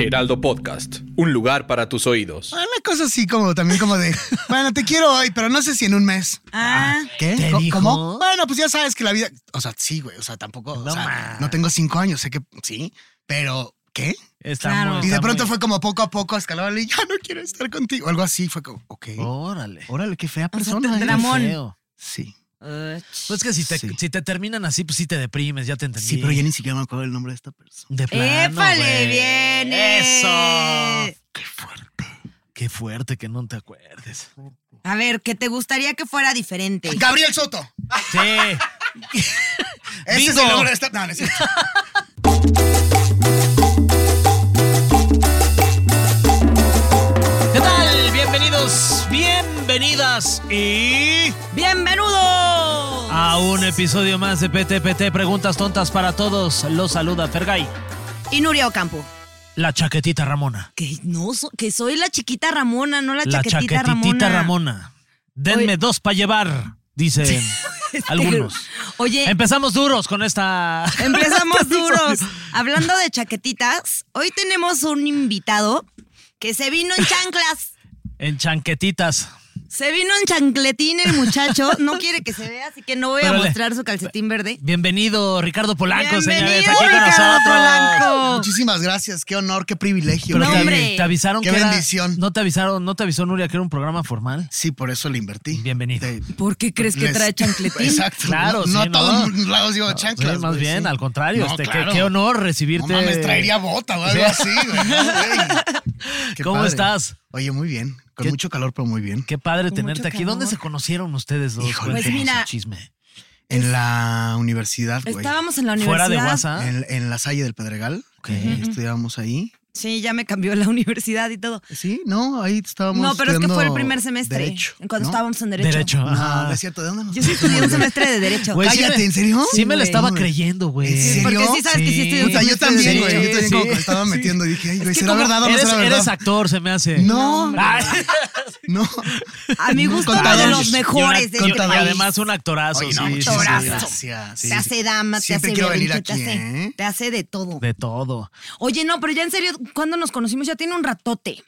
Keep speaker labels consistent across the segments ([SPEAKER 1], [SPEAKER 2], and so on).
[SPEAKER 1] Heraldo Podcast, un lugar para tus oídos.
[SPEAKER 2] Ah, Una cosa así como también como de, bueno, te quiero hoy, pero no sé si en un mes.
[SPEAKER 3] Ah,
[SPEAKER 2] ¿Qué?
[SPEAKER 4] ¿Te
[SPEAKER 2] Co-
[SPEAKER 4] dijo?
[SPEAKER 2] ¿Cómo? Bueno, pues ya sabes que la vida, o sea, sí, güey, o sea, tampoco, o
[SPEAKER 4] No
[SPEAKER 2] sea,
[SPEAKER 4] más.
[SPEAKER 2] no tengo cinco años, sé que sí, pero ¿qué?
[SPEAKER 4] Está
[SPEAKER 3] Claro.
[SPEAKER 4] muy-
[SPEAKER 2] Y de
[SPEAKER 4] está
[SPEAKER 2] pronto
[SPEAKER 4] muy-
[SPEAKER 2] fue como poco a poco escalable y ya no quiero estar contigo. Algo así fue como, ok.
[SPEAKER 4] Órale. Órale, qué fea
[SPEAKER 3] O sea,
[SPEAKER 4] persona. eh, qué
[SPEAKER 3] dramón.
[SPEAKER 4] feo.
[SPEAKER 2] Sí.
[SPEAKER 3] eh,
[SPEAKER 4] Pues que si te,
[SPEAKER 2] Sí.
[SPEAKER 4] si te terminan así, pues sí te deprimes, ya te entendí.
[SPEAKER 2] Sí, pero ya ni siquiera me acuerdo el nombre de esta persona.
[SPEAKER 4] De plano,
[SPEAKER 3] ¡Épale,
[SPEAKER 4] güey.
[SPEAKER 3] viene!
[SPEAKER 4] ¡Eso!
[SPEAKER 2] Qué fuerte.
[SPEAKER 4] Qué fuerte que no te acuerdes.
[SPEAKER 3] A ver, que te gustaría que fuera diferente.
[SPEAKER 2] Gabriel Soto.
[SPEAKER 4] Sí.
[SPEAKER 2] Ese es
[SPEAKER 4] Bingo.
[SPEAKER 2] el nombre de esta. No, no es cierto.
[SPEAKER 4] ¿Qué tal? Bienvenidos, bienvenidas y
[SPEAKER 3] ¡Bienvenidos!
[SPEAKER 4] a un episodio más de PTPT Preguntas Tontas para Todos. Los saluda Fergay,
[SPEAKER 3] Y Nuria Ocampo.
[SPEAKER 4] la chaquetita Ramona.
[SPEAKER 3] Que no, so- que soy la chiquita Ramona, no la,
[SPEAKER 4] La
[SPEAKER 3] chaquetita
[SPEAKER 4] chaquetitita
[SPEAKER 3] Ramona.
[SPEAKER 4] Ramona. Denme
[SPEAKER 3] Oye. Este,
[SPEAKER 4] dos para llevar, dicen algunos. Em-
[SPEAKER 3] Oye,
[SPEAKER 4] Empezamos duros con esta.
[SPEAKER 3] empezamos duros. Hablando de chaquetitas, hoy tenemos un invitado que se vino en chanclas.
[SPEAKER 4] en chanquetitas.
[SPEAKER 3] Se vino en chancletín el muchacho. No quiere que se vea, así que no voy a
[SPEAKER 4] Órale.
[SPEAKER 3] mostrar su calcetín verde.
[SPEAKER 4] Bienvenido, Ricardo Polanco, señores,
[SPEAKER 3] Bienvenido,
[SPEAKER 4] aquí con
[SPEAKER 3] Ricardo
[SPEAKER 4] nosotros.
[SPEAKER 3] Polanco.
[SPEAKER 2] Muchísimas gracias. Qué honor, qué privilegio.
[SPEAKER 4] Pero
[SPEAKER 3] No,
[SPEAKER 4] te,
[SPEAKER 2] Qué-
[SPEAKER 3] hombre.
[SPEAKER 4] te avisaron
[SPEAKER 2] Qué
[SPEAKER 4] que era-
[SPEAKER 2] bendición.
[SPEAKER 4] no te avisaron, no te avisó Nuria que era un programa formal.
[SPEAKER 2] Sí, por eso le invertí.
[SPEAKER 4] Bienvenido.
[SPEAKER 2] Te-
[SPEAKER 3] ¿Por qué crees que
[SPEAKER 2] les-
[SPEAKER 3] trae chancletín?
[SPEAKER 2] Exacto.
[SPEAKER 4] Claro,
[SPEAKER 2] no, no
[SPEAKER 4] sí,
[SPEAKER 2] a todos
[SPEAKER 4] no. Ah,
[SPEAKER 2] lados digo chanclas.
[SPEAKER 4] Sí, más
[SPEAKER 2] güey,
[SPEAKER 4] bien,
[SPEAKER 2] sí.
[SPEAKER 4] al contrario,
[SPEAKER 2] No,
[SPEAKER 4] este, qué-
[SPEAKER 2] claro.
[SPEAKER 4] qué, honor recibirte.
[SPEAKER 2] No mames, traería bota o algo así, güey. No, güey. Qué
[SPEAKER 4] ¿Cómo
[SPEAKER 2] padre.
[SPEAKER 4] estás?
[SPEAKER 2] Oye, muy bien. Con
[SPEAKER 4] ¿Qué-
[SPEAKER 2] mucho calor, pero muy bien.
[SPEAKER 4] Qué padre
[SPEAKER 3] Con
[SPEAKER 4] tenerte
[SPEAKER 3] mucho
[SPEAKER 4] aquí. ¿Dónde
[SPEAKER 3] calor.
[SPEAKER 4] se conocieron ustedes dos?
[SPEAKER 2] Híjole.
[SPEAKER 3] Pues
[SPEAKER 4] Cuéntenos
[SPEAKER 3] mira,
[SPEAKER 4] el chisme.
[SPEAKER 2] En la universidad, güey.
[SPEAKER 3] Estábamos ¿ah? en la universidad.
[SPEAKER 4] Fuera de WhatsApp.
[SPEAKER 2] En, en la Salle del Pedregal.
[SPEAKER 4] Ok.
[SPEAKER 2] que Estudiábamos ahí.
[SPEAKER 3] Sí, ya me cambió la universidad y todo.
[SPEAKER 2] Sí, no, ahí estábamos.
[SPEAKER 3] no, pero es que fue el
[SPEAKER 2] estudiando
[SPEAKER 3] primer semestre.
[SPEAKER 2] Derecho.
[SPEAKER 3] cuando
[SPEAKER 2] ¿no?
[SPEAKER 3] estábamos en derecho.
[SPEAKER 4] Derecho.
[SPEAKER 2] No,
[SPEAKER 4] ajá.
[SPEAKER 2] no es cierto. ¿De dónde nos
[SPEAKER 3] Yo sí estudié un
[SPEAKER 2] conocimos, güey?
[SPEAKER 3] semestre de derecho.
[SPEAKER 4] Güey, sí
[SPEAKER 2] Cállate,
[SPEAKER 4] me-
[SPEAKER 2] ¿en serio?
[SPEAKER 4] Sí me la
[SPEAKER 3] güey.
[SPEAKER 4] estaba creyendo, güey.
[SPEAKER 2] ¿En serio?
[SPEAKER 3] Porque sí sabes que sí estudié un
[SPEAKER 2] Puta, yo
[SPEAKER 3] semestre de
[SPEAKER 2] también, güey.
[SPEAKER 3] derecho.
[SPEAKER 2] Yo también como que
[SPEAKER 4] Sí.
[SPEAKER 2] me estaba metiendo y dije, ay, güey, ¿será verdad o no
[SPEAKER 4] Eres,
[SPEAKER 2] será
[SPEAKER 4] eres
[SPEAKER 2] verdad?
[SPEAKER 4] actor, se me hace.
[SPEAKER 2] No, Ah.
[SPEAKER 4] Ay.
[SPEAKER 2] no.
[SPEAKER 3] A mi gusto, uno
[SPEAKER 2] Contador.
[SPEAKER 3] de los mejores de
[SPEAKER 4] Y una-
[SPEAKER 3] este
[SPEAKER 4] y- y
[SPEAKER 3] país.
[SPEAKER 4] además un actorazo.
[SPEAKER 2] Oye,
[SPEAKER 4] sí,
[SPEAKER 2] no,
[SPEAKER 4] sí, sí,
[SPEAKER 2] muchísimas
[SPEAKER 3] actorazo.
[SPEAKER 2] gracias.
[SPEAKER 3] te hace dama, te
[SPEAKER 2] Siempre
[SPEAKER 3] hace
[SPEAKER 2] quiero venir
[SPEAKER 3] berrinche,
[SPEAKER 2] aquí,
[SPEAKER 3] te hace,
[SPEAKER 2] ¿eh?
[SPEAKER 3] te hace de todo.
[SPEAKER 4] De todo.
[SPEAKER 3] Oye, no, pero ya en serio, ¿cuándo nos conocimos? Ya tiene un ratote.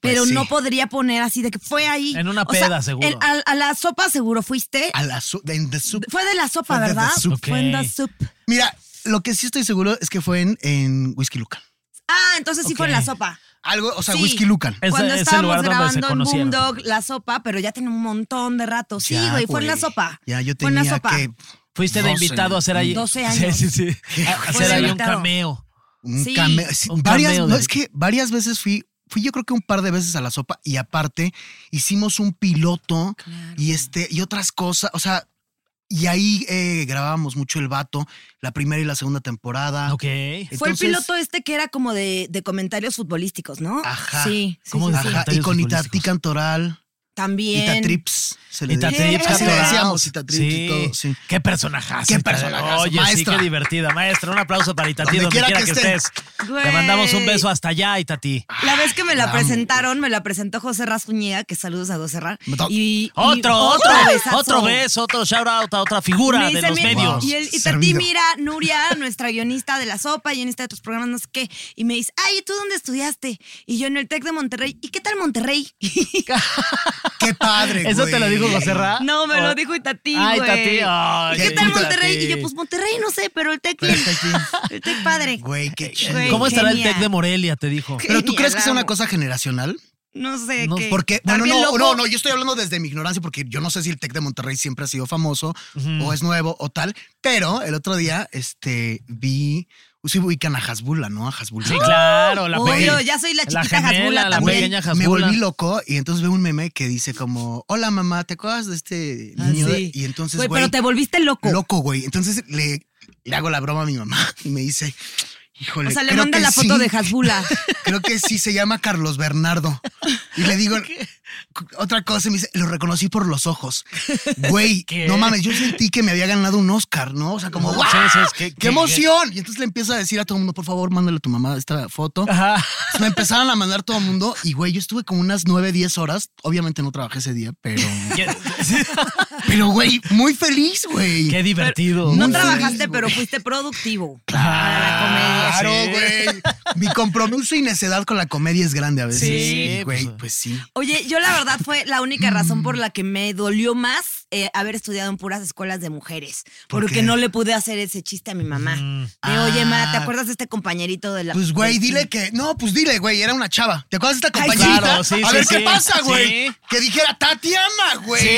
[SPEAKER 3] Pero
[SPEAKER 2] Pues sí.
[SPEAKER 3] no podría poner así de que fue ahí.
[SPEAKER 4] En una
[SPEAKER 3] O sea,
[SPEAKER 4] peda, seguro.
[SPEAKER 3] el- a, a la sopa seguro fuiste.
[SPEAKER 2] A la su- en the soup.
[SPEAKER 3] Fue de la sopa,
[SPEAKER 2] Fue de
[SPEAKER 3] ¿verdad?
[SPEAKER 2] la soup.
[SPEAKER 3] Fue en la
[SPEAKER 4] Ok.
[SPEAKER 3] soup.
[SPEAKER 2] Mira, lo que sí estoy seguro es que fue en, en Whisky Lucan.
[SPEAKER 3] Ah, entonces sí fue en la
[SPEAKER 4] Ok.
[SPEAKER 3] sopa.
[SPEAKER 2] Algo, o sea,
[SPEAKER 3] Sí.
[SPEAKER 2] Whisky Lucan.
[SPEAKER 4] Es-
[SPEAKER 3] Cuando
[SPEAKER 4] es el
[SPEAKER 3] estábamos
[SPEAKER 4] lugar donde se
[SPEAKER 3] grabando en
[SPEAKER 4] conocieron.
[SPEAKER 3] Boondog, la sopa, pero ya tiene un montón de rato. Sí,
[SPEAKER 2] Ya,
[SPEAKER 3] güey, fue en la sopa.
[SPEAKER 2] Ya, yo
[SPEAKER 3] Fue en la
[SPEAKER 2] tenía
[SPEAKER 3] sopa.
[SPEAKER 2] que
[SPEAKER 4] Fuiste de
[SPEAKER 2] 12,
[SPEAKER 4] invitado a hacer ahí.
[SPEAKER 3] 12 años.
[SPEAKER 4] Sí, sí, sí. A
[SPEAKER 3] Fue
[SPEAKER 4] hacer
[SPEAKER 3] de
[SPEAKER 4] ahí un
[SPEAKER 3] invitado.
[SPEAKER 4] cameo.
[SPEAKER 2] un
[SPEAKER 3] Sí.
[SPEAKER 2] cameo. sí,
[SPEAKER 4] Un
[SPEAKER 2] varias,
[SPEAKER 4] cameo
[SPEAKER 2] no,
[SPEAKER 4] de-
[SPEAKER 2] es que varias veces fui, fui yo creo que un par de veces a la sopa y aparte hicimos un piloto y este y otras cosas, o sea, y ahí eh, grabábamos mucho el vato, la primera y la segunda temporada.
[SPEAKER 4] Ah, Ok.
[SPEAKER 3] Fue el
[SPEAKER 2] Entonces-
[SPEAKER 3] piloto este que era como de, de comentarios futbolísticos, ¿no?
[SPEAKER 2] Ajá.
[SPEAKER 3] Sí, sí,
[SPEAKER 4] ¿Cómo
[SPEAKER 3] sí,
[SPEAKER 4] de
[SPEAKER 2] Ajá,
[SPEAKER 3] sí.
[SPEAKER 2] y
[SPEAKER 4] comentarios
[SPEAKER 2] con Itatí
[SPEAKER 4] futbolísticos.
[SPEAKER 2] Cantoral,
[SPEAKER 3] También.
[SPEAKER 2] Itatrips, se le decía.
[SPEAKER 4] Itatrips,
[SPEAKER 3] Así le
[SPEAKER 4] Cantoral.
[SPEAKER 2] decíamos, Itatrips y todo, sí.
[SPEAKER 4] Qué personajazo.
[SPEAKER 2] Qué
[SPEAKER 4] Itatrips.
[SPEAKER 2] personajazo,
[SPEAKER 4] Oye, sí,
[SPEAKER 2] maestra.
[SPEAKER 4] qué divertida. Maestra, un aplauso para Itatí
[SPEAKER 2] Donde
[SPEAKER 4] donde
[SPEAKER 2] quiera
[SPEAKER 4] quiera
[SPEAKER 2] que
[SPEAKER 4] que
[SPEAKER 2] estén.
[SPEAKER 4] estés. Te
[SPEAKER 3] Güey.
[SPEAKER 4] mandamos un beso Ah, hasta allá, Itatí.
[SPEAKER 3] La vez que me la
[SPEAKER 2] La amo.
[SPEAKER 3] presentaron, me la presentó José Rascuñiga, que saludos a José Ra.
[SPEAKER 2] Me to-
[SPEAKER 3] Y, y
[SPEAKER 4] Otro, otro,
[SPEAKER 3] besazo.
[SPEAKER 4] otro beso, otro shout out a otra figura
[SPEAKER 3] Me
[SPEAKER 4] de
[SPEAKER 3] dice a
[SPEAKER 4] los
[SPEAKER 3] mí-
[SPEAKER 4] medios.
[SPEAKER 3] Y, el, y Tati
[SPEAKER 2] Servido.
[SPEAKER 3] mira, Nuria, nuestra guionista de la sopa, guionista de tus programas, no sé qué, y me dice, ay, ¿y ¿tú dónde estudiaste? Y yo en el TEC de Monterrey. ¿Y qué tal Monterrey?
[SPEAKER 2] Qué padre,
[SPEAKER 4] ¿Eso te lo
[SPEAKER 2] güey.
[SPEAKER 4] dijo José Ra?
[SPEAKER 3] no, me
[SPEAKER 4] O-
[SPEAKER 3] lo dijo Itatí,
[SPEAKER 4] Ah, Ay,
[SPEAKER 3] güey.
[SPEAKER 4] Itatí, ay,
[SPEAKER 3] ¿Y qué
[SPEAKER 4] qué
[SPEAKER 3] tal
[SPEAKER 4] bonito,
[SPEAKER 3] Monterrey?
[SPEAKER 4] Itatí.
[SPEAKER 3] Y yo, pues Monterrey, no sé, pero el TEC
[SPEAKER 2] Pero
[SPEAKER 3] bien.
[SPEAKER 2] está aquí.
[SPEAKER 3] El TEC padre.
[SPEAKER 2] Güey, qué chido.
[SPEAKER 3] Güey,
[SPEAKER 4] ¿Cómo estará el
[SPEAKER 3] genia.
[SPEAKER 4] tech de Morelia? Te dijo.
[SPEAKER 2] Pero tú
[SPEAKER 3] Genia,
[SPEAKER 2] crees que
[SPEAKER 3] la
[SPEAKER 2] sea una
[SPEAKER 3] amo.
[SPEAKER 2] cosa generacional?
[SPEAKER 3] No sé
[SPEAKER 4] No,
[SPEAKER 3] qué.
[SPEAKER 2] Porque,
[SPEAKER 3] Tal
[SPEAKER 2] bueno,
[SPEAKER 3] vez
[SPEAKER 2] no,
[SPEAKER 3] loco.
[SPEAKER 2] no, no, yo estoy hablando desde mi ignorancia porque yo no sé si el Tec de Monterrey siempre ha sido famoso
[SPEAKER 4] Ujú.
[SPEAKER 2] o es nuevo o tal, pero el otro día este, vi, sí ubican a Hasbula, ¿no? A Hasbula.
[SPEAKER 4] Sí, claro, la
[SPEAKER 3] Obvio,
[SPEAKER 4] pequeña-
[SPEAKER 3] ya soy la chiquita
[SPEAKER 4] gemela,
[SPEAKER 3] Hasbula
[SPEAKER 4] la
[SPEAKER 3] también.
[SPEAKER 4] pequeña
[SPEAKER 2] Me
[SPEAKER 4] Hasbula.
[SPEAKER 2] volví loco y entonces veo un meme que dice como, hola mamá, ¿te acuerdas de este
[SPEAKER 3] Ah,
[SPEAKER 2] niño?
[SPEAKER 3] sí.
[SPEAKER 2] Y entonces,
[SPEAKER 3] Güey,
[SPEAKER 2] güey,
[SPEAKER 3] pero te volviste loco.
[SPEAKER 2] loco, güey. Entonces le, le hago la broma a mi mamá y me dice, híjole.
[SPEAKER 3] O sea, le
[SPEAKER 2] creo
[SPEAKER 3] manda
[SPEAKER 2] que
[SPEAKER 3] la foto
[SPEAKER 2] sí,
[SPEAKER 3] de Hasbula.
[SPEAKER 2] Creo que sí se llama Carlos Bernardo. Y le digo cu- otra cosa, y me dice, lo reconocí por los ojos. Güey,
[SPEAKER 4] ¿Qué?
[SPEAKER 2] no mames, yo sentí que me había ganado un Oscar, ¿no? O sea, como, ¡guau!
[SPEAKER 4] Sí, sí, es que-
[SPEAKER 2] ¡Qué,
[SPEAKER 4] que-
[SPEAKER 2] emoción! Y entonces le empiezo a decir a todo el mundo, por favor, mándale a tu mamá esta foto.
[SPEAKER 4] Ajá.
[SPEAKER 2] Entonces Me empezaron a mandar todo el mundo y, güey, yo estuve como unas 9, 10 horas. Obviamente no trabajé ese día, pero.
[SPEAKER 4] Qué,
[SPEAKER 2] Pero, güey, muy feliz, güey.
[SPEAKER 4] qué divertido.
[SPEAKER 3] No
[SPEAKER 2] Muy
[SPEAKER 3] trabajaste,
[SPEAKER 2] feliz,
[SPEAKER 3] pero
[SPEAKER 2] güey.
[SPEAKER 3] fuiste productivo.
[SPEAKER 4] Claro,
[SPEAKER 2] Claro, güey. Mi compromiso y necedad con la comedia es grande a veces.
[SPEAKER 4] Sí,
[SPEAKER 2] Y, güey,
[SPEAKER 4] pues-
[SPEAKER 2] pues, sí.
[SPEAKER 3] Oye, yo la verdad fue la única razón por la que me dolió más eh, haber estudiado en puras escuelas de mujeres.
[SPEAKER 2] ¿Por
[SPEAKER 3] porque
[SPEAKER 2] qué?
[SPEAKER 3] no le pude hacer ese chiste a mi mamá. De,
[SPEAKER 2] Ah.
[SPEAKER 3] oye, ma, ¿te acuerdas de este compañerito de la.
[SPEAKER 2] Pues, güey,
[SPEAKER 3] del-
[SPEAKER 2] dile que. No, pues dile, güey, era una chava. ¿Te acuerdas de esta
[SPEAKER 3] Ay,
[SPEAKER 2] compañerita?
[SPEAKER 4] claro, sí,
[SPEAKER 2] a
[SPEAKER 4] sí,
[SPEAKER 2] ver
[SPEAKER 4] sí.
[SPEAKER 2] qué pasa, güey.
[SPEAKER 4] Sí.
[SPEAKER 2] Que dijera Tatiana, güey.
[SPEAKER 4] Sí,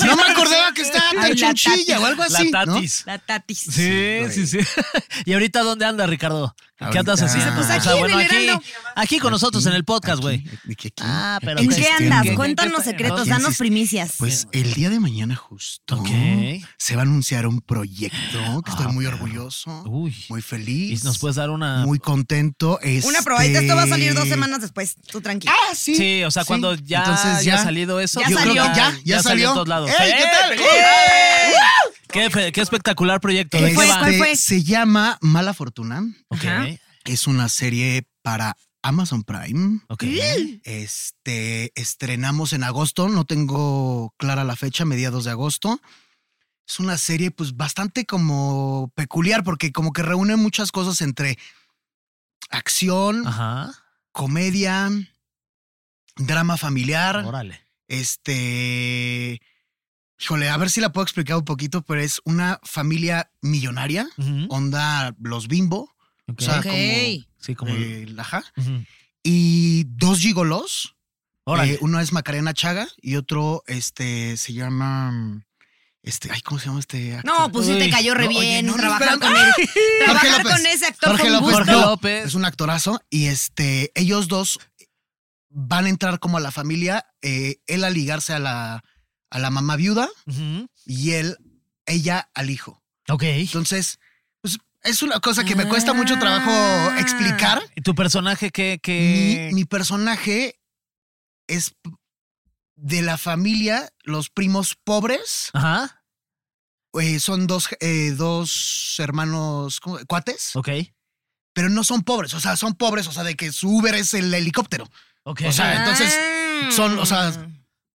[SPEAKER 4] sí.
[SPEAKER 2] no me acordaba que estaba tan
[SPEAKER 3] Ay, la
[SPEAKER 2] chonchilla
[SPEAKER 3] Tatis.
[SPEAKER 2] o algo
[SPEAKER 4] La
[SPEAKER 2] así. ¿no?
[SPEAKER 4] Tatis.
[SPEAKER 3] La Tatis.
[SPEAKER 4] Sí, sí, sí. ¿Y ahorita dónde andas, Ricardo? ¿Qué
[SPEAKER 2] Ahorita-
[SPEAKER 4] andas haciendo?
[SPEAKER 2] Pues aquí
[SPEAKER 3] en el
[SPEAKER 4] aquí,
[SPEAKER 3] Heraldo.
[SPEAKER 4] aquí con nosotros en el podcast,
[SPEAKER 2] Aquí,
[SPEAKER 4] güey.
[SPEAKER 2] aquí, aquí.
[SPEAKER 4] Ah, pero
[SPEAKER 3] ¿En
[SPEAKER 4] pues,
[SPEAKER 3] qué
[SPEAKER 2] Este,
[SPEAKER 3] andas?
[SPEAKER 2] ¿qué-
[SPEAKER 3] Cuéntanos
[SPEAKER 4] qué-
[SPEAKER 3] secretos,
[SPEAKER 4] qué-
[SPEAKER 3] danos
[SPEAKER 2] insiste?
[SPEAKER 3] primicias.
[SPEAKER 2] Pues el día de mañana justo
[SPEAKER 4] Ok.
[SPEAKER 2] se va a anunciar un proyecto que estoy
[SPEAKER 4] Ah,
[SPEAKER 2] muy
[SPEAKER 4] perro.
[SPEAKER 2] orgulloso,
[SPEAKER 4] Uy.
[SPEAKER 2] muy
[SPEAKER 4] ¿Y
[SPEAKER 2] feliz,
[SPEAKER 4] nos puedes dar una...?
[SPEAKER 2] muy contento.
[SPEAKER 3] Una probadita,
[SPEAKER 2] este-
[SPEAKER 3] esto va a salir dos semanas después. Tú tranquilo.
[SPEAKER 2] Ah, sí.
[SPEAKER 4] Sí, o sea, cuando ya,
[SPEAKER 2] Entonces
[SPEAKER 4] ya ha salido eso.
[SPEAKER 3] Ya
[SPEAKER 2] yo creo
[SPEAKER 3] salió.
[SPEAKER 2] que ya, ya, salió.
[SPEAKER 4] en todos lados.
[SPEAKER 2] ¡Ey, qué
[SPEAKER 4] ¡Eh!
[SPEAKER 2] tal!
[SPEAKER 4] Qué, fe- qué espectacular proyecto.
[SPEAKER 2] Este,
[SPEAKER 4] ¿De qué
[SPEAKER 3] fue?
[SPEAKER 4] va?
[SPEAKER 3] ¿Cuál fue?
[SPEAKER 2] Se llama Mala Fortuna.
[SPEAKER 4] Ok,
[SPEAKER 3] Ajá.
[SPEAKER 2] Es una serie para Amazon Prime.
[SPEAKER 4] ok.
[SPEAKER 2] Este, estrenamos en agosto, no tengo clara la fecha, mediados de agosto. Es una serie pues bastante como peculiar porque como que reúne muchas cosas entre acción,
[SPEAKER 4] Ajá.
[SPEAKER 2] comedia, drama familiar,
[SPEAKER 4] Órale.
[SPEAKER 2] este híjole, a ver si la puedo explicar un poquito, pero es una familia millonaria,
[SPEAKER 4] Ujú.
[SPEAKER 2] onda los Bimbo,
[SPEAKER 4] Ok.
[SPEAKER 2] o sea,
[SPEAKER 3] Ok.
[SPEAKER 2] como,
[SPEAKER 4] sí, como...
[SPEAKER 2] eh, ajá,
[SPEAKER 4] Ujú.
[SPEAKER 2] y dos gigolos.
[SPEAKER 4] Órale.
[SPEAKER 2] Eh, uno es Macarena Chaga y otro este se llama mm, este, ay, ¿cómo se llama este actor?
[SPEAKER 3] No, pues sí te
[SPEAKER 4] Uy.
[SPEAKER 3] cayó re
[SPEAKER 2] No, oye,
[SPEAKER 3] bien
[SPEAKER 2] no, no,
[SPEAKER 3] trabajar
[SPEAKER 2] espérame.
[SPEAKER 3] con él. Trabajar
[SPEAKER 2] López.
[SPEAKER 3] con ese actor
[SPEAKER 2] Jorge
[SPEAKER 3] con
[SPEAKER 2] López.
[SPEAKER 3] gusto.
[SPEAKER 4] Jorge López.
[SPEAKER 2] Pues Es un actorazo y este ellos dos van a entrar como a la familia, eh, él a ligarse a la a la mamá viuda
[SPEAKER 4] Ujú.
[SPEAKER 2] y él ella al hijo.
[SPEAKER 4] Ok.
[SPEAKER 2] Entonces, pues, es una cosa que me cuesta mucho trabajo
[SPEAKER 3] Ah.
[SPEAKER 2] explicar.
[SPEAKER 4] ¿Y ¿Tu personaje qué? qué...
[SPEAKER 2] Mi, mi personaje es de la familia, los primos pobres.
[SPEAKER 4] Ajá.
[SPEAKER 2] eh, son dos, eh, dos hermanos ¿cómo? cuates,
[SPEAKER 4] Ok.
[SPEAKER 2] pero no son pobres, o sea, son pobres, o sea, de que su Uber es el helicóptero.
[SPEAKER 4] Ok.
[SPEAKER 2] O sea, entonces son, o sea,
[SPEAKER 3] Ah.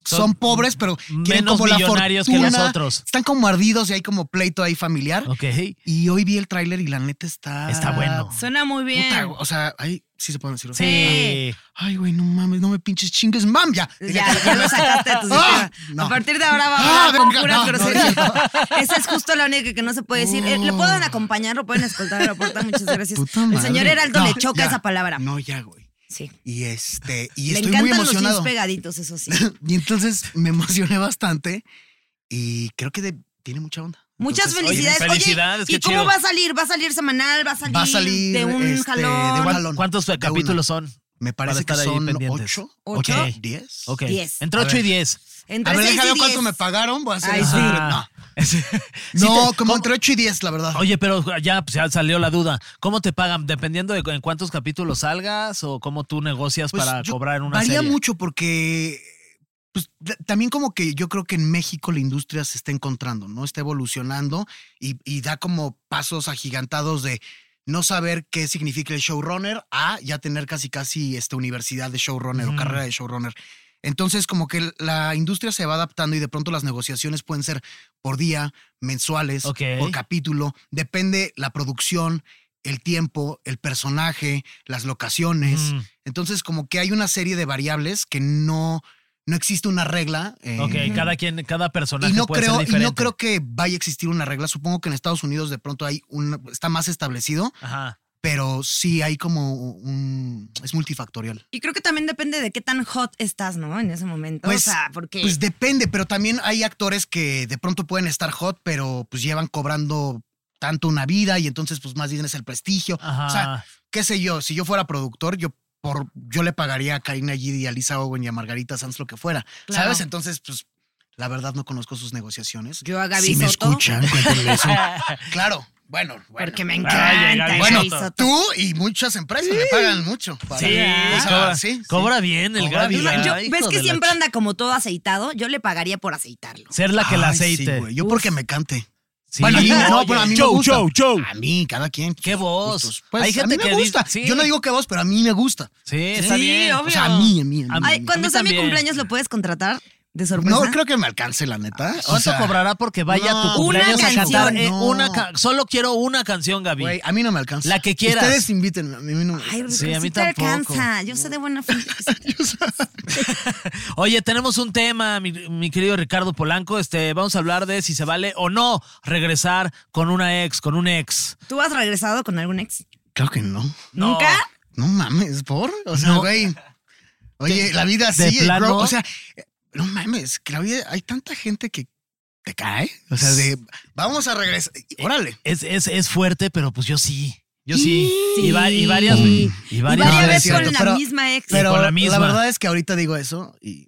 [SPEAKER 2] Son,
[SPEAKER 4] Son
[SPEAKER 2] pobres, pero quieren
[SPEAKER 4] menos
[SPEAKER 2] como la
[SPEAKER 4] millonarios que los
[SPEAKER 2] fortuna.
[SPEAKER 4] otros.
[SPEAKER 2] Están como ardidos y hay como pleito ahí familiar.
[SPEAKER 4] Ok.
[SPEAKER 2] Y hoy vi el tráiler y la neta está...
[SPEAKER 4] Está bueno.
[SPEAKER 3] Suena muy bien.
[SPEAKER 2] Puta, o sea, ahí sí se pueden decir. o sea,
[SPEAKER 4] Sí.
[SPEAKER 2] Ay, güey, no mames, no me pinches chingues, mam, ya.
[SPEAKER 3] Ya, ya lo sacaste de tu
[SPEAKER 2] Ah,
[SPEAKER 3] sistema.
[SPEAKER 2] no.
[SPEAKER 3] A partir de ahora va a
[SPEAKER 2] Ah,
[SPEAKER 3] hablar con
[SPEAKER 2] venga,
[SPEAKER 3] puras
[SPEAKER 2] no, no,
[SPEAKER 3] groserías.
[SPEAKER 2] no,
[SPEAKER 3] Esa es justo la única que no se puede decir. Eh, Lo pueden acompañar, lo pueden escoltar a la puerta. Muchas gracias.
[SPEAKER 2] Puta
[SPEAKER 3] El
[SPEAKER 2] madre.
[SPEAKER 3] señor Heraldo
[SPEAKER 2] No,
[SPEAKER 3] le choca
[SPEAKER 2] ya.
[SPEAKER 3] esa palabra.
[SPEAKER 2] No, ya, güey.
[SPEAKER 3] Sí.
[SPEAKER 2] Y este, y
[SPEAKER 3] Le
[SPEAKER 2] estoy
[SPEAKER 3] encantan
[SPEAKER 2] muy
[SPEAKER 3] los
[SPEAKER 2] emocionado.
[SPEAKER 3] cis pegaditos, eso sí.
[SPEAKER 2] Y entonces me emocioné bastante y creo que de- tiene mucha onda.
[SPEAKER 3] Muchas
[SPEAKER 2] Entonces,
[SPEAKER 4] oye,
[SPEAKER 3] felicidades. Oye,
[SPEAKER 4] felicidades, qué
[SPEAKER 3] ¿y cómo
[SPEAKER 4] chido.
[SPEAKER 3] va a salir? ¿Va a salir semanal? ¿Va a salir,
[SPEAKER 2] Va a salir
[SPEAKER 3] de un
[SPEAKER 2] este,
[SPEAKER 3] jalón?
[SPEAKER 2] de un
[SPEAKER 4] ¿Cuán-
[SPEAKER 2] jalón.
[SPEAKER 4] ¿Cuántos
[SPEAKER 2] De
[SPEAKER 4] capítulos son?
[SPEAKER 2] Me
[SPEAKER 4] Para
[SPEAKER 2] parece que
[SPEAKER 4] estar ahí
[SPEAKER 2] son
[SPEAKER 4] pendientes.
[SPEAKER 2] ocho,
[SPEAKER 3] ¿Ocho?
[SPEAKER 4] Ok.
[SPEAKER 2] diez.
[SPEAKER 4] Ok.
[SPEAKER 3] Diez.
[SPEAKER 4] Entre
[SPEAKER 2] A
[SPEAKER 4] 8 y
[SPEAKER 2] ver.
[SPEAKER 4] 10.
[SPEAKER 3] Entre
[SPEAKER 2] A ver,
[SPEAKER 3] seis y
[SPEAKER 2] déjame ver cuánto
[SPEAKER 3] diez.
[SPEAKER 2] me pagaron. Voy a hacer
[SPEAKER 3] Ay,
[SPEAKER 2] el
[SPEAKER 3] sí.
[SPEAKER 2] cálculo.
[SPEAKER 4] Ah. Sí
[SPEAKER 2] No, no como
[SPEAKER 4] te- ¿cómo-
[SPEAKER 2] entre ocho y diez, la verdad.
[SPEAKER 4] Oye, pero ya, pues, ya salió la duda. ¿Cómo te pagan? ¿Dependiendo de cu- en cuántos capítulos salgas o cómo tú negocias
[SPEAKER 2] Pues
[SPEAKER 4] para
[SPEAKER 2] yo-
[SPEAKER 4] cobrar una
[SPEAKER 2] Varía
[SPEAKER 4] serie?
[SPEAKER 2] mucho porque pues, t- también como que yo creo que en México la industria se está encontrando, ¿no? Está evolucionando y, y da como pasos agigantados de no saber qué significa el showrunner a ya tener casi casi esta universidad de showrunner
[SPEAKER 4] Ujú.
[SPEAKER 2] o carrera de showrunner. Entonces como que la industria se va adaptando y de pronto las negociaciones pueden ser por día, mensuales,
[SPEAKER 4] Ok.
[SPEAKER 2] por capítulo, depende la producción, el tiempo, el personaje, las locaciones.
[SPEAKER 4] Mm,
[SPEAKER 2] Entonces, como que hay una serie de variables que no, no existe una regla. eh,
[SPEAKER 4] ok, cada quien, cada personaje
[SPEAKER 2] y no,
[SPEAKER 4] puede
[SPEAKER 2] creo,
[SPEAKER 4] ser
[SPEAKER 2] y no
[SPEAKER 4] diferente.
[SPEAKER 2] creo que vaya a existir una regla. Supongo que en Estados Unidos de pronto hay un, está más establecido,
[SPEAKER 4] Ajá.
[SPEAKER 2] pero sí hay como un. es multifactorial.
[SPEAKER 3] Y creo que también depende de qué tan hot estás, ¿no? En ese momento.
[SPEAKER 2] Pues-
[SPEAKER 3] o sea, porque.
[SPEAKER 2] Pues depende, pero también hay actores que de pronto pueden estar hot, pero pues llevan cobrando tanto una vida y entonces pues más bien es el prestigio.
[SPEAKER 4] Ajá.
[SPEAKER 2] O sea, qué sé yo, si yo fuera productor, yo por yo le pagaría a Karina Gidi, a Lisa Owen y a Margarita Sanz lo que fuera.
[SPEAKER 3] Claro.
[SPEAKER 2] ¿Sabes? Entonces, pues, la verdad no conozco sus negociaciones.
[SPEAKER 3] yo a Gaby
[SPEAKER 2] si me
[SPEAKER 3] Soto.
[SPEAKER 2] escuchan, cuéntenle eso. claro. Bueno, bueno.
[SPEAKER 3] Porque me
[SPEAKER 4] Ah,
[SPEAKER 3] encanta
[SPEAKER 4] llega
[SPEAKER 3] el
[SPEAKER 4] bien.
[SPEAKER 2] bueno,
[SPEAKER 3] risotto.
[SPEAKER 2] tú y muchas empresas le pagan mucho. para-
[SPEAKER 4] Sí,
[SPEAKER 2] o sea,
[SPEAKER 4] cobra,
[SPEAKER 2] sí, sí.
[SPEAKER 4] cobra bien el
[SPEAKER 2] Cobra
[SPEAKER 4] Gaby.
[SPEAKER 2] bien.
[SPEAKER 4] ¿eh?
[SPEAKER 3] Yo-
[SPEAKER 4] Hijo
[SPEAKER 3] ¿Ves
[SPEAKER 4] de
[SPEAKER 3] que
[SPEAKER 4] la
[SPEAKER 3] siempre
[SPEAKER 4] ch-
[SPEAKER 3] anda como todo aceitado? Yo le pagaría por aceitarlo.
[SPEAKER 4] Ser la que la
[SPEAKER 2] Ay, sí,
[SPEAKER 4] aceite.
[SPEAKER 2] güey, yo porque me cante.
[SPEAKER 4] Sí,
[SPEAKER 2] Bueno, a mí, no,
[SPEAKER 4] oye,
[SPEAKER 2] pero a mí
[SPEAKER 4] show,
[SPEAKER 2] me gusta.
[SPEAKER 4] show, show.
[SPEAKER 2] A mí, cada quien.
[SPEAKER 4] Qué
[SPEAKER 2] sus
[SPEAKER 4] voz.
[SPEAKER 2] gustos. Pues,
[SPEAKER 4] Hay gente
[SPEAKER 2] a mí
[SPEAKER 4] que
[SPEAKER 2] me
[SPEAKER 4] di-
[SPEAKER 2] gusta.
[SPEAKER 4] sí.
[SPEAKER 2] Yo no digo que vos, pero a mí me gusta.
[SPEAKER 4] Sí, está
[SPEAKER 3] Sí,
[SPEAKER 4] bien.
[SPEAKER 3] obvio.
[SPEAKER 2] O sea, a mí, a mí, a mí.
[SPEAKER 4] A mí-
[SPEAKER 2] a
[SPEAKER 3] Ay,
[SPEAKER 2] mí.
[SPEAKER 4] a
[SPEAKER 3] cuando
[SPEAKER 4] mí
[SPEAKER 3] sea mi
[SPEAKER 4] también.
[SPEAKER 3] cumpleaños lo puedes contratar de sorpresa.
[SPEAKER 2] No creo que me alcance, la neta. O
[SPEAKER 4] Ah, ¿Cuánto
[SPEAKER 2] sea,
[SPEAKER 4] cobrará porque vaya a
[SPEAKER 2] no,
[SPEAKER 4] tu cumpleaños
[SPEAKER 3] una
[SPEAKER 4] a cantar?
[SPEAKER 3] canción,
[SPEAKER 4] eh,
[SPEAKER 2] no.
[SPEAKER 4] una ca- solo quiero una canción, Gaby.
[SPEAKER 2] Güey, a mí no me alcanza.
[SPEAKER 4] La que quieras.
[SPEAKER 2] Ustedes invítenme, a mí no me alcanza.
[SPEAKER 3] Ay, Ricardo,
[SPEAKER 4] Sí, a mí
[SPEAKER 3] sí te
[SPEAKER 4] tampoco.
[SPEAKER 3] alcanza. Yo sé de buena fe.
[SPEAKER 4] Oye, tenemos un tema, mi, mi querido Ricardo Polanco. Este, vamos a hablar de si se vale o no regresar con una ex, con un ex.
[SPEAKER 3] ¿Tú has regresado con algún ex?
[SPEAKER 2] Claro que no.
[SPEAKER 4] No.
[SPEAKER 3] ¿Nunca?
[SPEAKER 2] No mames, por. O sea,
[SPEAKER 4] No.
[SPEAKER 2] güey. Oye, la vida
[SPEAKER 4] de
[SPEAKER 2] sigue,
[SPEAKER 4] plano?
[SPEAKER 2] bro. O sea, no mames, que la vida, hay tanta gente que te cae. O sea, de vamos a regresar. y- Órale.
[SPEAKER 4] Es, es, es fuerte, pero pues yo sí. Yo sí.
[SPEAKER 3] Sí.
[SPEAKER 4] Y, va- y varias,
[SPEAKER 2] Sí.
[SPEAKER 4] y
[SPEAKER 3] Y
[SPEAKER 4] varias
[SPEAKER 3] varias
[SPEAKER 2] no, es
[SPEAKER 3] veces
[SPEAKER 2] cierto,
[SPEAKER 3] con la
[SPEAKER 2] pero-
[SPEAKER 3] misma ex.
[SPEAKER 2] Pero
[SPEAKER 4] con la
[SPEAKER 2] la,
[SPEAKER 4] misma.
[SPEAKER 2] verdad es que ahorita digo eso y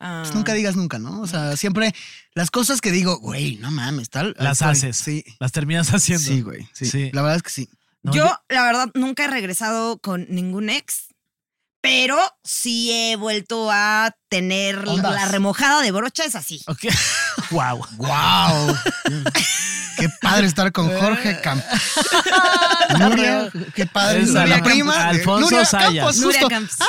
[SPEAKER 3] Ah.
[SPEAKER 2] pues, nunca digas nunca, ¿no? O sea, siempre las cosas que digo, güey, no mames, tal.
[SPEAKER 4] Las
[SPEAKER 2] ahí estoy.
[SPEAKER 4] haces.
[SPEAKER 2] Sí.
[SPEAKER 4] Las terminas haciendo.
[SPEAKER 2] Sí, güey. Sí.
[SPEAKER 4] Sí.
[SPEAKER 2] La verdad es que sí.
[SPEAKER 4] No,
[SPEAKER 3] yo, la verdad, nunca he regresado con ningún ex, pero sí he vuelto a tener
[SPEAKER 2] Ondas.
[SPEAKER 3] la remojada de brocha, es así.
[SPEAKER 4] Ok. wow.
[SPEAKER 2] ¡Wow! Qué padre estar con Jorge Campos. Nuria, qué padre.
[SPEAKER 4] Es
[SPEAKER 2] Nuria
[SPEAKER 4] a la-
[SPEAKER 2] prima de-
[SPEAKER 4] Alfonso
[SPEAKER 2] Nuria
[SPEAKER 4] Sayas.
[SPEAKER 2] Campos,
[SPEAKER 3] Nuria
[SPEAKER 2] justo.
[SPEAKER 3] Campos.
[SPEAKER 4] Ah.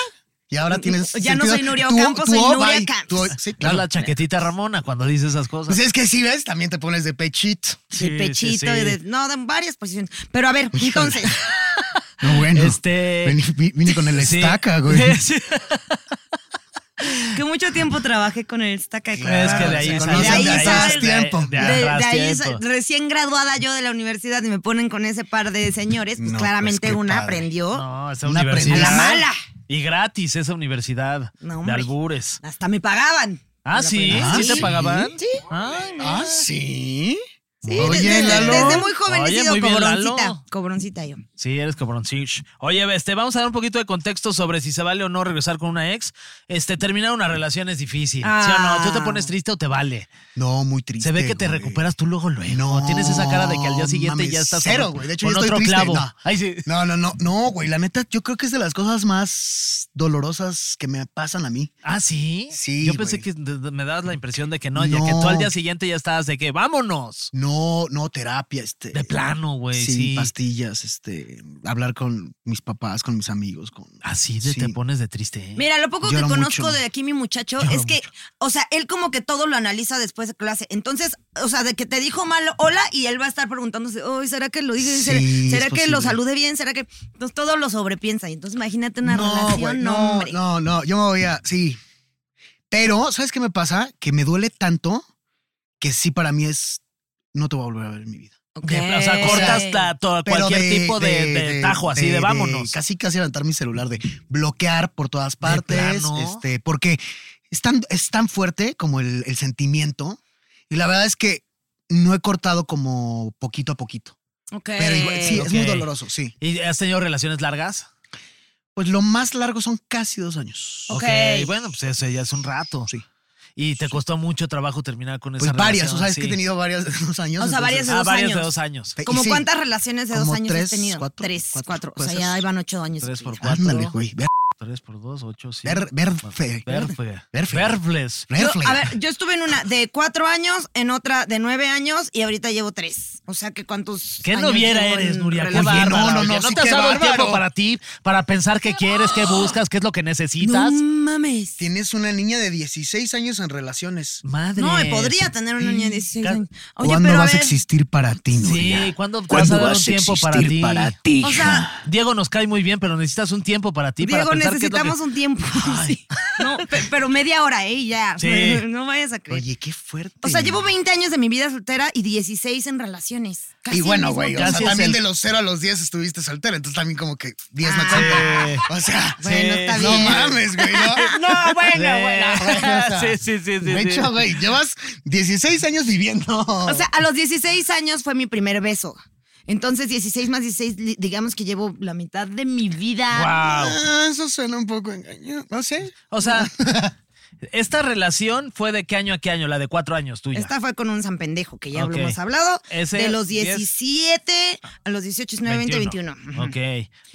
[SPEAKER 2] Y ahora tienes.
[SPEAKER 3] Ya no soy Nuria
[SPEAKER 2] tu-
[SPEAKER 3] Ocampo,
[SPEAKER 2] tu
[SPEAKER 3] soy
[SPEAKER 2] ova
[SPEAKER 3] Nuria
[SPEAKER 2] y tu-
[SPEAKER 3] Campos.
[SPEAKER 2] Sí,
[SPEAKER 4] Claro.
[SPEAKER 2] claro.
[SPEAKER 4] la chaquetita Ramona cuando dice esas cosas.
[SPEAKER 2] Pues es que si ves, también te pones de pechito.
[SPEAKER 4] Sí, sí,
[SPEAKER 3] de pechito
[SPEAKER 4] sí.
[SPEAKER 3] y de. No, de varias posiciones. Pero a ver, entonces.
[SPEAKER 2] No, bueno.
[SPEAKER 4] Este-
[SPEAKER 2] Vení- vi- Vine con el
[SPEAKER 4] Sí.
[SPEAKER 2] estaca, güey.
[SPEAKER 4] Sí.
[SPEAKER 3] que mucho tiempo trabajé con el estaca de
[SPEAKER 4] Es que de
[SPEAKER 3] Colorado,
[SPEAKER 4] ahí
[SPEAKER 3] o sea,
[SPEAKER 4] salió-
[SPEAKER 2] de ahí sale-
[SPEAKER 4] sale-
[SPEAKER 2] tiempo.
[SPEAKER 4] de- de
[SPEAKER 3] de, de
[SPEAKER 4] atrás
[SPEAKER 3] ahí es-
[SPEAKER 4] tiempo.
[SPEAKER 3] recién graduada yo de la universidad y me ponen con ese par de señores, pues
[SPEAKER 2] No, pues,
[SPEAKER 3] claramente
[SPEAKER 2] qué
[SPEAKER 3] una
[SPEAKER 2] padre.
[SPEAKER 3] aprendió.
[SPEAKER 4] No, esa
[SPEAKER 2] Una
[SPEAKER 4] universidad.
[SPEAKER 2] prendida.
[SPEAKER 3] A la mala.
[SPEAKER 4] Y gratis esa universidad
[SPEAKER 3] No,
[SPEAKER 4] de
[SPEAKER 3] hombre.
[SPEAKER 4] albures.
[SPEAKER 3] Hasta me pagaban.
[SPEAKER 4] Ah, sí,
[SPEAKER 2] Ah,
[SPEAKER 4] sí te
[SPEAKER 2] sí.
[SPEAKER 4] pagaban.
[SPEAKER 2] Sí.
[SPEAKER 4] Ay, mira.
[SPEAKER 2] Ah, sí.
[SPEAKER 3] Sí,
[SPEAKER 2] Oye,
[SPEAKER 3] desde,
[SPEAKER 2] Lalo.
[SPEAKER 3] desde muy joven
[SPEAKER 4] Oye,
[SPEAKER 3] he sido
[SPEAKER 4] muy bien,
[SPEAKER 3] cobroncita.
[SPEAKER 4] Lalo. Eh,
[SPEAKER 3] Cobroncita yo.
[SPEAKER 4] Sí, eres cabroncich. Oye, este, vamos a dar un poquito de contexto sobre si se vale o no regresar con una ex. Este, terminar una relación es difícil. ¿Sí o no?
[SPEAKER 3] Ah.
[SPEAKER 4] Tú te pones triste o te vale.
[SPEAKER 2] No, muy triste.
[SPEAKER 4] Se ve que te
[SPEAKER 2] güey.
[SPEAKER 4] recuperas tú luego, luego.
[SPEAKER 2] No,
[SPEAKER 4] Tienes esa cara de que al día siguiente
[SPEAKER 2] mames,
[SPEAKER 4] ya estás
[SPEAKER 2] cero,
[SPEAKER 4] con-
[SPEAKER 2] güey. De hecho,
[SPEAKER 4] con
[SPEAKER 2] yo estoy
[SPEAKER 4] otro
[SPEAKER 2] triste,
[SPEAKER 4] clavo.
[SPEAKER 2] no.
[SPEAKER 4] Ay, sí.
[SPEAKER 2] No, no, no, no, güey. La neta, yo creo que es de las cosas más dolorosas que me pasan a mí.
[SPEAKER 4] Ah, sí.
[SPEAKER 2] Sí,
[SPEAKER 4] Yo pensé
[SPEAKER 2] güey.
[SPEAKER 4] que de- de- me dabas la impresión de que no, ya que
[SPEAKER 2] No.
[SPEAKER 4] tú al día siguiente ya estabas de que vámonos.
[SPEAKER 2] No, no, terapia, este.
[SPEAKER 4] De plano,
[SPEAKER 3] Pues
[SPEAKER 4] güey.
[SPEAKER 2] sí,
[SPEAKER 4] Sí.
[SPEAKER 2] pastillas, este. Hablar con mis papás, con mis amigos, con.
[SPEAKER 4] Así de
[SPEAKER 2] Sí.
[SPEAKER 4] te pones de triste. ¿eh?
[SPEAKER 3] Mira, lo poco
[SPEAKER 2] Lloro
[SPEAKER 3] que conozco
[SPEAKER 2] mucho.
[SPEAKER 3] de aquí mi muchacho
[SPEAKER 4] Lloro
[SPEAKER 3] es que,
[SPEAKER 4] mucho.
[SPEAKER 3] o sea, él como que todo lo analiza después de clase. Entonces, o sea, de que te dijo mal hola y él va a estar preguntándose, "Uy, ¿será que lo dije? bien? ¿Será,
[SPEAKER 2] Sí, es
[SPEAKER 3] será que lo
[SPEAKER 2] posible.
[SPEAKER 3] salude bien? ¿Será que...? Entonces, todo lo sobrepiensa. Y entonces, imagínate una
[SPEAKER 2] No,
[SPEAKER 3] relación,
[SPEAKER 2] güey,
[SPEAKER 3] no,
[SPEAKER 2] no,
[SPEAKER 3] hombre.
[SPEAKER 2] no, no, yo me voy a, sí. Pero, ¿sabes qué me pasa? Que me duele tanto que sí para mí es, no te voy a volver a ver en mi vida.
[SPEAKER 3] Ok.
[SPEAKER 4] De- o sea, cortas la- to-
[SPEAKER 2] Pero
[SPEAKER 4] cualquier tipo de, de tajo así de, vámonos.
[SPEAKER 2] casi, casi levantar mi celular, de bloquear por todas partes,
[SPEAKER 4] plano.
[SPEAKER 2] este, porque es tan, es tan fuerte como el, el sentimiento y la verdad es que no he cortado como poquito a poquito.
[SPEAKER 3] Ok.
[SPEAKER 2] Pero igual, sí, es muy
[SPEAKER 4] Eh, Ok.
[SPEAKER 2] doloroso, sí.
[SPEAKER 4] ¿Y has tenido relaciones largas?
[SPEAKER 2] Pues lo más largo son casi dos años.
[SPEAKER 3] Ok.
[SPEAKER 4] Bueno, pues eso ya es un rato.
[SPEAKER 2] Sí.
[SPEAKER 4] Y te costó mucho trabajo terminar con esa
[SPEAKER 2] Pues varias,
[SPEAKER 4] relación,
[SPEAKER 2] o sea, es
[SPEAKER 4] sí.
[SPEAKER 2] que he tenido varias de dos años.
[SPEAKER 3] O sea, varias
[SPEAKER 4] Ah,
[SPEAKER 3] de dos
[SPEAKER 4] varias de
[SPEAKER 3] años.
[SPEAKER 4] dos años.
[SPEAKER 2] Y
[SPEAKER 3] ¿Como
[SPEAKER 2] sí.
[SPEAKER 3] cuántas relaciones de dos
[SPEAKER 2] Como
[SPEAKER 3] años
[SPEAKER 2] tres,
[SPEAKER 3] has tenido?
[SPEAKER 2] cuatro,
[SPEAKER 3] tres,
[SPEAKER 2] cuatro,
[SPEAKER 3] cuatro. O
[SPEAKER 2] puede
[SPEAKER 3] sea,
[SPEAKER 2] ser.
[SPEAKER 3] ya van ocho años.
[SPEAKER 4] Tres por
[SPEAKER 3] tuyos.
[SPEAKER 4] cuatro.
[SPEAKER 2] Ándale, güey. ver-
[SPEAKER 4] Tres por dos, ocho, sí.
[SPEAKER 2] Ver, verfe.
[SPEAKER 4] Verfe.
[SPEAKER 2] Verfe.
[SPEAKER 4] Verfles.
[SPEAKER 3] Yo,
[SPEAKER 2] Refle.
[SPEAKER 3] a ver, yo estuve en una de cuatro años, en otra de nueve años y ahorita llevo tres. O sea que cuántos.
[SPEAKER 4] Qué
[SPEAKER 3] años
[SPEAKER 4] noviera
[SPEAKER 3] llevo en
[SPEAKER 4] eres, Nuria. Qué
[SPEAKER 2] Oye, no,
[SPEAKER 3] relación?
[SPEAKER 4] bárbara,
[SPEAKER 2] no,
[SPEAKER 4] oye,
[SPEAKER 2] no,
[SPEAKER 4] No
[SPEAKER 2] sí,
[SPEAKER 4] te has
[SPEAKER 2] qué
[SPEAKER 4] dado el tiempo
[SPEAKER 2] bárbaro.
[SPEAKER 4] para ti, para pensar qué quieres, qué buscas, qué es lo que necesitas.
[SPEAKER 3] No mames.
[SPEAKER 2] Tienes una niña de 16 años en relaciones.
[SPEAKER 4] Madre.
[SPEAKER 3] No, me podría tener una niña de 16 años. Oye,
[SPEAKER 2] ¿Cuándo
[SPEAKER 3] pero a
[SPEAKER 2] vas a
[SPEAKER 3] ver,
[SPEAKER 2] existir para ti, Nuria?
[SPEAKER 4] Sí, ¿cuándo, te vas a dar un tiempo para ti?
[SPEAKER 2] ti?
[SPEAKER 3] O
[SPEAKER 2] hija?
[SPEAKER 3] sea,
[SPEAKER 4] Diego nos cae muy bien, pero necesitas un tiempo para ti. para
[SPEAKER 3] Diego,
[SPEAKER 4] pensar qué es lo que-
[SPEAKER 3] necesitamos un tiempo. Sí. No, pe- pero media hora, ¿eh? Y Ya.
[SPEAKER 4] Sí.
[SPEAKER 3] No vayas a creer.
[SPEAKER 2] Oye, qué fuerte.
[SPEAKER 3] O sea, llevo 20 años de mi vida soltera y 16 en relaciones. Casi
[SPEAKER 2] Y bueno,
[SPEAKER 3] el mismo
[SPEAKER 2] güey, o
[SPEAKER 3] tiempo.
[SPEAKER 2] sea,
[SPEAKER 4] Casi es
[SPEAKER 2] también
[SPEAKER 4] el-
[SPEAKER 2] de los 0 a los 10 estuviste soltero, entonces también como que 10 no
[SPEAKER 3] Ah.
[SPEAKER 2] cuenta. O sea,
[SPEAKER 3] Bueno, está
[SPEAKER 2] no
[SPEAKER 3] bien.
[SPEAKER 2] mames, güey, ¿no?
[SPEAKER 3] No, bueno, bueno.
[SPEAKER 4] Sí, sí, sí, sí,
[SPEAKER 2] De
[SPEAKER 4] sí.
[SPEAKER 2] hecho, güey, llevas 16 años viviendo.
[SPEAKER 3] O sea, a los 16 años fue mi primer beso. Entonces, 16 más 16, li- digamos que llevo la mitad de mi vida.
[SPEAKER 4] Guau.
[SPEAKER 2] Ah, eso suena un poco engañoso. No sé.
[SPEAKER 4] O sea, ¿Esta relación fue de qué año a qué año? La de cuatro años tuya.
[SPEAKER 3] Esta fue con un San Pendejo, que ya
[SPEAKER 4] Ok.
[SPEAKER 3] hemos hablado.
[SPEAKER 4] Ese
[SPEAKER 3] de los
[SPEAKER 4] 10.
[SPEAKER 3] 17 a los 18, 19, 20, 21. Ujú.
[SPEAKER 4] Ok.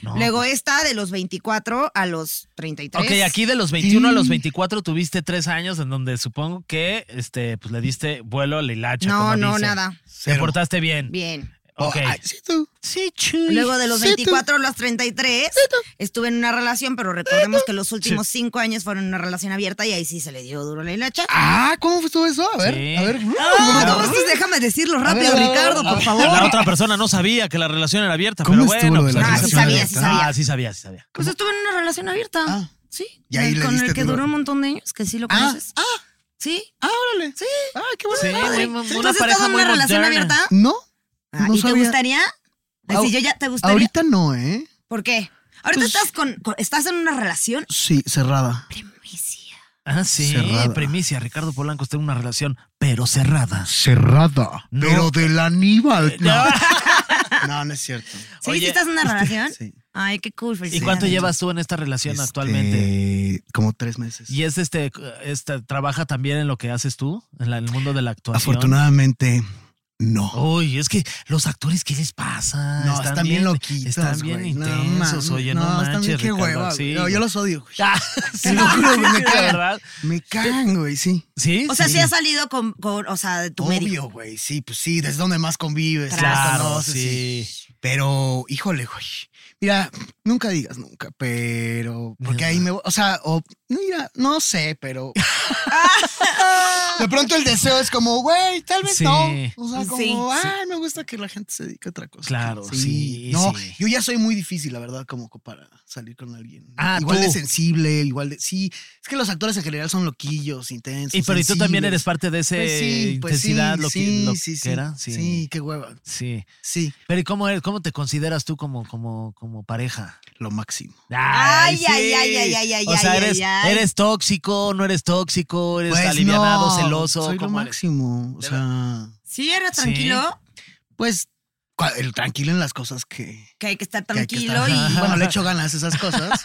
[SPEAKER 4] No, pues.
[SPEAKER 3] Luego esta de los 24 a los 33.
[SPEAKER 4] Ok, aquí de los 21 a los 24 tuviste tres años en donde supongo que este, pues le diste vuelo a la hilacha.
[SPEAKER 3] No,
[SPEAKER 4] como
[SPEAKER 3] no,
[SPEAKER 4] dicen.
[SPEAKER 3] nada.
[SPEAKER 4] Te portaste bien.
[SPEAKER 3] Bien.
[SPEAKER 4] Ok.
[SPEAKER 2] Oh, ay, sí, tú.
[SPEAKER 4] sí, chuy.
[SPEAKER 3] Luego de los
[SPEAKER 2] Sí, tú.
[SPEAKER 3] 24 a los 33 estuve en una relación, pero recordemos que los últimos cinco años fueron una relación abierta y ahí sí se le dio duro la hilacha.
[SPEAKER 2] Ah, ¿cómo estuvo eso? A ver,
[SPEAKER 4] Sí.
[SPEAKER 2] a ver.
[SPEAKER 3] Ah, no, pues, déjame decirlo rápido,
[SPEAKER 2] a ver, a ver,
[SPEAKER 3] Ricardo,
[SPEAKER 2] a
[SPEAKER 3] por
[SPEAKER 2] ver.
[SPEAKER 4] La
[SPEAKER 3] favor.
[SPEAKER 4] otra persona no sabía que la relación era abierta,
[SPEAKER 2] ¿Cómo
[SPEAKER 4] pero
[SPEAKER 2] estuvo
[SPEAKER 4] bueno. pues,
[SPEAKER 2] lo de la
[SPEAKER 4] aquí
[SPEAKER 3] Ah, sí
[SPEAKER 4] se
[SPEAKER 3] sabía,
[SPEAKER 4] puede.
[SPEAKER 3] sí sabía.
[SPEAKER 4] Ah, sí sabía, sí sabía.
[SPEAKER 3] Pues estuve en una relación abierta.
[SPEAKER 2] Ah.
[SPEAKER 3] Sí.
[SPEAKER 2] Y ahí le
[SPEAKER 3] con el
[SPEAKER 2] diste
[SPEAKER 3] que
[SPEAKER 2] duro.
[SPEAKER 3] duró un montón de años, que sí lo
[SPEAKER 2] Ah,
[SPEAKER 3] conoces. Sí.
[SPEAKER 2] Ah, órale. Sí. Ah, qué bueno.
[SPEAKER 4] Sí,
[SPEAKER 3] Padre.
[SPEAKER 4] muy-
[SPEAKER 3] ¿Tú
[SPEAKER 4] una
[SPEAKER 3] has
[SPEAKER 4] pareja
[SPEAKER 3] estado en
[SPEAKER 4] muy
[SPEAKER 3] una relación
[SPEAKER 4] moderna.
[SPEAKER 3] abierta?
[SPEAKER 2] No.
[SPEAKER 3] Ah,
[SPEAKER 2] no
[SPEAKER 3] ¿Y te
[SPEAKER 2] sabía.
[SPEAKER 3] gustaría? Ay,
[SPEAKER 2] Au-
[SPEAKER 3] sí, yo ya te gustaría.
[SPEAKER 2] Ahorita no, ¿eh?
[SPEAKER 3] ¿Por qué? Ahorita
[SPEAKER 2] Pues-
[SPEAKER 3] estás con, con- estás en una relación.
[SPEAKER 2] Sí, cerrada.
[SPEAKER 3] Primicia.
[SPEAKER 4] Ah, sí.
[SPEAKER 2] Cerrada.
[SPEAKER 4] Primicia, Ricardo Polanco está en una relación, pero cerrada.
[SPEAKER 2] Cerrada.
[SPEAKER 4] No. Eh,
[SPEAKER 2] Pero del Aníbal. No.
[SPEAKER 4] Ah,
[SPEAKER 2] no, no es cierto.
[SPEAKER 3] ¿Sí?
[SPEAKER 4] Oye,
[SPEAKER 3] ¿Sí estás en una relación?
[SPEAKER 2] Sí.
[SPEAKER 3] Ay, qué cool.
[SPEAKER 4] ¿Y
[SPEAKER 3] felicidades.
[SPEAKER 4] cuánto llevas tú en esta relación
[SPEAKER 2] Este,
[SPEAKER 4] actualmente?
[SPEAKER 2] Como tres meses.
[SPEAKER 4] ¿Y es este, este, trabaja también en lo que haces tú, en la- el mundo de la actuación?
[SPEAKER 2] Afortunadamente, no.
[SPEAKER 4] Uy, es que los actores, ¿qué les pasa?
[SPEAKER 2] No, están, bien loquitos.
[SPEAKER 4] Están bien
[SPEAKER 2] güey. No,
[SPEAKER 4] intensos,
[SPEAKER 2] man,
[SPEAKER 4] oye, no,
[SPEAKER 2] están
[SPEAKER 4] manches,
[SPEAKER 2] bien qué
[SPEAKER 4] Ricardo,
[SPEAKER 2] hueva.
[SPEAKER 4] sí,
[SPEAKER 2] güey. No,
[SPEAKER 4] güey.
[SPEAKER 2] yo los odio, güey.
[SPEAKER 4] Ah,
[SPEAKER 2] Te lo juro, güey, me
[SPEAKER 4] sí,
[SPEAKER 2] cagan.
[SPEAKER 4] ¿verdad?
[SPEAKER 2] Me cagan, güey, sí.
[SPEAKER 4] Sí,
[SPEAKER 3] O sea, sí
[SPEAKER 4] sí.
[SPEAKER 3] has salido con, con- o sea, de tu médico.
[SPEAKER 2] Obvio, güey, sí, pues sí, desde donde más convives,
[SPEAKER 3] Claro,
[SPEAKER 2] más
[SPEAKER 4] Claro,
[SPEAKER 2] conoces,
[SPEAKER 4] sí.
[SPEAKER 2] sí. Pero, híjole, güey. Mira, nunca digas nunca, pero. Porque ahí me. O sea, o. Mira, no sé, pero. De pronto el deseo es como, güey, tal vez
[SPEAKER 4] Sí.
[SPEAKER 2] no. O sea, como,
[SPEAKER 3] Sí,
[SPEAKER 2] ay, me gusta que la gente se dedique a otra cosa.
[SPEAKER 4] Claro, sí,
[SPEAKER 2] No,
[SPEAKER 4] sí.
[SPEAKER 2] yo ya soy muy difícil, la verdad, como co- para salir con alguien.
[SPEAKER 4] Ah,
[SPEAKER 2] igual de
[SPEAKER 4] tú.
[SPEAKER 2] sensible, igual de. Sí, es que los actores en general son loquillos, intensos.
[SPEAKER 4] Y pero y tú también
[SPEAKER 2] sensibles.
[SPEAKER 4] eres parte de esa
[SPEAKER 2] Pues sí, pues
[SPEAKER 4] intensidad,
[SPEAKER 2] sí,
[SPEAKER 4] lo que,
[SPEAKER 2] sí,
[SPEAKER 4] lo
[SPEAKER 2] sí,
[SPEAKER 4] que
[SPEAKER 2] sí.
[SPEAKER 4] era.
[SPEAKER 2] Sí.
[SPEAKER 4] Sí.
[SPEAKER 2] qué hueva.
[SPEAKER 4] sí.
[SPEAKER 2] Sí,
[SPEAKER 4] Pero ¿y cómo, eres, cómo te consideras tú como, como, como pareja?
[SPEAKER 2] lo máximo.
[SPEAKER 3] Ay,
[SPEAKER 4] sí.
[SPEAKER 3] ay, ay, ay, ay, ay,
[SPEAKER 4] O sea,
[SPEAKER 3] ay,
[SPEAKER 4] eres,
[SPEAKER 3] ay, ay.
[SPEAKER 4] eres tóxico, no eres tóxico, eres
[SPEAKER 2] Pues
[SPEAKER 4] alivianado,
[SPEAKER 2] no,
[SPEAKER 4] celoso.
[SPEAKER 2] Soy lo
[SPEAKER 4] ¿cómo eres?
[SPEAKER 2] máximo. O
[SPEAKER 4] De
[SPEAKER 2] sea,
[SPEAKER 3] Sí, eres
[SPEAKER 4] Sí.
[SPEAKER 3] tranquilo,
[SPEAKER 2] pues cua- el tranquilo en las cosas que.
[SPEAKER 3] que hay que estar
[SPEAKER 2] que hay que
[SPEAKER 3] tranquilo
[SPEAKER 2] estar.
[SPEAKER 3] y.
[SPEAKER 2] Bueno, le echo ganas a esas cosas.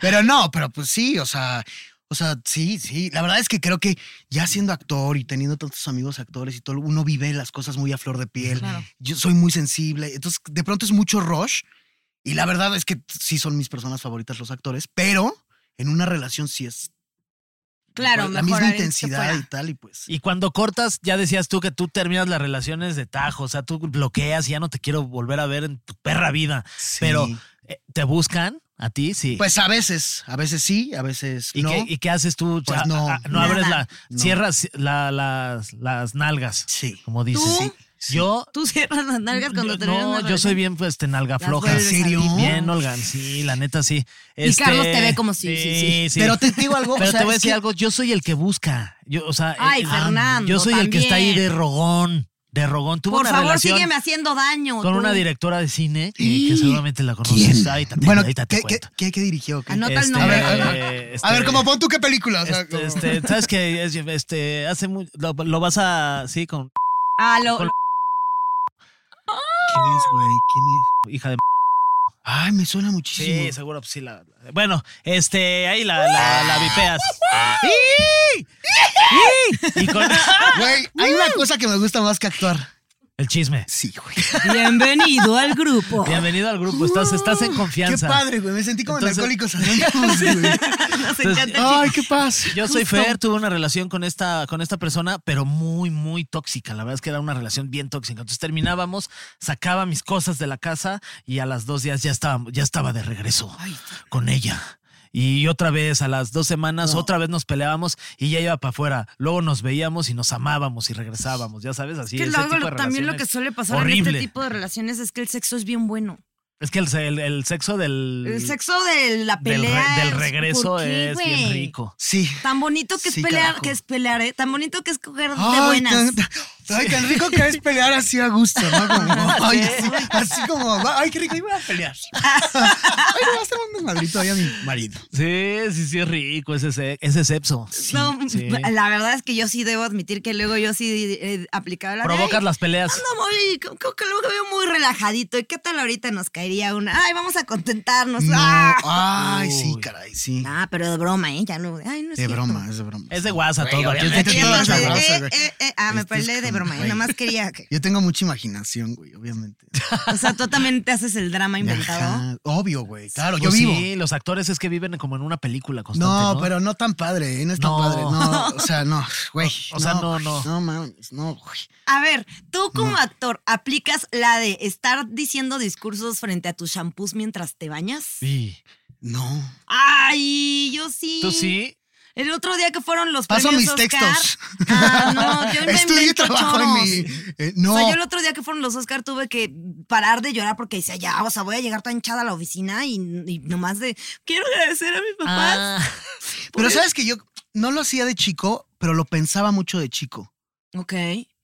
[SPEAKER 2] pero no, pero pues sí, o sea. O sea, sí, sí. La verdad es que creo que ya siendo actor y teniendo tantos amigos actores y todo, uno vive las cosas muy a flor de piel.
[SPEAKER 3] Claro.
[SPEAKER 2] Yo soy muy sensible. Entonces, de pronto es mucho rush. Y la verdad es que sí son mis personas favoritas los actores, pero en una relación sí es
[SPEAKER 3] Claro,
[SPEAKER 2] la
[SPEAKER 3] mejor.
[SPEAKER 2] misma
[SPEAKER 3] haré que
[SPEAKER 2] intensidad
[SPEAKER 3] fuera.
[SPEAKER 2] y tal y pues
[SPEAKER 4] Y cuando cortas, ya decías tú que tú terminas las relaciones de tajo, o sea, tú bloqueas y ya no te quiero volver a ver en tu perra vida. Pero
[SPEAKER 2] Sí.
[SPEAKER 4] eh, te buscan a ti, sí.
[SPEAKER 2] pues a veces a veces sí a veces
[SPEAKER 4] ¿Y,
[SPEAKER 2] no
[SPEAKER 4] qué, y qué haces tú? O sea,
[SPEAKER 2] Pues no.
[SPEAKER 4] a- a- no abres la.
[SPEAKER 3] Nada.
[SPEAKER 2] No.
[SPEAKER 4] Cierras la- las, las nalgas,
[SPEAKER 2] sí
[SPEAKER 4] como dices.
[SPEAKER 3] ¿Tú?
[SPEAKER 4] Sí. Yo.
[SPEAKER 3] Tú cierras las nalgas cuando
[SPEAKER 4] yo-
[SPEAKER 3] te
[SPEAKER 4] no, yo soy bien, pues, este, nalga
[SPEAKER 3] Las
[SPEAKER 4] floja.
[SPEAKER 3] vuelves a
[SPEAKER 2] ¿En serio?
[SPEAKER 3] abrir.
[SPEAKER 4] Bien, Olgan, sí, la neta sí. Este,
[SPEAKER 3] Y Carlos te ve como sí, sí, sí.
[SPEAKER 2] pero te digo algo o
[SPEAKER 4] Pero
[SPEAKER 2] sea,
[SPEAKER 4] te voy a
[SPEAKER 2] es
[SPEAKER 4] decir
[SPEAKER 2] que-
[SPEAKER 4] algo, yo soy el que busca. Yo, o sea,
[SPEAKER 3] Ay, Fernando,
[SPEAKER 4] yo soy el que está ahí de
[SPEAKER 3] también.
[SPEAKER 4] rogón, de rogón. Tuve
[SPEAKER 3] Por
[SPEAKER 4] una
[SPEAKER 3] favor,
[SPEAKER 4] relación
[SPEAKER 3] sígueme haciendo daño.
[SPEAKER 4] con
[SPEAKER 3] tú.
[SPEAKER 4] una directora de cine eh, que,
[SPEAKER 2] Sí.
[SPEAKER 4] que seguramente la
[SPEAKER 2] ¿Quién?
[SPEAKER 4] conoces. Ahí te,
[SPEAKER 2] bueno
[SPEAKER 4] ahí te
[SPEAKER 2] ¿qué, qué,
[SPEAKER 4] cuento.
[SPEAKER 2] qué, qué dirigió ¿Qué?
[SPEAKER 3] Ah, no. Anota el
[SPEAKER 4] Este,
[SPEAKER 3] nombre.
[SPEAKER 2] A ver, a a ver
[SPEAKER 4] este,
[SPEAKER 2] cómo pon tú qué película o sea,
[SPEAKER 4] este,
[SPEAKER 2] como-
[SPEAKER 4] este, sabes que es- este hace mu- lo, lo vas a sí con
[SPEAKER 3] Ah, lo.
[SPEAKER 4] Con-
[SPEAKER 2] quién es güey quién es
[SPEAKER 4] hija de
[SPEAKER 2] ay me suena muchísimo
[SPEAKER 4] sí seguro pues sí la la- bueno este ahí la la, la vipeas Sí. Sí. y con
[SPEAKER 2] güey hay una cosa que me gusta más que actuar
[SPEAKER 4] el chisme
[SPEAKER 2] sí güey
[SPEAKER 3] Bienvenido al grupo.
[SPEAKER 4] bienvenido al grupo estás estás en
[SPEAKER 2] qué
[SPEAKER 4] confianza
[SPEAKER 2] padre güey me sentí como en
[SPEAKER 4] Entonces-
[SPEAKER 2] alcohólicos Anónimos, güey.
[SPEAKER 3] Nos
[SPEAKER 4] Entonces-
[SPEAKER 3] encanta el
[SPEAKER 2] ay qué paz
[SPEAKER 4] Yo soy Fer, tuve una relación con esta, con esta persona, pero muy, muy tóxica. La verdad es que era una relación bien tóxica. Entonces terminábamos, sacaba mis cosas de la casa y a las dos días ya estaba, ya estaba de regreso con ella. Y otra vez, a las dos semanas, otra vez nos peleábamos y ella iba para afuera. Luego nos veíamos y nos amábamos y regresábamos, ya sabes, así.
[SPEAKER 3] que
[SPEAKER 4] ese
[SPEAKER 3] luego
[SPEAKER 4] tipo de
[SPEAKER 3] también lo que
[SPEAKER 4] relaciones.
[SPEAKER 3] suele pasar en
[SPEAKER 4] horrible.
[SPEAKER 3] este tipo de relaciones es que el sexo es bien bueno.
[SPEAKER 4] Es que el, el- el sexo del...
[SPEAKER 3] El sexo de la
[SPEAKER 4] del, re-
[SPEAKER 3] pelea.
[SPEAKER 4] del
[SPEAKER 3] es-
[SPEAKER 4] regreso
[SPEAKER 3] ¿por qué,
[SPEAKER 4] es
[SPEAKER 3] güey?
[SPEAKER 4] bien rico.
[SPEAKER 2] sí
[SPEAKER 3] Tan bonito que es
[SPEAKER 2] Sí,
[SPEAKER 3] pelear,
[SPEAKER 2] carajo.
[SPEAKER 3] que es pelear, ¿eh? Tan bonito que es coger de
[SPEAKER 2] Ay,
[SPEAKER 3] buenas.
[SPEAKER 2] Tan, tan- ay, tan rico que es pelear así a gusto, ¿no?
[SPEAKER 3] Ah,
[SPEAKER 2] Como, ay, así, así como, va, ay, qué rico, iba a pelear. ay, me va a hacer un desmadrito ahí a mi marido.
[SPEAKER 4] Sí, sí, sí, es rico ese, se- ese sexo.
[SPEAKER 3] No,
[SPEAKER 4] sí.
[SPEAKER 3] La verdad es que yo sí debo admitir que luego yo sí eh, aplicaba la de,
[SPEAKER 4] Provocas
[SPEAKER 3] "Ay,
[SPEAKER 4] las peleas.
[SPEAKER 3] ando muy- creo que luego veo muy relajadito. ¿Y qué tal ahorita nos cae sería una. Ay, vamos a contentarnos.
[SPEAKER 2] No,
[SPEAKER 3] ¡Ah!
[SPEAKER 2] ay, sí,
[SPEAKER 4] Uy.
[SPEAKER 2] caray, sí.
[SPEAKER 3] Ah, pero de broma, ¿eh? Ya no. Ay, no es
[SPEAKER 2] De
[SPEAKER 3] cierto.
[SPEAKER 2] broma, es de broma.
[SPEAKER 4] Es de WhatsApp
[SPEAKER 2] Güey,
[SPEAKER 4] todo. Aquí es de
[SPEAKER 2] obviamente.
[SPEAKER 3] Y
[SPEAKER 4] chingo de
[SPEAKER 3] entonces,
[SPEAKER 4] chavos.
[SPEAKER 2] chavosa,
[SPEAKER 3] eh,
[SPEAKER 2] güey.
[SPEAKER 3] eh, eh, ah, me
[SPEAKER 2] Este es
[SPEAKER 3] peleé de
[SPEAKER 2] como-
[SPEAKER 3] broma. ¿eh?
[SPEAKER 2] güey.
[SPEAKER 3] Nada más quería que.
[SPEAKER 2] Yo tengo mucha imaginación, güey, obviamente.
[SPEAKER 3] O sea, tú también te haces el drama inventado.
[SPEAKER 2] Ajá, Obvio, güey. Claro,
[SPEAKER 4] Pues
[SPEAKER 2] yo vivo.
[SPEAKER 4] Sí, los actores es que viven como en una película constante. No,
[SPEAKER 2] No, pero no tan padre, ¿eh? no es tan
[SPEAKER 4] No.
[SPEAKER 2] padre. No, o sea, no, güey.
[SPEAKER 4] O- o sea, no,
[SPEAKER 2] güey,
[SPEAKER 4] no.
[SPEAKER 2] No mames, no, güey.
[SPEAKER 3] A ver, tú como actor, ¿aplicas la de estar diciendo discursos frente a tus shampoos mientras te bañas?
[SPEAKER 4] Sí.
[SPEAKER 2] No.
[SPEAKER 3] Ay, yo sí.
[SPEAKER 4] ¿Tú sí?
[SPEAKER 3] El otro día que fueron los
[SPEAKER 2] Paso
[SPEAKER 3] premios
[SPEAKER 2] mis
[SPEAKER 3] Oscar.
[SPEAKER 2] textos.
[SPEAKER 3] Ah, no, yo me
[SPEAKER 2] Estudio y
[SPEAKER 3] invento
[SPEAKER 2] trabajo en
[SPEAKER 3] choros.
[SPEAKER 2] mi. eh, no.
[SPEAKER 3] O sea, yo el otro día que fueron los Oscar tuve que parar de llorar porque decía, ya, o sea, voy a llegar tan hinchada a la oficina y, y nomás de, quiero agradecer a mis papás.
[SPEAKER 2] Ah. Pero sabes que yo no lo hacía de chico, pero lo pensaba mucho de chico.
[SPEAKER 3] Ok,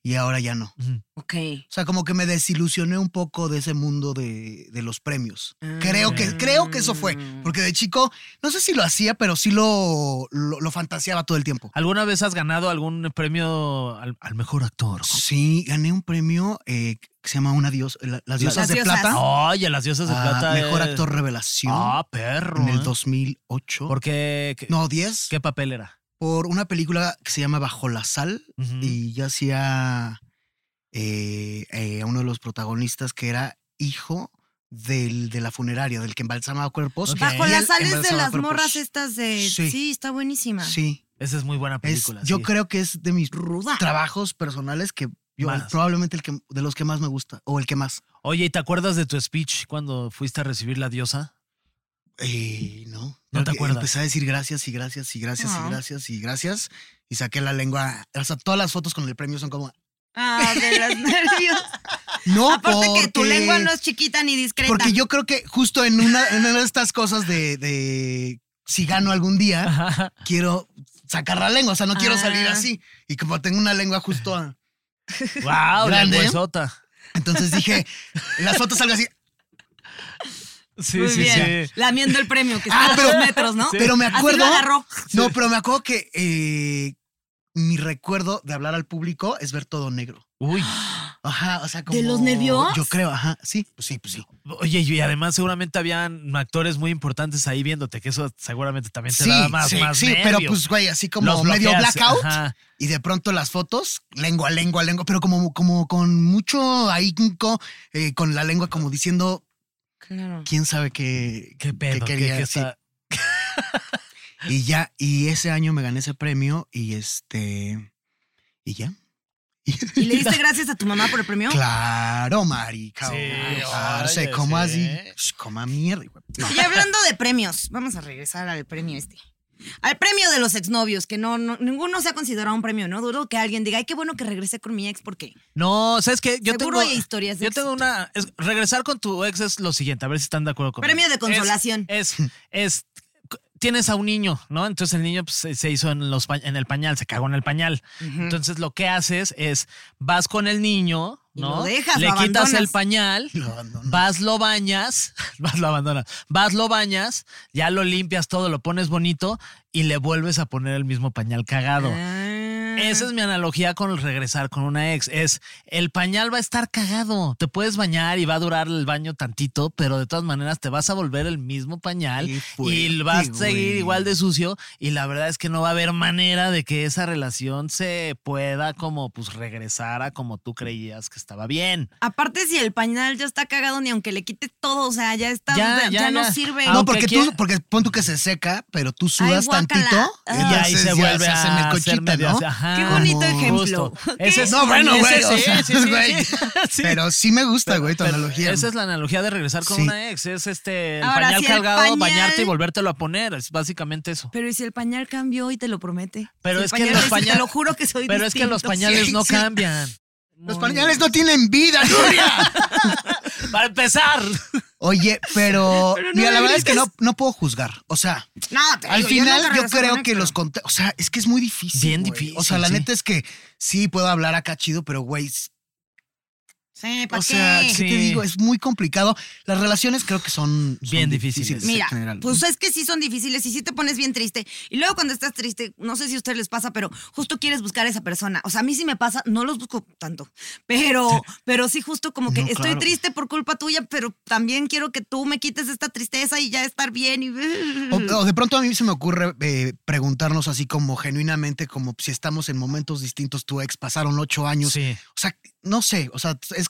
[SPEAKER 2] Y ahora ya no.
[SPEAKER 3] ok.
[SPEAKER 2] O sea, como que me desilusioné un poco de ese mundo de, de los premios.
[SPEAKER 3] Ah.
[SPEAKER 2] Creo que, creo que eso fue.
[SPEAKER 3] Mm.
[SPEAKER 2] Porque de chico, no sé si lo hacía, pero sí lo, lo, lo fantaseaba todo el tiempo.
[SPEAKER 4] ¿Alguna vez has ganado algún premio al, al mejor actor?
[SPEAKER 2] Sí, gané un premio eh, que se llama Una Dios, la- Las Diosas
[SPEAKER 3] Las
[SPEAKER 2] de
[SPEAKER 3] Diosas.
[SPEAKER 2] Plata.
[SPEAKER 4] Oye, las diosas de
[SPEAKER 2] a
[SPEAKER 4] plata.
[SPEAKER 2] Mejor
[SPEAKER 4] es-
[SPEAKER 2] actor revelación
[SPEAKER 4] Ah, perro.
[SPEAKER 2] en el
[SPEAKER 4] ¿eh?
[SPEAKER 2] 2008.
[SPEAKER 4] ¿Por qué? ¿Qué,
[SPEAKER 2] no, 10.
[SPEAKER 4] qué papel era?
[SPEAKER 2] Por una película que se llama Bajo la Sal.
[SPEAKER 4] Ujú.
[SPEAKER 2] Y yo hacía eh, eh, a uno de los protagonistas que era hijo del, de la funeraria, del que embalsamaba cuerpos.
[SPEAKER 4] Ok.
[SPEAKER 3] Bajo
[SPEAKER 2] y
[SPEAKER 3] las
[SPEAKER 2] él
[SPEAKER 3] sales de
[SPEAKER 2] embalsamaba
[SPEAKER 3] las
[SPEAKER 2] cuerpos.
[SPEAKER 3] morras estas de... Sí,
[SPEAKER 2] Sí.
[SPEAKER 3] está buenísima.
[SPEAKER 2] Sí.
[SPEAKER 4] Esa es muy buena
[SPEAKER 2] Es-
[SPEAKER 4] película.
[SPEAKER 2] yo
[SPEAKER 4] sí.
[SPEAKER 2] creo que es de mis
[SPEAKER 3] Ruda.
[SPEAKER 2] trabajos personales que yo
[SPEAKER 4] Más.
[SPEAKER 2] probablemente el que de los que más me gusta o el que más.
[SPEAKER 4] Oye, ¿y te acuerdas de tu speech cuando fuiste a recibir la diosa?
[SPEAKER 2] Eh, no.
[SPEAKER 4] No te
[SPEAKER 2] Porque
[SPEAKER 4] acuerdas.
[SPEAKER 2] Empecé a decir gracias y gracias y gracias
[SPEAKER 3] Ah.
[SPEAKER 2] y gracias y gracias. Y saqué la lengua. O sea, todas las fotos con el premio son como.
[SPEAKER 3] Ah, de las nervios.
[SPEAKER 2] No,
[SPEAKER 3] Aparte que tu
[SPEAKER 2] Oh, porque-
[SPEAKER 3] lengua no es chiquita ni discreta.
[SPEAKER 2] Porque yo creo que justo en una, en una de estas cosas de, de si gano algún día, quiero sacar la lengua. O sea, no quiero
[SPEAKER 3] Ah.
[SPEAKER 2] salir así. Y como tengo una lengua justo. a-
[SPEAKER 4] ¡Wow! La
[SPEAKER 2] Grande, ¿eh?
[SPEAKER 4] huesota.
[SPEAKER 2] entonces dije, las fotos salgo así.
[SPEAKER 4] Sí,
[SPEAKER 3] Muy
[SPEAKER 4] sí,
[SPEAKER 3] bien.
[SPEAKER 4] sí.
[SPEAKER 3] Lamiendo el premio, que
[SPEAKER 2] Ah,
[SPEAKER 3] está a
[SPEAKER 2] pero-
[SPEAKER 3] dos metros, ¿no?
[SPEAKER 2] Pero me
[SPEAKER 3] Así
[SPEAKER 2] acuerdo.
[SPEAKER 3] lo agarró.
[SPEAKER 2] No, pero me acuerdo que eh, mi recuerdo de hablar al público es ver todo negro.
[SPEAKER 4] Uy.
[SPEAKER 2] Ajá, o sea, como.
[SPEAKER 3] ¿De los nervios?
[SPEAKER 2] Yo creo, ajá. Sí, pues sí, pues sí.
[SPEAKER 4] Oye, y además seguramente habían actores muy importantes ahí viéndote, que eso seguramente también te
[SPEAKER 2] Sí,
[SPEAKER 4] da más,
[SPEAKER 2] sí,
[SPEAKER 4] más
[SPEAKER 2] sí,
[SPEAKER 4] nervio.
[SPEAKER 2] pero pues, güey, así como
[SPEAKER 4] Los
[SPEAKER 2] medio
[SPEAKER 4] bloqueas,
[SPEAKER 2] blackout.
[SPEAKER 4] ajá.
[SPEAKER 2] Y de pronto las fotos, lengua, lengua, lengua, pero como, como con mucho ahínco, eh, con la lengua como diciendo,
[SPEAKER 3] Claro.
[SPEAKER 2] quién sabe qué,
[SPEAKER 4] Qué pedo, qué,
[SPEAKER 2] quería
[SPEAKER 4] qué
[SPEAKER 2] decir.
[SPEAKER 4] está-
[SPEAKER 2] Y ya, y ese año me gané ese premio y este. Y ya.
[SPEAKER 3] ¿Y le diste gracias a tu mamá por el premio?
[SPEAKER 2] Claro, marica.
[SPEAKER 4] Sí,
[SPEAKER 2] claro,
[SPEAKER 4] oye,
[SPEAKER 2] se como
[SPEAKER 4] sí.
[SPEAKER 2] así. pues, Coma mierda, güey. No.
[SPEAKER 3] Y hablando de premios, vamos a regresar al premio este. Al premio de los exnovios, que no, no- ninguno se ha considerado un premio, ¿no? Dudo que alguien diga, ay, qué bueno que regresé con mi ex porque
[SPEAKER 4] No, ¿sabes qué? Yo
[SPEAKER 3] seguro
[SPEAKER 4] tengo,
[SPEAKER 3] hay historias de
[SPEAKER 4] yo
[SPEAKER 3] ex.
[SPEAKER 4] tengo una... es- regresar con tu ex es lo siguiente, a ver si están de acuerdo conmigo.
[SPEAKER 3] Premio de consolación.
[SPEAKER 4] Es, es, es- tienes a un niño, ¿no? Entonces el niño pues, se- se hizo en, los, pa- en el pañal, se cagó en el pañal. Entonces lo que haces es, vas con el niño,
[SPEAKER 3] Y
[SPEAKER 4] ¿no?
[SPEAKER 3] lo dejas,
[SPEAKER 4] Le
[SPEAKER 3] lo
[SPEAKER 4] quitas el
[SPEAKER 3] abandonas.
[SPEAKER 4] pañal.
[SPEAKER 2] Lo abandono.
[SPEAKER 4] Vas, lo bañas, vas, lo abandonas, vas, lo bañas, ya lo limpias todo, lo pones bonito y le vuelves a poner el mismo pañal cagado.
[SPEAKER 3] Ah.
[SPEAKER 4] Esa es mi analogía con el regresar con una ex. Es el pañal va a estar cagado. Te puedes bañar y va a durar el baño tantito, pero de todas maneras te vas a volver el mismo pañal
[SPEAKER 2] Qué
[SPEAKER 4] y
[SPEAKER 2] fuerte,
[SPEAKER 4] vas a seguir
[SPEAKER 2] güey.
[SPEAKER 4] igual de sucio. Y la verdad es que no va a haber manera de que esa relación se pueda como pues regresar a como tú creías que estaba bien.
[SPEAKER 3] Aparte, si el pañal ya está cagado, ni aunque le quites todo, o sea, ya está,
[SPEAKER 4] Ya,
[SPEAKER 3] ya,
[SPEAKER 4] ya,
[SPEAKER 3] ya no
[SPEAKER 4] ya.
[SPEAKER 3] sirve.
[SPEAKER 4] Ah,
[SPEAKER 2] No,
[SPEAKER 4] aunque
[SPEAKER 2] porque tú,
[SPEAKER 4] quiera-
[SPEAKER 2] porque pon tú que se seca, pero tú sudas
[SPEAKER 3] guácala.
[SPEAKER 2] tantito.
[SPEAKER 3] Ah.
[SPEAKER 4] Y ahí
[SPEAKER 2] entonces
[SPEAKER 4] se
[SPEAKER 2] ya hace
[SPEAKER 4] vuelve a hacer
[SPEAKER 2] melcochita,
[SPEAKER 4] medio
[SPEAKER 2] ¿no?
[SPEAKER 4] así, ajá.
[SPEAKER 3] Qué bonito
[SPEAKER 4] Justo.
[SPEAKER 3] ejemplo.
[SPEAKER 4] Ese
[SPEAKER 3] ¿Qué?
[SPEAKER 4] es,
[SPEAKER 2] No, bueno,
[SPEAKER 4] ese
[SPEAKER 2] güey,
[SPEAKER 4] es-
[SPEAKER 2] o
[SPEAKER 4] sí,
[SPEAKER 2] sea,
[SPEAKER 4] sí, sí,
[SPEAKER 2] güey.
[SPEAKER 4] sí. Sí.
[SPEAKER 2] Pero sí me gusta, güey, tu
[SPEAKER 4] Pero
[SPEAKER 2] analogía.
[SPEAKER 4] Esa es la analogía de regresar con
[SPEAKER 2] Sí.
[SPEAKER 4] una ex. Es este el
[SPEAKER 3] Ahora,
[SPEAKER 4] pañal
[SPEAKER 3] si el
[SPEAKER 4] cargado,
[SPEAKER 3] pañal-
[SPEAKER 4] bañarte y volvértelo a poner. Es básicamente eso.
[SPEAKER 3] Pero ¿y si el pañal cambió y te lo promete?
[SPEAKER 4] Pero
[SPEAKER 3] Si el
[SPEAKER 4] es que los
[SPEAKER 3] dice,
[SPEAKER 4] pañal-
[SPEAKER 3] Te lo juro que soy
[SPEAKER 4] Pero es que los
[SPEAKER 3] distinto.
[SPEAKER 4] pañales
[SPEAKER 2] Sí,
[SPEAKER 4] no
[SPEAKER 2] sí.
[SPEAKER 4] cambian.
[SPEAKER 2] Los
[SPEAKER 4] Muy-
[SPEAKER 2] pañales no tienen vida, Nuria.
[SPEAKER 4] Para empezar.
[SPEAKER 2] Oye, pero,
[SPEAKER 3] Pero no
[SPEAKER 2] mira, la
[SPEAKER 3] me
[SPEAKER 2] verdad es que no,
[SPEAKER 3] grites.
[SPEAKER 2] no puedo juzgar. O sea,
[SPEAKER 3] No, te
[SPEAKER 2] al
[SPEAKER 3] digo, yo
[SPEAKER 2] final
[SPEAKER 3] nunca
[SPEAKER 2] yo,
[SPEAKER 3] regreso con
[SPEAKER 2] creo
[SPEAKER 3] él,
[SPEAKER 2] que
[SPEAKER 3] pero-
[SPEAKER 2] los conte- O sea, es que es muy difícil.
[SPEAKER 4] Bien
[SPEAKER 2] güey.
[SPEAKER 4] difícil,
[SPEAKER 2] O sea, la
[SPEAKER 4] sí.
[SPEAKER 2] neta es que sí puedo hablar acá chido, pero güey, s-
[SPEAKER 3] Sí, ¿para
[SPEAKER 2] O sea,
[SPEAKER 3] qué?
[SPEAKER 2] ¿qué
[SPEAKER 4] Sí.
[SPEAKER 2] te digo? Es muy complicado. Las relaciones creo que son, son
[SPEAKER 4] Bien difíciles.
[SPEAKER 2] en
[SPEAKER 3] Mira,
[SPEAKER 2] general.
[SPEAKER 3] pues es que sí son difíciles y sí te pones bien triste. Y luego cuando estás triste, no sé si a ustedes les pasa, pero justo quieres buscar a esa persona. O sea, a mí sí me pasa, no los busco tanto, pero, pero sí justo como que
[SPEAKER 4] No,
[SPEAKER 3] estoy
[SPEAKER 4] claro.
[SPEAKER 3] triste por culpa tuya, pero también quiero que tú me quites esta tristeza y ya estar bien. Y...
[SPEAKER 2] O, o de pronto a mí se me ocurre eh, preguntarnos así como genuinamente, como si estamos en momentos distintos, tu ex pasaron ocho años.
[SPEAKER 4] Sí.
[SPEAKER 2] O sea, no sé, o sea, es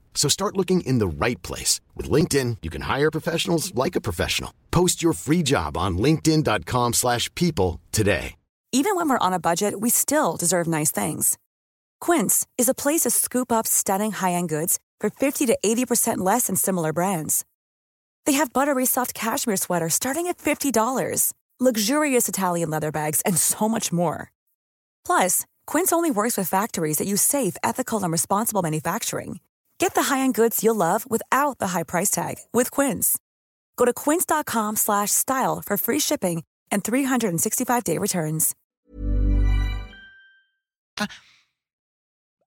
[SPEAKER 5] So start looking in the right place. With LinkedIn, you can hire professionals like a professional. Post your free job on linkedin.com/people slash people today.
[SPEAKER 6] Even when we're on a budget, we still deserve nice things. Quince is a place to scoop up stunning high end goods for 50 to 80% less than similar brands. They have buttery soft cashmere sweaters starting at $50, luxurious Italian leather bags, and so much more. Plus, Quince only works with factories that use safe, ethical, and responsible manufacturing. Get the high-end goods you'll love without the high price tag with Quince. Go to quince.com/style slash style for free shipping and 365-day returns.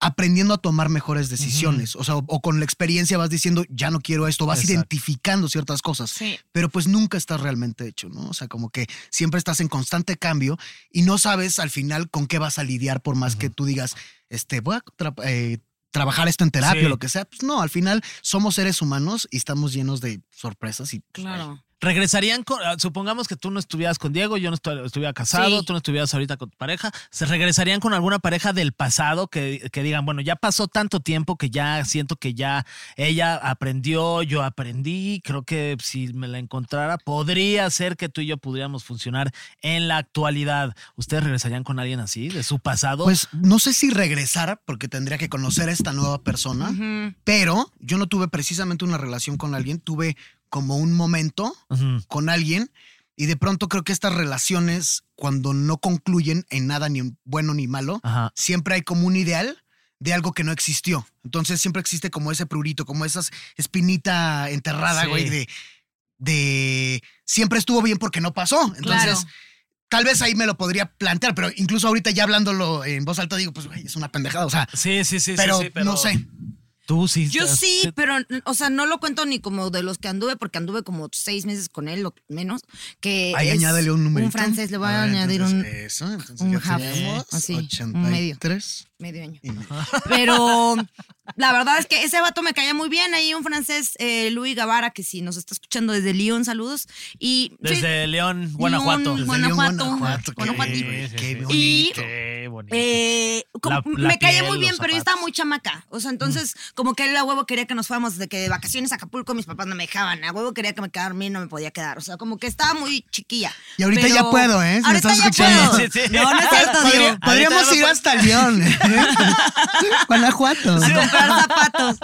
[SPEAKER 2] aprendiendo a tomar mejores decisiones. O sea, o, o con la experiencia vas diciendo, ya no quiero esto, vas
[SPEAKER 4] Exacto.
[SPEAKER 2] identificando ciertas cosas. Pero pues nunca estás realmente hecho, ¿no? O sea, como que siempre estás en constante cambio y no sabes al final con qué vas a lidiar por más que tú digas, este, voy a tra- eh, trabajar esto en terapia
[SPEAKER 4] Sí.
[SPEAKER 2] o lo que sea. Pues no, al final somos seres humanos y estamos llenos de sorpresas y... pues, ay,
[SPEAKER 4] Regresarían, con- ah, supongamos que tú no estuvieras con Diego, yo no estu- estuviera casado,
[SPEAKER 3] Sí.
[SPEAKER 4] tú no estuvieras ahorita con tu pareja, se regresarían con alguna pareja del pasado que, que digan, bueno, ya pasó tanto tiempo que ya siento que ya ella aprendió, yo aprendí, creo que si me la encontrara, podría ser que tú y yo pudiéramos funcionar en la actualidad. ¿Ustedes regresarían con alguien así, de su pasado?
[SPEAKER 2] Pues no sé si regresar porque tendría que conocer a esta nueva persona. Pero yo no tuve precisamente una relación con alguien, tuve como un momento
[SPEAKER 4] Ujú.
[SPEAKER 2] con alguien y de pronto creo que estas relaciones cuando no concluyen en nada ni en bueno ni malo,
[SPEAKER 4] Ajá.
[SPEAKER 2] siempre hay como un ideal de algo que no existió. Entonces siempre existe como ese prurito, como esa espinita enterrada,
[SPEAKER 4] Sí.
[SPEAKER 2] güey, de, de siempre estuvo bien porque no pasó. Entonces,
[SPEAKER 3] Claro.
[SPEAKER 2] tal vez ahí me lo podría plantear, pero incluso ahorita ya hablándolo en voz alta digo, pues, güey, es una pendejada, o sea,
[SPEAKER 4] Sí, sí, sí, sí,
[SPEAKER 2] pero,
[SPEAKER 4] sí,
[SPEAKER 2] no sé.
[SPEAKER 4] Tú sí.
[SPEAKER 3] Yo
[SPEAKER 4] te-
[SPEAKER 3] sí,
[SPEAKER 4] te-
[SPEAKER 3] pero, o sea, no lo cuento ni como de los que anduve, porque anduve como seis meses con él, lo menos. Que
[SPEAKER 2] Ahí
[SPEAKER 3] es
[SPEAKER 2] añádele un número.
[SPEAKER 3] Un francés, le voy a, añadir un
[SPEAKER 2] Eso, entonces eh.
[SPEAKER 3] un
[SPEAKER 2] ya
[SPEAKER 3] half,
[SPEAKER 2] tenemos
[SPEAKER 3] así, un
[SPEAKER 2] 83
[SPEAKER 3] medio año.
[SPEAKER 2] y medio.
[SPEAKER 3] Pero la verdad es que ese vato me caía muy bien. Ahí un francés, eh, Luis Gavara, que si nos está escuchando desde Lyon, saludos. Y, sí,
[SPEAKER 4] Desde León, Guanajuato.
[SPEAKER 3] León,
[SPEAKER 2] Desde León,
[SPEAKER 3] Guanajuato.
[SPEAKER 2] Guanajuato, qué
[SPEAKER 3] Guanajuato.
[SPEAKER 2] bello,
[SPEAKER 4] Sí,
[SPEAKER 2] qué
[SPEAKER 4] sí, sí.
[SPEAKER 3] Y-
[SPEAKER 2] bonito.
[SPEAKER 4] Qué bonito.
[SPEAKER 3] eh, como-
[SPEAKER 4] La- la
[SPEAKER 3] me caía
[SPEAKER 4] piel,
[SPEAKER 3] muy bien,
[SPEAKER 4] los
[SPEAKER 3] pero
[SPEAKER 4] zapatos.
[SPEAKER 3] yo estaba muy chamaca. O sea, entonces, como que él a huevo quería que nos fuéramos de que de vacaciones a Acapulco mis papás no me dejaban. A huevo quería que me quedara a mí, no me podía quedar. O sea, como que estaba muy chiquilla.
[SPEAKER 2] Y ahorita
[SPEAKER 3] Pero-
[SPEAKER 2] ya puedo, ¿eh? Si me
[SPEAKER 3] ahorita
[SPEAKER 2] estás
[SPEAKER 3] ya
[SPEAKER 2] escuchando.
[SPEAKER 3] puedo.
[SPEAKER 4] Sí, sí.
[SPEAKER 3] No, no es cierto,
[SPEAKER 4] Podría-
[SPEAKER 3] Diego.
[SPEAKER 2] Ah, Podríamos
[SPEAKER 4] Ahorita
[SPEAKER 2] ir
[SPEAKER 4] no
[SPEAKER 2] hasta León. ¿eh? Guanajuato.
[SPEAKER 3] a comprar zapatos.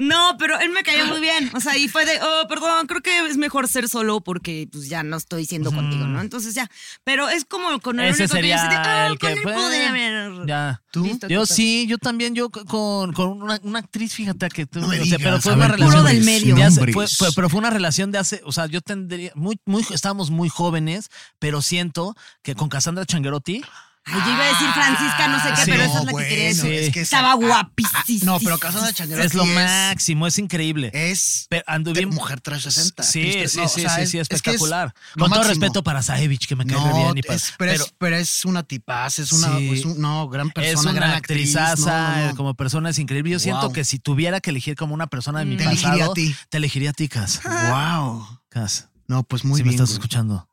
[SPEAKER 3] No, pero él me cayó muy bien. O sea, y fue de, oh, perdón, creo que es mejor ser solo porque pues ya no estoy siendo contigo, ¿no? Entonces ya. Pero es como con el
[SPEAKER 4] Ese
[SPEAKER 3] único que yo
[SPEAKER 4] sería
[SPEAKER 3] sí de, "Ah,
[SPEAKER 4] el
[SPEAKER 3] con
[SPEAKER 4] que
[SPEAKER 3] él
[SPEAKER 4] fue.
[SPEAKER 3] podría haber".
[SPEAKER 4] Ya.
[SPEAKER 2] ¿Tú?
[SPEAKER 3] Listo,
[SPEAKER 4] Yo
[SPEAKER 3] total.
[SPEAKER 4] sí, yo también, yo c- con, con una, una actriz, fíjate que tú-
[SPEAKER 2] No me
[SPEAKER 4] o sea, pero
[SPEAKER 2] digas,
[SPEAKER 4] fue
[SPEAKER 2] a
[SPEAKER 4] una
[SPEAKER 2] ver,
[SPEAKER 4] relación
[SPEAKER 3] nombres,
[SPEAKER 4] de
[SPEAKER 3] Puro del medio.
[SPEAKER 4] hace-
[SPEAKER 2] nombres.
[SPEAKER 4] fue- fue- pero fue una relación de hace, o sea, yo tendría, muy, muy, estábamos muy jóvenes, pero siento que con Cassandra Changuerotti,
[SPEAKER 3] Ay, yo iba a decir Francisca, no sé qué,
[SPEAKER 4] Sí.
[SPEAKER 3] pero esa es
[SPEAKER 2] Ah, No,
[SPEAKER 3] la
[SPEAKER 2] bueno,
[SPEAKER 3] que quería
[SPEAKER 2] es
[SPEAKER 3] decir.
[SPEAKER 4] Sí.
[SPEAKER 2] que esa-
[SPEAKER 3] Estaba
[SPEAKER 2] ah, ah,
[SPEAKER 3] guapísima.
[SPEAKER 2] No, pero Casandra Changuero
[SPEAKER 4] es lo máximo, es increíble.
[SPEAKER 2] Es
[SPEAKER 4] Pero
[SPEAKER 2] Eh, de
[SPEAKER 4] anduvimos.
[SPEAKER 2] mujer 360.
[SPEAKER 4] Sí,
[SPEAKER 2] ¿viste?
[SPEAKER 4] sí,
[SPEAKER 2] No, o
[SPEAKER 4] sí,
[SPEAKER 2] sea,
[SPEAKER 4] sí,
[SPEAKER 2] es-
[SPEAKER 4] sí,
[SPEAKER 2] es que es
[SPEAKER 4] espectacular.
[SPEAKER 2] lo
[SPEAKER 4] con todo
[SPEAKER 2] máximo.
[SPEAKER 4] respeto para Saevich, que me cae re
[SPEAKER 2] No,
[SPEAKER 4] bien. y pues, pa-
[SPEAKER 2] es- pero, es, pero es una tipaz, es una
[SPEAKER 4] Sí.
[SPEAKER 2] es un- no, gran persona,
[SPEAKER 4] es una
[SPEAKER 2] gran
[SPEAKER 4] gran
[SPEAKER 2] actriz.
[SPEAKER 4] actrizaza,
[SPEAKER 2] no, no, no.
[SPEAKER 4] como persona es increíble. Yo siento
[SPEAKER 2] Guau. Mm.
[SPEAKER 4] que si tuviera que elegir como una persona de mi
[SPEAKER 2] Te elegiría
[SPEAKER 4] pasado,
[SPEAKER 2] a ti. Ah.
[SPEAKER 4] te elegiría a ti, Cas.
[SPEAKER 2] Wow.
[SPEAKER 4] Cas,
[SPEAKER 2] No, pues muy
[SPEAKER 4] si
[SPEAKER 2] bien.
[SPEAKER 4] me estás
[SPEAKER 2] güey.
[SPEAKER 4] escuchando,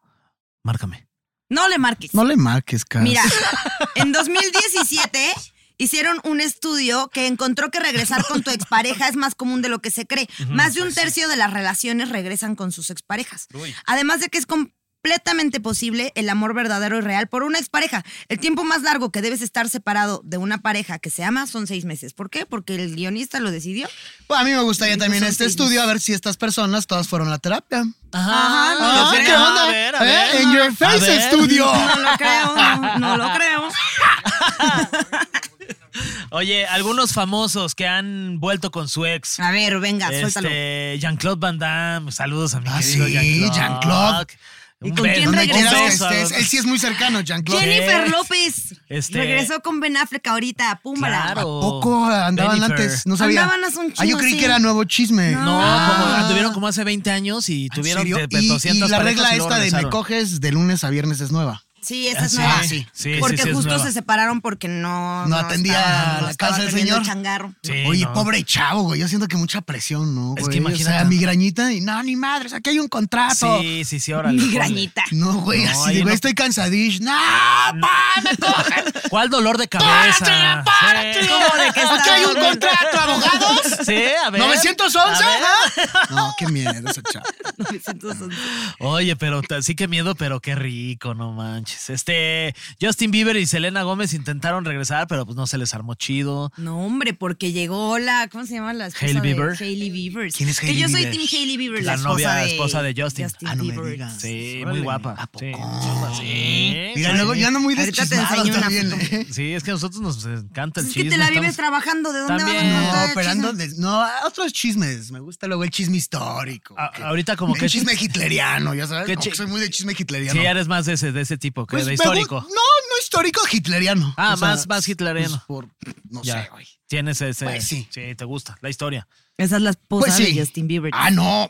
[SPEAKER 4] márcame.
[SPEAKER 3] No le marques.
[SPEAKER 2] No le marques, Cas.
[SPEAKER 3] Mira, en 2017 hicieron un estudio que encontró que regresar con tu expareja es más común de lo
[SPEAKER 2] pues
[SPEAKER 3] que se cree. Más de un tercio de las relaciones regresan con sus exparejas. Además de que es com- completamente posible el amor verdadero y real por una expareja. El tiempo más largo que debes estar separado de una pareja que se ama son seis meses. ¿Por qué? Porque el guionista lo decidió.
[SPEAKER 2] Pues a mí me gustaría
[SPEAKER 3] Sí,
[SPEAKER 2] también
[SPEAKER 3] son
[SPEAKER 2] este
[SPEAKER 3] seis
[SPEAKER 2] estudio a ver si estas personas todas fueron a terapia.
[SPEAKER 3] Ajá, no
[SPEAKER 2] Ah,
[SPEAKER 3] lo
[SPEAKER 2] ¿qué
[SPEAKER 3] creo.
[SPEAKER 2] onda?
[SPEAKER 4] A ver, a ver.
[SPEAKER 2] ¿Eh? En your face
[SPEAKER 4] ver.
[SPEAKER 2] estudio.
[SPEAKER 3] No lo creo, no, no lo creo.
[SPEAKER 4] Oye, algunos famosos que han vuelto con su ex.
[SPEAKER 3] A ver, venga, Ah, suéltalo.
[SPEAKER 4] Este, Jean-Claude Van Damme, saludos a mi
[SPEAKER 2] Ah,
[SPEAKER 4] querido
[SPEAKER 2] sí,
[SPEAKER 4] Jean-Claude.
[SPEAKER 2] Jean-Claude.
[SPEAKER 3] ¿Y
[SPEAKER 4] Un
[SPEAKER 3] con quién
[SPEAKER 4] beso,
[SPEAKER 2] Donde
[SPEAKER 4] un
[SPEAKER 2] quieras que
[SPEAKER 4] beso.
[SPEAKER 2] estés. Él sí es muy cercano, Jean-Claude.
[SPEAKER 3] Jennifer
[SPEAKER 4] ¿Qué?
[SPEAKER 3] López
[SPEAKER 4] Este-
[SPEAKER 3] regresó con Ben Affleck ahorita, púmbala.
[SPEAKER 4] Claro.
[SPEAKER 2] Poco andaban
[SPEAKER 4] Jennifer.
[SPEAKER 2] antes, no sabía.
[SPEAKER 3] Andaban hace un
[SPEAKER 2] Ah, yo
[SPEAKER 3] chingo,
[SPEAKER 2] creí
[SPEAKER 3] sí.
[SPEAKER 2] que era nuevo chisme.
[SPEAKER 4] No,
[SPEAKER 2] Ah.
[SPEAKER 4] como anduvieron como hace 20 años y
[SPEAKER 2] ¿En
[SPEAKER 4] tuvieron
[SPEAKER 2] serio?
[SPEAKER 4] de- de
[SPEAKER 2] Y- y,
[SPEAKER 4] 200
[SPEAKER 2] la
[SPEAKER 4] parejas
[SPEAKER 2] regla
[SPEAKER 4] y luego
[SPEAKER 2] esta de me
[SPEAKER 4] regresaron.
[SPEAKER 2] coges de lunes a viernes es nueva.
[SPEAKER 3] Sí, esa es
[SPEAKER 4] Ah, sí.
[SPEAKER 3] nueva.
[SPEAKER 4] Ah, sí. Sí,
[SPEAKER 3] porque
[SPEAKER 4] sí, sí, es
[SPEAKER 3] justo
[SPEAKER 4] nueva.
[SPEAKER 3] se separaron porque no.
[SPEAKER 2] No atendía
[SPEAKER 3] estaba-
[SPEAKER 2] la
[SPEAKER 3] estaba
[SPEAKER 2] casa del
[SPEAKER 3] atendiendo
[SPEAKER 2] señor.
[SPEAKER 3] el changarro.
[SPEAKER 4] Sí,
[SPEAKER 2] Oye,
[SPEAKER 4] no.
[SPEAKER 2] pobre chavo, güey. Yo siento que mucha presión, ¿no?
[SPEAKER 4] Es
[SPEAKER 2] güey?
[SPEAKER 4] que
[SPEAKER 2] O sea,
[SPEAKER 4] imagínate.
[SPEAKER 2] migrañita y no, ni madres, aquí hay un contrato.
[SPEAKER 4] Sí, sí, sí, órale.
[SPEAKER 3] Mi
[SPEAKER 4] ponle.
[SPEAKER 3] grañita.
[SPEAKER 2] No, güey,
[SPEAKER 4] No,
[SPEAKER 2] así
[SPEAKER 4] ahí
[SPEAKER 2] de, güey,
[SPEAKER 4] no-
[SPEAKER 2] estoy cansadish. No, pa, me cogen.
[SPEAKER 4] ¿Cuál dolor de cabeza?
[SPEAKER 2] ¡Párate, párate!
[SPEAKER 4] Sí.
[SPEAKER 3] ¿Cómo de que está
[SPEAKER 2] Aquí hay un
[SPEAKER 3] dormido?
[SPEAKER 2] contrato, abogados.
[SPEAKER 4] Sí, a ver.
[SPEAKER 2] ¿911?
[SPEAKER 4] A ver.
[SPEAKER 2] ¿Ah? No, qué miedo ese chavo.
[SPEAKER 4] Oye, pero t- sí que miedo, pero qué rico, no manches. Este, Justin Bieber y Selena Gómez intentaron regresar, pero pues no se les armó chido.
[SPEAKER 3] No, hombre, porque llegó la. ¿Cómo se llama la esposa
[SPEAKER 4] Hailey
[SPEAKER 3] de
[SPEAKER 4] Bieber.
[SPEAKER 3] Hailey Bieber.
[SPEAKER 2] ¿Quién es
[SPEAKER 3] Que
[SPEAKER 2] Hailey
[SPEAKER 3] yo soy
[SPEAKER 2] Bieber?
[SPEAKER 3] Tim Hailey Bieber, la,
[SPEAKER 4] La novia, esposa de Justin.
[SPEAKER 2] Ah, no me
[SPEAKER 3] Bieber.
[SPEAKER 2] digas.
[SPEAKER 4] Sí,
[SPEAKER 2] Órale.
[SPEAKER 4] muy guapa.
[SPEAKER 2] ¿A poco?
[SPEAKER 4] Sí,
[SPEAKER 2] Sí.
[SPEAKER 4] sí.
[SPEAKER 2] Mira, luego yo ando muy
[SPEAKER 3] Ahorita te
[SPEAKER 2] deschismado
[SPEAKER 3] enseño una
[SPEAKER 2] también,
[SPEAKER 3] foto.
[SPEAKER 2] ¿eh?
[SPEAKER 4] Sí, es que a nosotros nos encanta el
[SPEAKER 3] Es
[SPEAKER 4] chisme.
[SPEAKER 3] que te la vives
[SPEAKER 4] estamos-
[SPEAKER 3] trabajando. ¿De dónde
[SPEAKER 4] También.
[SPEAKER 3] vas a
[SPEAKER 2] No,
[SPEAKER 3] encontrar el
[SPEAKER 2] pero
[SPEAKER 3] chisme?
[SPEAKER 2] ando de- no, otros chismes. Me gusta luego el chisme histórico.
[SPEAKER 4] A-
[SPEAKER 2] que-
[SPEAKER 4] ahorita como
[SPEAKER 2] el
[SPEAKER 4] que-
[SPEAKER 2] chisme hitleriano, ya sabes.
[SPEAKER 4] ¿Qué
[SPEAKER 2] como
[SPEAKER 4] chi-
[SPEAKER 2] que soy muy de chisme hitleriano.
[SPEAKER 4] Sí, eres más de ese, de ese tipo, que
[SPEAKER 2] Pues
[SPEAKER 4] de
[SPEAKER 2] me gu-
[SPEAKER 4] histórico.
[SPEAKER 2] No, no histórico, hitleriano.
[SPEAKER 4] Ah, más- más hitleriano.
[SPEAKER 2] pues, por, no
[SPEAKER 4] Ya.
[SPEAKER 2] sé, güey.
[SPEAKER 4] Tienes ese.
[SPEAKER 2] Pues sí.
[SPEAKER 4] Sí, te gusta la historia.
[SPEAKER 3] Esa es la esposa
[SPEAKER 2] Pues sí.
[SPEAKER 3] de Justin Bieber.
[SPEAKER 2] Ah, no.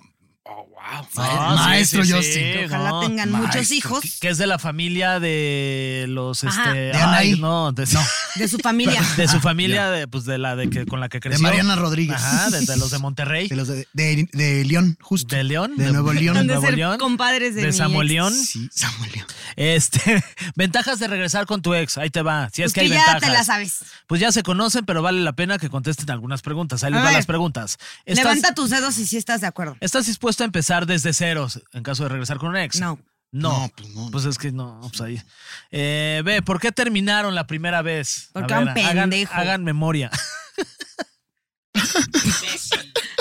[SPEAKER 2] Oh, wow.
[SPEAKER 4] No, sí,
[SPEAKER 2] Maestro
[SPEAKER 4] sí, sí.
[SPEAKER 2] Justin.
[SPEAKER 3] Ojalá
[SPEAKER 4] no,
[SPEAKER 3] tengan muchos
[SPEAKER 2] maestro,
[SPEAKER 3] hijos
[SPEAKER 4] Que es de la familia de los
[SPEAKER 3] Ajá.
[SPEAKER 4] este
[SPEAKER 2] De Anaí.
[SPEAKER 4] ay, no, de,
[SPEAKER 3] de su familia.
[SPEAKER 4] de su familia de, pues de la de que con la que creció.
[SPEAKER 2] Mariana Rodríguez.
[SPEAKER 4] Ajá, de, de los de Monterrey,
[SPEAKER 2] De, los de, de- de León, justo.
[SPEAKER 4] de León,
[SPEAKER 2] De Nuevo León.
[SPEAKER 4] de
[SPEAKER 3] Han de
[SPEAKER 4] Nuevo
[SPEAKER 3] ser
[SPEAKER 4] León,
[SPEAKER 3] compadres de mi
[SPEAKER 4] de
[SPEAKER 3] ex.
[SPEAKER 4] Samuel León.
[SPEAKER 2] Sí, Samuel León.
[SPEAKER 4] Este, ventajas de regresar con tu ex, ahí te va. Si es
[SPEAKER 3] Pues
[SPEAKER 4] que hay
[SPEAKER 3] que ya
[SPEAKER 4] ventajas.
[SPEAKER 3] te la sabes.
[SPEAKER 4] Pues ya se conocen, pero vale la pena que contesten algunas preguntas. Ahí les
[SPEAKER 3] A
[SPEAKER 4] van
[SPEAKER 3] ver.
[SPEAKER 4] las preguntas. ¿Estás,
[SPEAKER 3] Levanta tus dedos y si estás de acuerdo.
[SPEAKER 4] ¿Estás dispuesto a empezar desde ceros en caso de regresar con un ex?
[SPEAKER 3] No.
[SPEAKER 4] No,
[SPEAKER 2] No, pues no.
[SPEAKER 4] Pues es que no, pues ahí. Eh, ve, ¿por qué terminaron la primera vez?
[SPEAKER 3] Porque
[SPEAKER 4] A
[SPEAKER 3] era
[SPEAKER 4] ver,
[SPEAKER 3] un
[SPEAKER 4] hagan,
[SPEAKER 3] pendejo.
[SPEAKER 4] hagan memoria.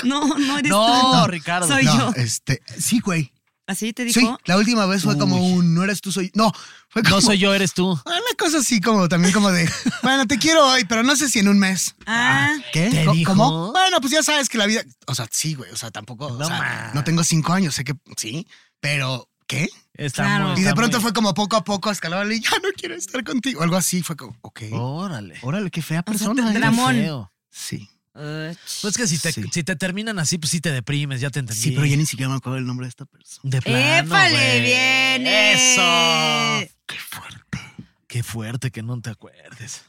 [SPEAKER 3] No, no eres tú.
[SPEAKER 4] No, Ricardo.
[SPEAKER 3] Soy
[SPEAKER 2] No,
[SPEAKER 3] yo.
[SPEAKER 2] este, sí, güey.
[SPEAKER 3] ¿Así te dijo?
[SPEAKER 2] Sí, la última vez fue como un no eres tú, soy. No, fue como.
[SPEAKER 4] No soy yo, eres tú.
[SPEAKER 2] Una cosa así como también como de, bueno, te quiero hoy, pero no sé si en un mes.
[SPEAKER 3] Ah,
[SPEAKER 2] ¿Qué?
[SPEAKER 4] ¿Te
[SPEAKER 2] ¿Co-
[SPEAKER 4] dijo?
[SPEAKER 2] ¿Cómo? Bueno, pues ya sabes que la vida, o sea, sí, güey, o sea, tampoco, no,
[SPEAKER 4] No ma.
[SPEAKER 2] no tengo cinco años, sé que sí, pero ¿qué?
[SPEAKER 4] Está
[SPEAKER 3] Claro.
[SPEAKER 4] muy-
[SPEAKER 2] Y de
[SPEAKER 4] está
[SPEAKER 2] pronto
[SPEAKER 4] muy-
[SPEAKER 2] fue como poco a poco escalable y ya no quiero estar contigo, algo así, fue como, ok,
[SPEAKER 4] Órale.
[SPEAKER 2] Oh, órale, qué fea
[SPEAKER 3] O sea,
[SPEAKER 2] persona.
[SPEAKER 4] Qué
[SPEAKER 2] ¿eh?
[SPEAKER 3] Ramón.
[SPEAKER 4] feo.
[SPEAKER 2] Sí,
[SPEAKER 4] Pues es que si te,
[SPEAKER 2] Sí.
[SPEAKER 4] si te terminan así, pues sí te deprimes, ya te entendí.
[SPEAKER 2] sí, pero ya ni siquiera me acuerdo el nombre de esta persona.
[SPEAKER 4] De plano,
[SPEAKER 3] ¡Épale,
[SPEAKER 4] güey.
[SPEAKER 3] viene!
[SPEAKER 4] ¡Eso! Qué fuerte que no te acuerdes.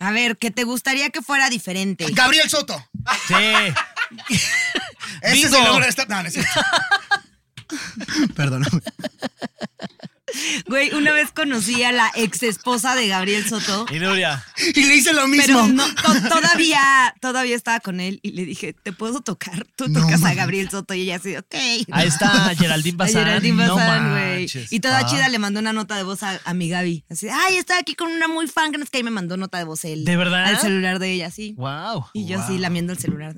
[SPEAKER 3] A ver, que te gustaría que fuera diferente.
[SPEAKER 2] Gabriel Soto.
[SPEAKER 4] Sí.
[SPEAKER 2] Ese es el
[SPEAKER 4] Bingo.
[SPEAKER 2] nombre de esta. No, no es cierto. Perdóname.
[SPEAKER 3] Güey, una vez conocí a la ex esposa de Gabriel Soto.
[SPEAKER 4] Y Nuria.
[SPEAKER 2] Y le hice lo mismo.
[SPEAKER 3] Pero no, to- todavía, todavía estaba con él y le dije, ¿te puedo tocar? Tú
[SPEAKER 2] No
[SPEAKER 3] tocas a
[SPEAKER 2] mames.
[SPEAKER 3] Gabriel Soto y ella así, ok.
[SPEAKER 4] Ahí está Geraldine
[SPEAKER 3] A
[SPEAKER 4] Bazán.
[SPEAKER 3] Geraldine
[SPEAKER 4] no
[SPEAKER 3] Bazán, güey.
[SPEAKER 4] manches.
[SPEAKER 3] Y toda
[SPEAKER 4] Ah.
[SPEAKER 3] chida le mandó una nota de voz a, a mi Gaby. Así, ay, estaba aquí con una muy fan que nos cae y me mandó nota de voz él.
[SPEAKER 4] ¿De verdad?
[SPEAKER 3] Al celular de ella, sí.
[SPEAKER 4] Wow.
[SPEAKER 3] Y yo así lamiendo el celular.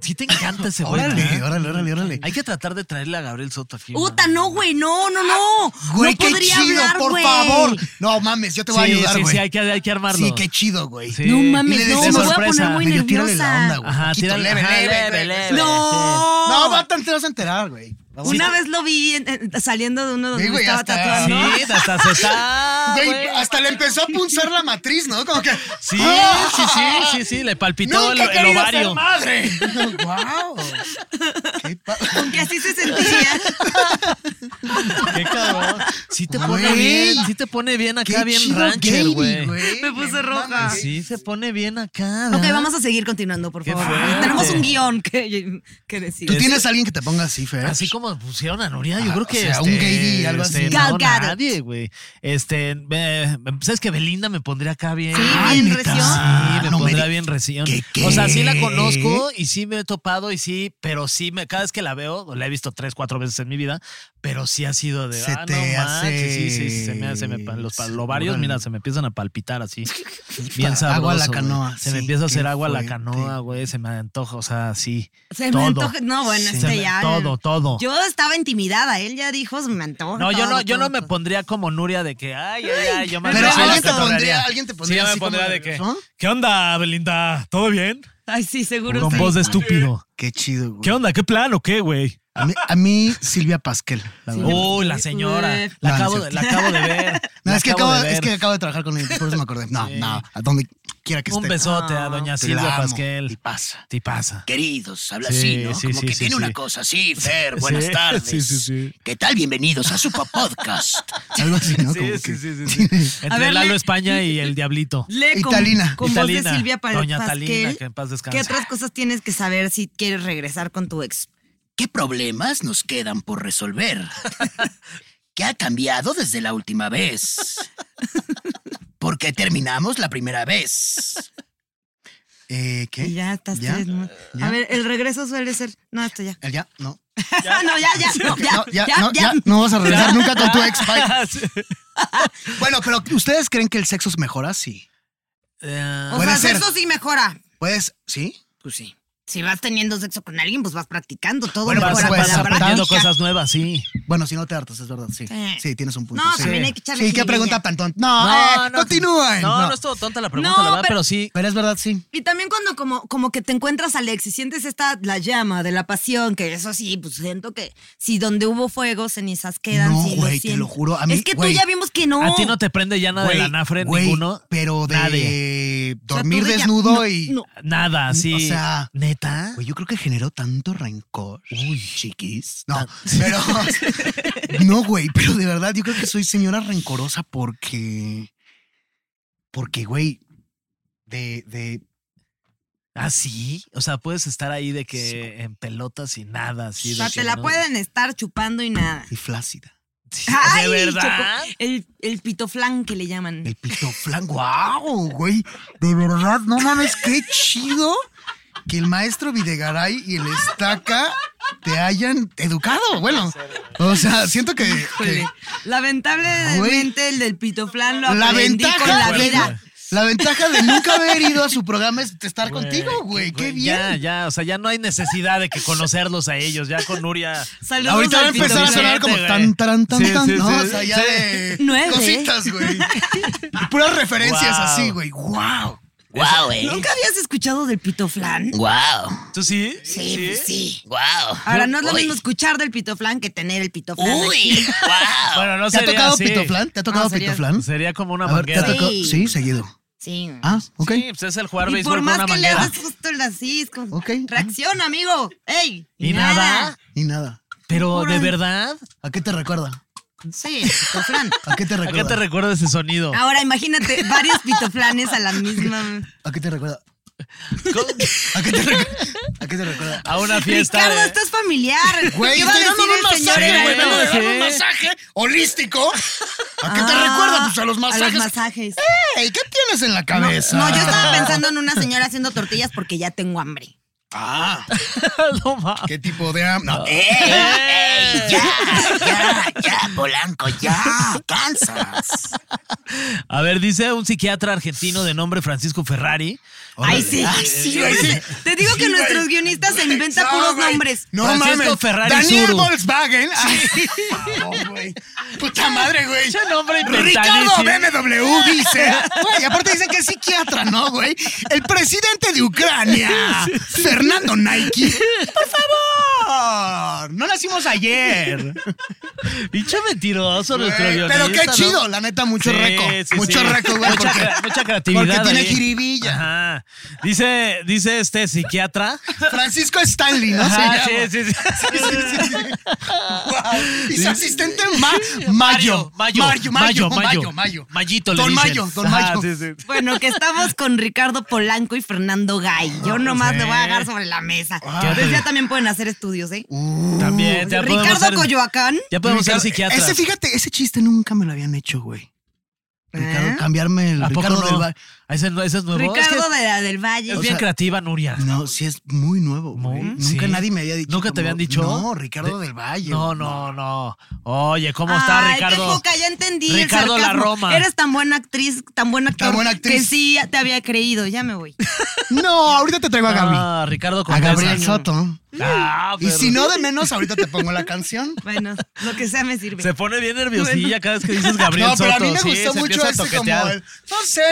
[SPEAKER 4] Sí te encanta ese güey.
[SPEAKER 2] Órale,
[SPEAKER 4] ¿verdad?
[SPEAKER 2] órale, órale, órale.
[SPEAKER 4] Hay que tratar de traerle a Gabriel Soto aquí.
[SPEAKER 3] Uta,
[SPEAKER 4] man.
[SPEAKER 3] no, güey, no, no, no.
[SPEAKER 2] Ah, Güey,
[SPEAKER 3] no
[SPEAKER 2] qué
[SPEAKER 3] podría
[SPEAKER 2] chido,
[SPEAKER 3] hablar,
[SPEAKER 2] por
[SPEAKER 3] güey.
[SPEAKER 2] favor. No mames, yo te voy
[SPEAKER 4] Sí,
[SPEAKER 2] a ayudar,
[SPEAKER 4] sí,
[SPEAKER 2] güey.
[SPEAKER 4] sí, hay que, hay que armarlo.
[SPEAKER 2] Sí, qué chido, güey.
[SPEAKER 4] Sí.
[SPEAKER 3] No
[SPEAKER 2] Y le
[SPEAKER 3] mames, no,
[SPEAKER 2] decía
[SPEAKER 3] me voy a
[SPEAKER 4] sorpresa.
[SPEAKER 3] poner muy
[SPEAKER 2] Medio tírale la onda,
[SPEAKER 3] nerviosa.
[SPEAKER 2] güey.
[SPEAKER 4] Ajá,
[SPEAKER 2] Poquito,
[SPEAKER 4] tírale.
[SPEAKER 2] leve,
[SPEAKER 4] ajá,
[SPEAKER 2] leve, leve, leve.
[SPEAKER 3] No.
[SPEAKER 2] No, va tan te vas a enterar, güey. Vamos.
[SPEAKER 3] Una vez lo vi en- en- saliendo de uno donde
[SPEAKER 2] Sí,
[SPEAKER 3] me
[SPEAKER 2] güey,
[SPEAKER 3] estaba
[SPEAKER 2] hasta-
[SPEAKER 4] Sí,
[SPEAKER 3] tatuando.
[SPEAKER 4] sí, hasta se está.
[SPEAKER 2] Güey,
[SPEAKER 4] güey.
[SPEAKER 2] hasta le empezó a punzar la matriz, ¿no? Como que.
[SPEAKER 4] Sí,
[SPEAKER 2] ¡Ah!
[SPEAKER 4] sí, sí, sí, sí, le palpitó el,
[SPEAKER 2] Nunca he
[SPEAKER 4] el
[SPEAKER 2] querido
[SPEAKER 4] ovario.
[SPEAKER 2] ser madre. wow. Qué pa-
[SPEAKER 3] Que así se sentía.
[SPEAKER 4] Qué cabrón. Sí te pone
[SPEAKER 2] Güey.
[SPEAKER 4] bien, sí te pone bien acá,
[SPEAKER 2] Qué
[SPEAKER 4] bien
[SPEAKER 2] chido
[SPEAKER 4] rancher,
[SPEAKER 2] gaming,
[SPEAKER 4] güey.
[SPEAKER 3] Me puse
[SPEAKER 2] No
[SPEAKER 3] roja.
[SPEAKER 2] mames.
[SPEAKER 4] Sí, se pone bien acá.
[SPEAKER 3] ok,
[SPEAKER 4] ¿verdad?
[SPEAKER 3] vamos a seguir continuando, por
[SPEAKER 4] Qué
[SPEAKER 3] favor.
[SPEAKER 4] fuerte.
[SPEAKER 3] Tenemos un guión que, que decir.
[SPEAKER 2] ¿Tú tienes alguien que te ponga así, Fer?
[SPEAKER 4] Así como pusieron a Nuria, yo
[SPEAKER 2] Ah,
[SPEAKER 4] creo
[SPEAKER 2] o
[SPEAKER 4] que.
[SPEAKER 2] sea, un gay y algo así.
[SPEAKER 4] este,
[SPEAKER 3] Gal
[SPEAKER 4] no,
[SPEAKER 3] Gadot.
[SPEAKER 4] nadie, güey. Este, eh, ¿sabes que Belinda me pondría acá bien?
[SPEAKER 3] Sí,
[SPEAKER 2] Ay,
[SPEAKER 3] bien
[SPEAKER 2] neta,
[SPEAKER 3] recio.
[SPEAKER 4] Sí, me
[SPEAKER 2] Ah, no me
[SPEAKER 4] pondría
[SPEAKER 2] di-
[SPEAKER 4] bien recién.
[SPEAKER 2] ¿Qué, qué?
[SPEAKER 4] O sea, sí la conozco y sí me he topado y sí, pero sí, me, cada vez que la veo, la he visto tres, cuatro veces en mi vida, Pero sí ha sido de.
[SPEAKER 2] Se
[SPEAKER 4] ah,
[SPEAKER 2] te
[SPEAKER 4] no manches,
[SPEAKER 2] hace-
[SPEAKER 4] sí, sí, sí, se me, se me pa- los pa-
[SPEAKER 2] Órale.
[SPEAKER 4] los ovarios, mira, se me empiezan a palpitar así.
[SPEAKER 2] Agua
[SPEAKER 4] Bien
[SPEAKER 2] a
[SPEAKER 4] sabroso.
[SPEAKER 2] la
[SPEAKER 4] güey.
[SPEAKER 2] canoa,
[SPEAKER 4] Se me
[SPEAKER 2] sí,
[SPEAKER 4] empieza a hacer
[SPEAKER 2] qué
[SPEAKER 4] agua a la
[SPEAKER 2] fuerte.
[SPEAKER 4] canoa, güey. Se me antoja, o sea, sí.
[SPEAKER 3] Se
[SPEAKER 4] todo.
[SPEAKER 3] me antoja. No, bueno,
[SPEAKER 4] Se
[SPEAKER 3] este
[SPEAKER 4] me-
[SPEAKER 3] ya.
[SPEAKER 4] Todo, todo.
[SPEAKER 3] Yo estaba intimidada, él ya dijo, se me antoja.
[SPEAKER 4] no, yo
[SPEAKER 3] todo,
[SPEAKER 4] no, yo no
[SPEAKER 3] todo,
[SPEAKER 4] me
[SPEAKER 3] todo.
[SPEAKER 4] pondría como Nuria de que, ay, ay, ay, yo me
[SPEAKER 2] Pero
[SPEAKER 4] sí la
[SPEAKER 2] alguien te
[SPEAKER 4] cotorrearía.
[SPEAKER 2] pondría, alguien te
[SPEAKER 4] Sí,
[SPEAKER 2] pondría.
[SPEAKER 4] ya me
[SPEAKER 2] así como
[SPEAKER 4] pondría de que.
[SPEAKER 2] nervioso.
[SPEAKER 4] ¿Qué onda, Belinda? ¿Todo bien?
[SPEAKER 3] Ay, sí, seguro.
[SPEAKER 4] Con
[SPEAKER 3] sí.
[SPEAKER 4] voz de estúpido.
[SPEAKER 2] Qué chido, güey.
[SPEAKER 4] ¿Qué onda? ¿Qué plan o qué, güey?
[SPEAKER 2] A mí, a mí, Silvia Pasquel. La
[SPEAKER 3] Sí.
[SPEAKER 2] verdad.
[SPEAKER 4] Uy, la señora. La,
[SPEAKER 2] No, no es
[SPEAKER 4] acabo, de, la
[SPEAKER 2] cierto.
[SPEAKER 4] acabo de ver.
[SPEAKER 2] no,
[SPEAKER 4] la
[SPEAKER 2] es que, acabo,
[SPEAKER 4] de
[SPEAKER 2] es
[SPEAKER 4] ver.
[SPEAKER 2] que acabo de trabajar con ella, por eso me acordé. No,
[SPEAKER 4] Sí.
[SPEAKER 2] no, a donde quiera que
[SPEAKER 4] Un
[SPEAKER 2] esté.
[SPEAKER 4] besote a
[SPEAKER 3] Ah,
[SPEAKER 4] doña
[SPEAKER 2] te
[SPEAKER 4] Silvia
[SPEAKER 2] la amo.
[SPEAKER 4] Pasquel.
[SPEAKER 2] Y pasa.
[SPEAKER 4] Te pasa.
[SPEAKER 7] Queridos, habla
[SPEAKER 4] Sí,
[SPEAKER 7] así, ¿no?
[SPEAKER 4] sí,
[SPEAKER 7] Como
[SPEAKER 4] sí,
[SPEAKER 7] que
[SPEAKER 4] sí,
[SPEAKER 7] tiene
[SPEAKER 4] sí.
[SPEAKER 7] una cosa así, Fer, buenas
[SPEAKER 4] Sí,
[SPEAKER 7] tardes.
[SPEAKER 4] sí, sí, sí.
[SPEAKER 7] ¿Qué tal? Bienvenidos a su podcast.
[SPEAKER 2] Algo así, ¿no? Como que-
[SPEAKER 4] Entre
[SPEAKER 3] A ver,
[SPEAKER 4] Lalo
[SPEAKER 3] le-
[SPEAKER 4] España y el Diablito.
[SPEAKER 3] Lee con,
[SPEAKER 2] Italina.
[SPEAKER 3] con voz
[SPEAKER 4] Italina,
[SPEAKER 3] de Silvia Pa-
[SPEAKER 4] doña
[SPEAKER 3] Pasquel.
[SPEAKER 4] Talina, que en paz descanse.
[SPEAKER 3] ¿Qué otras cosas tienes que saber si quieres regresar con tu ex?
[SPEAKER 7] ¿Qué problemas nos quedan por resolver? ¿Qué ha cambiado desde la última vez? ¿Por qué terminamos la primera vez?
[SPEAKER 2] Eh,
[SPEAKER 3] Y
[SPEAKER 2] ¿Qué?
[SPEAKER 3] ya estás
[SPEAKER 2] ¿Ya?
[SPEAKER 3] tres, ¿no?
[SPEAKER 2] ¿Ya?
[SPEAKER 3] A ver, el regreso suele ser. No, esto ya.
[SPEAKER 2] ¿El ya? No.
[SPEAKER 3] no, ya, ya, no, ya,
[SPEAKER 2] No, ya,
[SPEAKER 3] ya,
[SPEAKER 2] no,
[SPEAKER 3] ya.
[SPEAKER 2] ya, no vas a regresar nunca con tu ex. bye.
[SPEAKER 4] Ah,
[SPEAKER 2] Bueno, pero ¿ustedes creen que el sexo mejora? Sí.
[SPEAKER 4] Eh,
[SPEAKER 3] O
[SPEAKER 2] Puede
[SPEAKER 3] sea,
[SPEAKER 2] ser.
[SPEAKER 3] eso sí mejora.
[SPEAKER 2] Puedes, ¿sí?
[SPEAKER 3] Pues sí. Si vas teniendo sexo con alguien, pues vas practicando todo
[SPEAKER 2] Bueno, pues,
[SPEAKER 4] vas-
[SPEAKER 3] mejora
[SPEAKER 2] pero
[SPEAKER 4] vas
[SPEAKER 3] con
[SPEAKER 2] puedes
[SPEAKER 3] la
[SPEAKER 2] aportar
[SPEAKER 4] aprendiendo
[SPEAKER 3] práctica.
[SPEAKER 4] cosas nuevas, sí.
[SPEAKER 2] Bueno, si no te hartas, es verdad, sí.
[SPEAKER 3] Sí.
[SPEAKER 2] Sí, tienes un punto.
[SPEAKER 3] No,
[SPEAKER 2] sí.
[SPEAKER 3] también hay que echarle
[SPEAKER 2] Sí, qué
[SPEAKER 3] jiribilla.
[SPEAKER 2] pregunta tan tonta. No, eh, continúen.
[SPEAKER 4] No, no,
[SPEAKER 2] No.
[SPEAKER 4] estuvo tonta la pregunta,
[SPEAKER 3] No,
[SPEAKER 4] la verdad, pero,
[SPEAKER 3] pero-
[SPEAKER 4] sí.
[SPEAKER 2] Pero es verdad, sí.
[SPEAKER 3] Y también cuando como, como que te encuentras al ex y sientes esta, la llama de la pasión, que eso sí, pues siento que si donde hubo fuego, cenizas quedan.
[SPEAKER 2] No,
[SPEAKER 3] sí,
[SPEAKER 2] güey, te
[SPEAKER 3] siento.
[SPEAKER 2] lo juro, a mí,
[SPEAKER 3] es que
[SPEAKER 2] güey,
[SPEAKER 3] tú ya vimos que no.
[SPEAKER 4] A ti no te prende ya nada
[SPEAKER 2] Güey,
[SPEAKER 4] del anafre,
[SPEAKER 2] güey,
[SPEAKER 4] ninguno.
[SPEAKER 2] Pero de
[SPEAKER 4] Nadie.
[SPEAKER 3] O sea,
[SPEAKER 2] dormir
[SPEAKER 3] tú de ya-
[SPEAKER 2] desnudo
[SPEAKER 3] no,
[SPEAKER 2] y.
[SPEAKER 3] no.
[SPEAKER 4] Nada, sí.
[SPEAKER 2] Mm, O sea,
[SPEAKER 4] neta.
[SPEAKER 2] Güey, yo creo que generó tanto rencor. Uy, chiquis. No, pero. no, güey, pero de verdad, yo creo que soy señora rencorosa porque. Porque, güey, de. de
[SPEAKER 4] ¿Ah, sí? O sea, puedes estar ahí de que en pelotas y nada, así.
[SPEAKER 3] O
[SPEAKER 4] de
[SPEAKER 3] sea,
[SPEAKER 4] que
[SPEAKER 3] te la
[SPEAKER 4] no-
[SPEAKER 3] pueden estar chupando y nada.
[SPEAKER 2] y flácida.
[SPEAKER 4] Sí,
[SPEAKER 3] Ay,
[SPEAKER 4] ¿De verdad?
[SPEAKER 3] chocó- El, el pitoflán que le llaman.
[SPEAKER 2] El pito flan. ¡Guau, güey! De verdad, no mames, qué chido que el maestro Videgaray y el estaca te hayan educado. Bueno, o sea, siento que. que-
[SPEAKER 3] Híjole. Lamentablemente el del pitoflán lo
[SPEAKER 2] la
[SPEAKER 3] aprendí
[SPEAKER 2] ventaja
[SPEAKER 3] con la
[SPEAKER 2] de,
[SPEAKER 3] vida.
[SPEAKER 2] La ventaja de nunca haber ido a su programa es estar contigo, güey. Qué bien.
[SPEAKER 4] Ya, ya, o sea, ya no hay necesidad de que conocerlos a ellos, ya con Nuria.
[SPEAKER 3] Saludos
[SPEAKER 2] Ahorita
[SPEAKER 3] al
[SPEAKER 2] va a empezar a
[SPEAKER 3] pitoflán.
[SPEAKER 2] sonar como
[SPEAKER 4] güey.
[SPEAKER 2] tan, tan, tan,
[SPEAKER 4] Sí,
[SPEAKER 2] tan,
[SPEAKER 4] sí,
[SPEAKER 2] ¿no?
[SPEAKER 4] sí.
[SPEAKER 2] o sea, ya
[SPEAKER 4] Sí.
[SPEAKER 2] de
[SPEAKER 3] Nueve.
[SPEAKER 2] cositas, güey. Y Puras referencias
[SPEAKER 4] Wow.
[SPEAKER 2] así, güey. Wow.
[SPEAKER 7] ¡Guau, eh!
[SPEAKER 3] ¿Nunca habías escuchado del pitoflán?
[SPEAKER 7] ¡Guau!
[SPEAKER 4] ¿Tú sí?
[SPEAKER 3] Sí, pues sí.
[SPEAKER 7] ¡Guau!
[SPEAKER 3] Ahora, no es lo
[SPEAKER 7] Uy.
[SPEAKER 3] mismo escuchar del pitoflán que tener el pitoflán. aquí.
[SPEAKER 7] ¡Uy! ¡Guau!
[SPEAKER 4] Bueno, no
[SPEAKER 2] ¿Te ha
[SPEAKER 4] sería
[SPEAKER 2] tocado
[SPEAKER 4] así.
[SPEAKER 2] pitoflan? ¿Te ha tocado
[SPEAKER 3] No, sería-
[SPEAKER 2] pitoflan?
[SPEAKER 4] Sería como una
[SPEAKER 2] A ver, ¿te ha
[SPEAKER 4] manguera.
[SPEAKER 2] tocado?
[SPEAKER 3] Sí.
[SPEAKER 2] Sí, seguido.
[SPEAKER 3] Sí.
[SPEAKER 2] Ah, ok.
[SPEAKER 4] Sí, pues es el jugar
[SPEAKER 3] y
[SPEAKER 4] béisbol
[SPEAKER 3] por
[SPEAKER 4] con
[SPEAKER 3] más
[SPEAKER 4] una
[SPEAKER 3] que le
[SPEAKER 4] manguera.
[SPEAKER 3] hagas justo el así, es como,
[SPEAKER 2] Ok.
[SPEAKER 3] reacciona, amigo. ¡Ey!
[SPEAKER 4] Y nada.
[SPEAKER 2] Y nada.
[SPEAKER 4] Pero de verdad,
[SPEAKER 2] ¿A qué te recuerda?
[SPEAKER 3] Sí, pitoflán.
[SPEAKER 2] ¿A qué te
[SPEAKER 4] ¿a qué
[SPEAKER 2] recuerda?
[SPEAKER 4] te recuerda ese sonido?
[SPEAKER 2] Ah,
[SPEAKER 3] Ahora, imagínate varios pitoflanes a la misma.
[SPEAKER 2] ¿A qué te recuerda? pues,
[SPEAKER 4] Con-
[SPEAKER 2] ¿A qué te recuerda? ¿A qué te recuerda?
[SPEAKER 4] A una fiesta.
[SPEAKER 3] Ricardo,
[SPEAKER 4] de-
[SPEAKER 3] estás familiar.
[SPEAKER 2] Güey,
[SPEAKER 3] ¿Qué va a
[SPEAKER 2] estoy
[SPEAKER 3] decir
[SPEAKER 2] dándole un
[SPEAKER 3] el señor
[SPEAKER 2] masaje,
[SPEAKER 4] güey,
[SPEAKER 3] Herrera?
[SPEAKER 2] vengo
[SPEAKER 4] no,
[SPEAKER 2] de dar
[SPEAKER 4] Sí.
[SPEAKER 2] un masaje holístico. ¿A qué te
[SPEAKER 3] Ah,
[SPEAKER 2] recuerda? Pues a los
[SPEAKER 3] A los
[SPEAKER 2] masajes.
[SPEAKER 3] masajes.
[SPEAKER 2] Ey, ¿Qué tienes en la
[SPEAKER 3] No,
[SPEAKER 2] cabeza?
[SPEAKER 3] no, yo estaba pensando en una señora haciendo tortillas porque ya tengo hambre.
[SPEAKER 2] Ah,
[SPEAKER 4] No mames.
[SPEAKER 2] ¿qué tipo de am- No,
[SPEAKER 7] ¡Ey! ¡Ey! ¡Ya! ¡Ya! ¡Ya, Polanco! ¡Ya! ¡Cansas!
[SPEAKER 4] A ver, dice un psiquiatra argentino de nombre Francisco Ferrari.
[SPEAKER 3] Ay, sí.
[SPEAKER 4] Ah,
[SPEAKER 2] güey, sí.
[SPEAKER 3] Te digo que
[SPEAKER 2] Sí, güey.
[SPEAKER 3] nuestros guionistas se inventan puros
[SPEAKER 2] güey.
[SPEAKER 3] nombres.
[SPEAKER 2] No
[SPEAKER 4] Francisco
[SPEAKER 2] mames.
[SPEAKER 4] Ferrari
[SPEAKER 2] Daniel
[SPEAKER 4] Zuru.
[SPEAKER 2] Volkswagen. Ay, no, güey. Puta madre, güey.
[SPEAKER 4] Ese nombre
[SPEAKER 2] Ricardo
[SPEAKER 4] inventadísimo.
[SPEAKER 2] BMW dice. Güey, aparte dicen que es psiquiatra, ¿no, güey? El presidente de Ucrania, Fernando Nike. Por favor. No nacimos ayer.
[SPEAKER 4] Eh, Pinche mentiroso nuestro
[SPEAKER 2] Güey,
[SPEAKER 4] guionista.
[SPEAKER 2] Pero qué
[SPEAKER 4] ¿no?
[SPEAKER 2] chido, la neta, mucho
[SPEAKER 4] Sí,
[SPEAKER 2] reco.
[SPEAKER 4] sí,
[SPEAKER 2] mucho
[SPEAKER 4] sí.
[SPEAKER 2] reco, güey.
[SPEAKER 4] Mucha,
[SPEAKER 2] porque-
[SPEAKER 4] cre- mucha creatividad.
[SPEAKER 2] Porque tiene
[SPEAKER 4] ahí.
[SPEAKER 2] jiribilla.
[SPEAKER 4] Ajá. Dice, dice este psiquiatra.
[SPEAKER 2] Francisco Stanley, ¿no?
[SPEAKER 4] Ajá,
[SPEAKER 2] se llama.
[SPEAKER 4] sí, sí, sí.
[SPEAKER 2] Sí, sí, sí, sí. Guau. Y su asistente Ma- Mayo.
[SPEAKER 4] Mayo,
[SPEAKER 2] Mayo, Mayo, Mayo, Mayo.
[SPEAKER 4] Mayito le
[SPEAKER 2] Don
[SPEAKER 4] dicen.
[SPEAKER 2] Mayo, Don
[SPEAKER 4] Ajá,
[SPEAKER 2] Mayo.
[SPEAKER 4] sí, sí.
[SPEAKER 3] Bueno, que estamos con Ricardo Polanco y Fernando Gay. Yo nomás
[SPEAKER 4] Ah, sí. Ah.
[SPEAKER 3] lo voy a agarrar sobre la mesa.
[SPEAKER 4] Qué
[SPEAKER 3] Ustedes
[SPEAKER 4] horrible.
[SPEAKER 3] ya también pueden hacer estudios, ¿eh?
[SPEAKER 4] También. ya podemos
[SPEAKER 3] Ricardo
[SPEAKER 4] ser-
[SPEAKER 3] Coyoacán.
[SPEAKER 4] Ya podemos ser
[SPEAKER 2] Ricardo,
[SPEAKER 4] psiquiatras.
[SPEAKER 2] Ese, fíjate, ese chiste nunca me lo habían hecho, güey. Ricardo, cambiarme el
[SPEAKER 4] ¿Eh? ¿A poco
[SPEAKER 2] Ricardo
[SPEAKER 4] no?
[SPEAKER 2] del Valle.
[SPEAKER 4] ¿A ese, no- ese es nuevo? Es que
[SPEAKER 3] ¿Eh? Ricardo de la del Valle.
[SPEAKER 4] es bien creativa, Nuria.
[SPEAKER 2] No, sí es muy nuevo. güey.
[SPEAKER 4] Muy,
[SPEAKER 2] Nunca
[SPEAKER 4] sí.
[SPEAKER 2] nadie me había dicho.
[SPEAKER 4] ¿Nunca te
[SPEAKER 2] como,
[SPEAKER 4] habían dicho?
[SPEAKER 2] No, Ricardo del Valle.
[SPEAKER 4] No, no, no. Oye, ¿cómo está
[SPEAKER 3] Ay, qué
[SPEAKER 4] Ricardo?
[SPEAKER 3] poca, ya entendí. el
[SPEAKER 4] Ricardo La
[SPEAKER 3] sarcasmo.
[SPEAKER 4] Roma.
[SPEAKER 3] Eres tan buena actriz, tan buena actor.
[SPEAKER 2] Tan buena actriz.
[SPEAKER 3] Que sí, ya te había creído. Ya me voy.
[SPEAKER 2] No, ahorita te traigo a Gaby.
[SPEAKER 4] Ah, Ricardo
[SPEAKER 2] a
[SPEAKER 4] Condesa.
[SPEAKER 2] Gabriel Soto.
[SPEAKER 4] Ah,
[SPEAKER 2] Y
[SPEAKER 4] pero-
[SPEAKER 2] si no de menos, ahorita te pongo la canción.
[SPEAKER 3] Bueno, lo que sea me sirve.
[SPEAKER 4] Se pone bien nerviosilla cada vez que dices Gabriel
[SPEAKER 2] no, pero a mí
[SPEAKER 4] Soto,
[SPEAKER 2] me
[SPEAKER 4] sí,
[SPEAKER 2] gustó
[SPEAKER 4] se
[SPEAKER 2] mucho
[SPEAKER 4] empieza a
[SPEAKER 2] este como
[SPEAKER 4] toquetear.
[SPEAKER 2] el- No sé.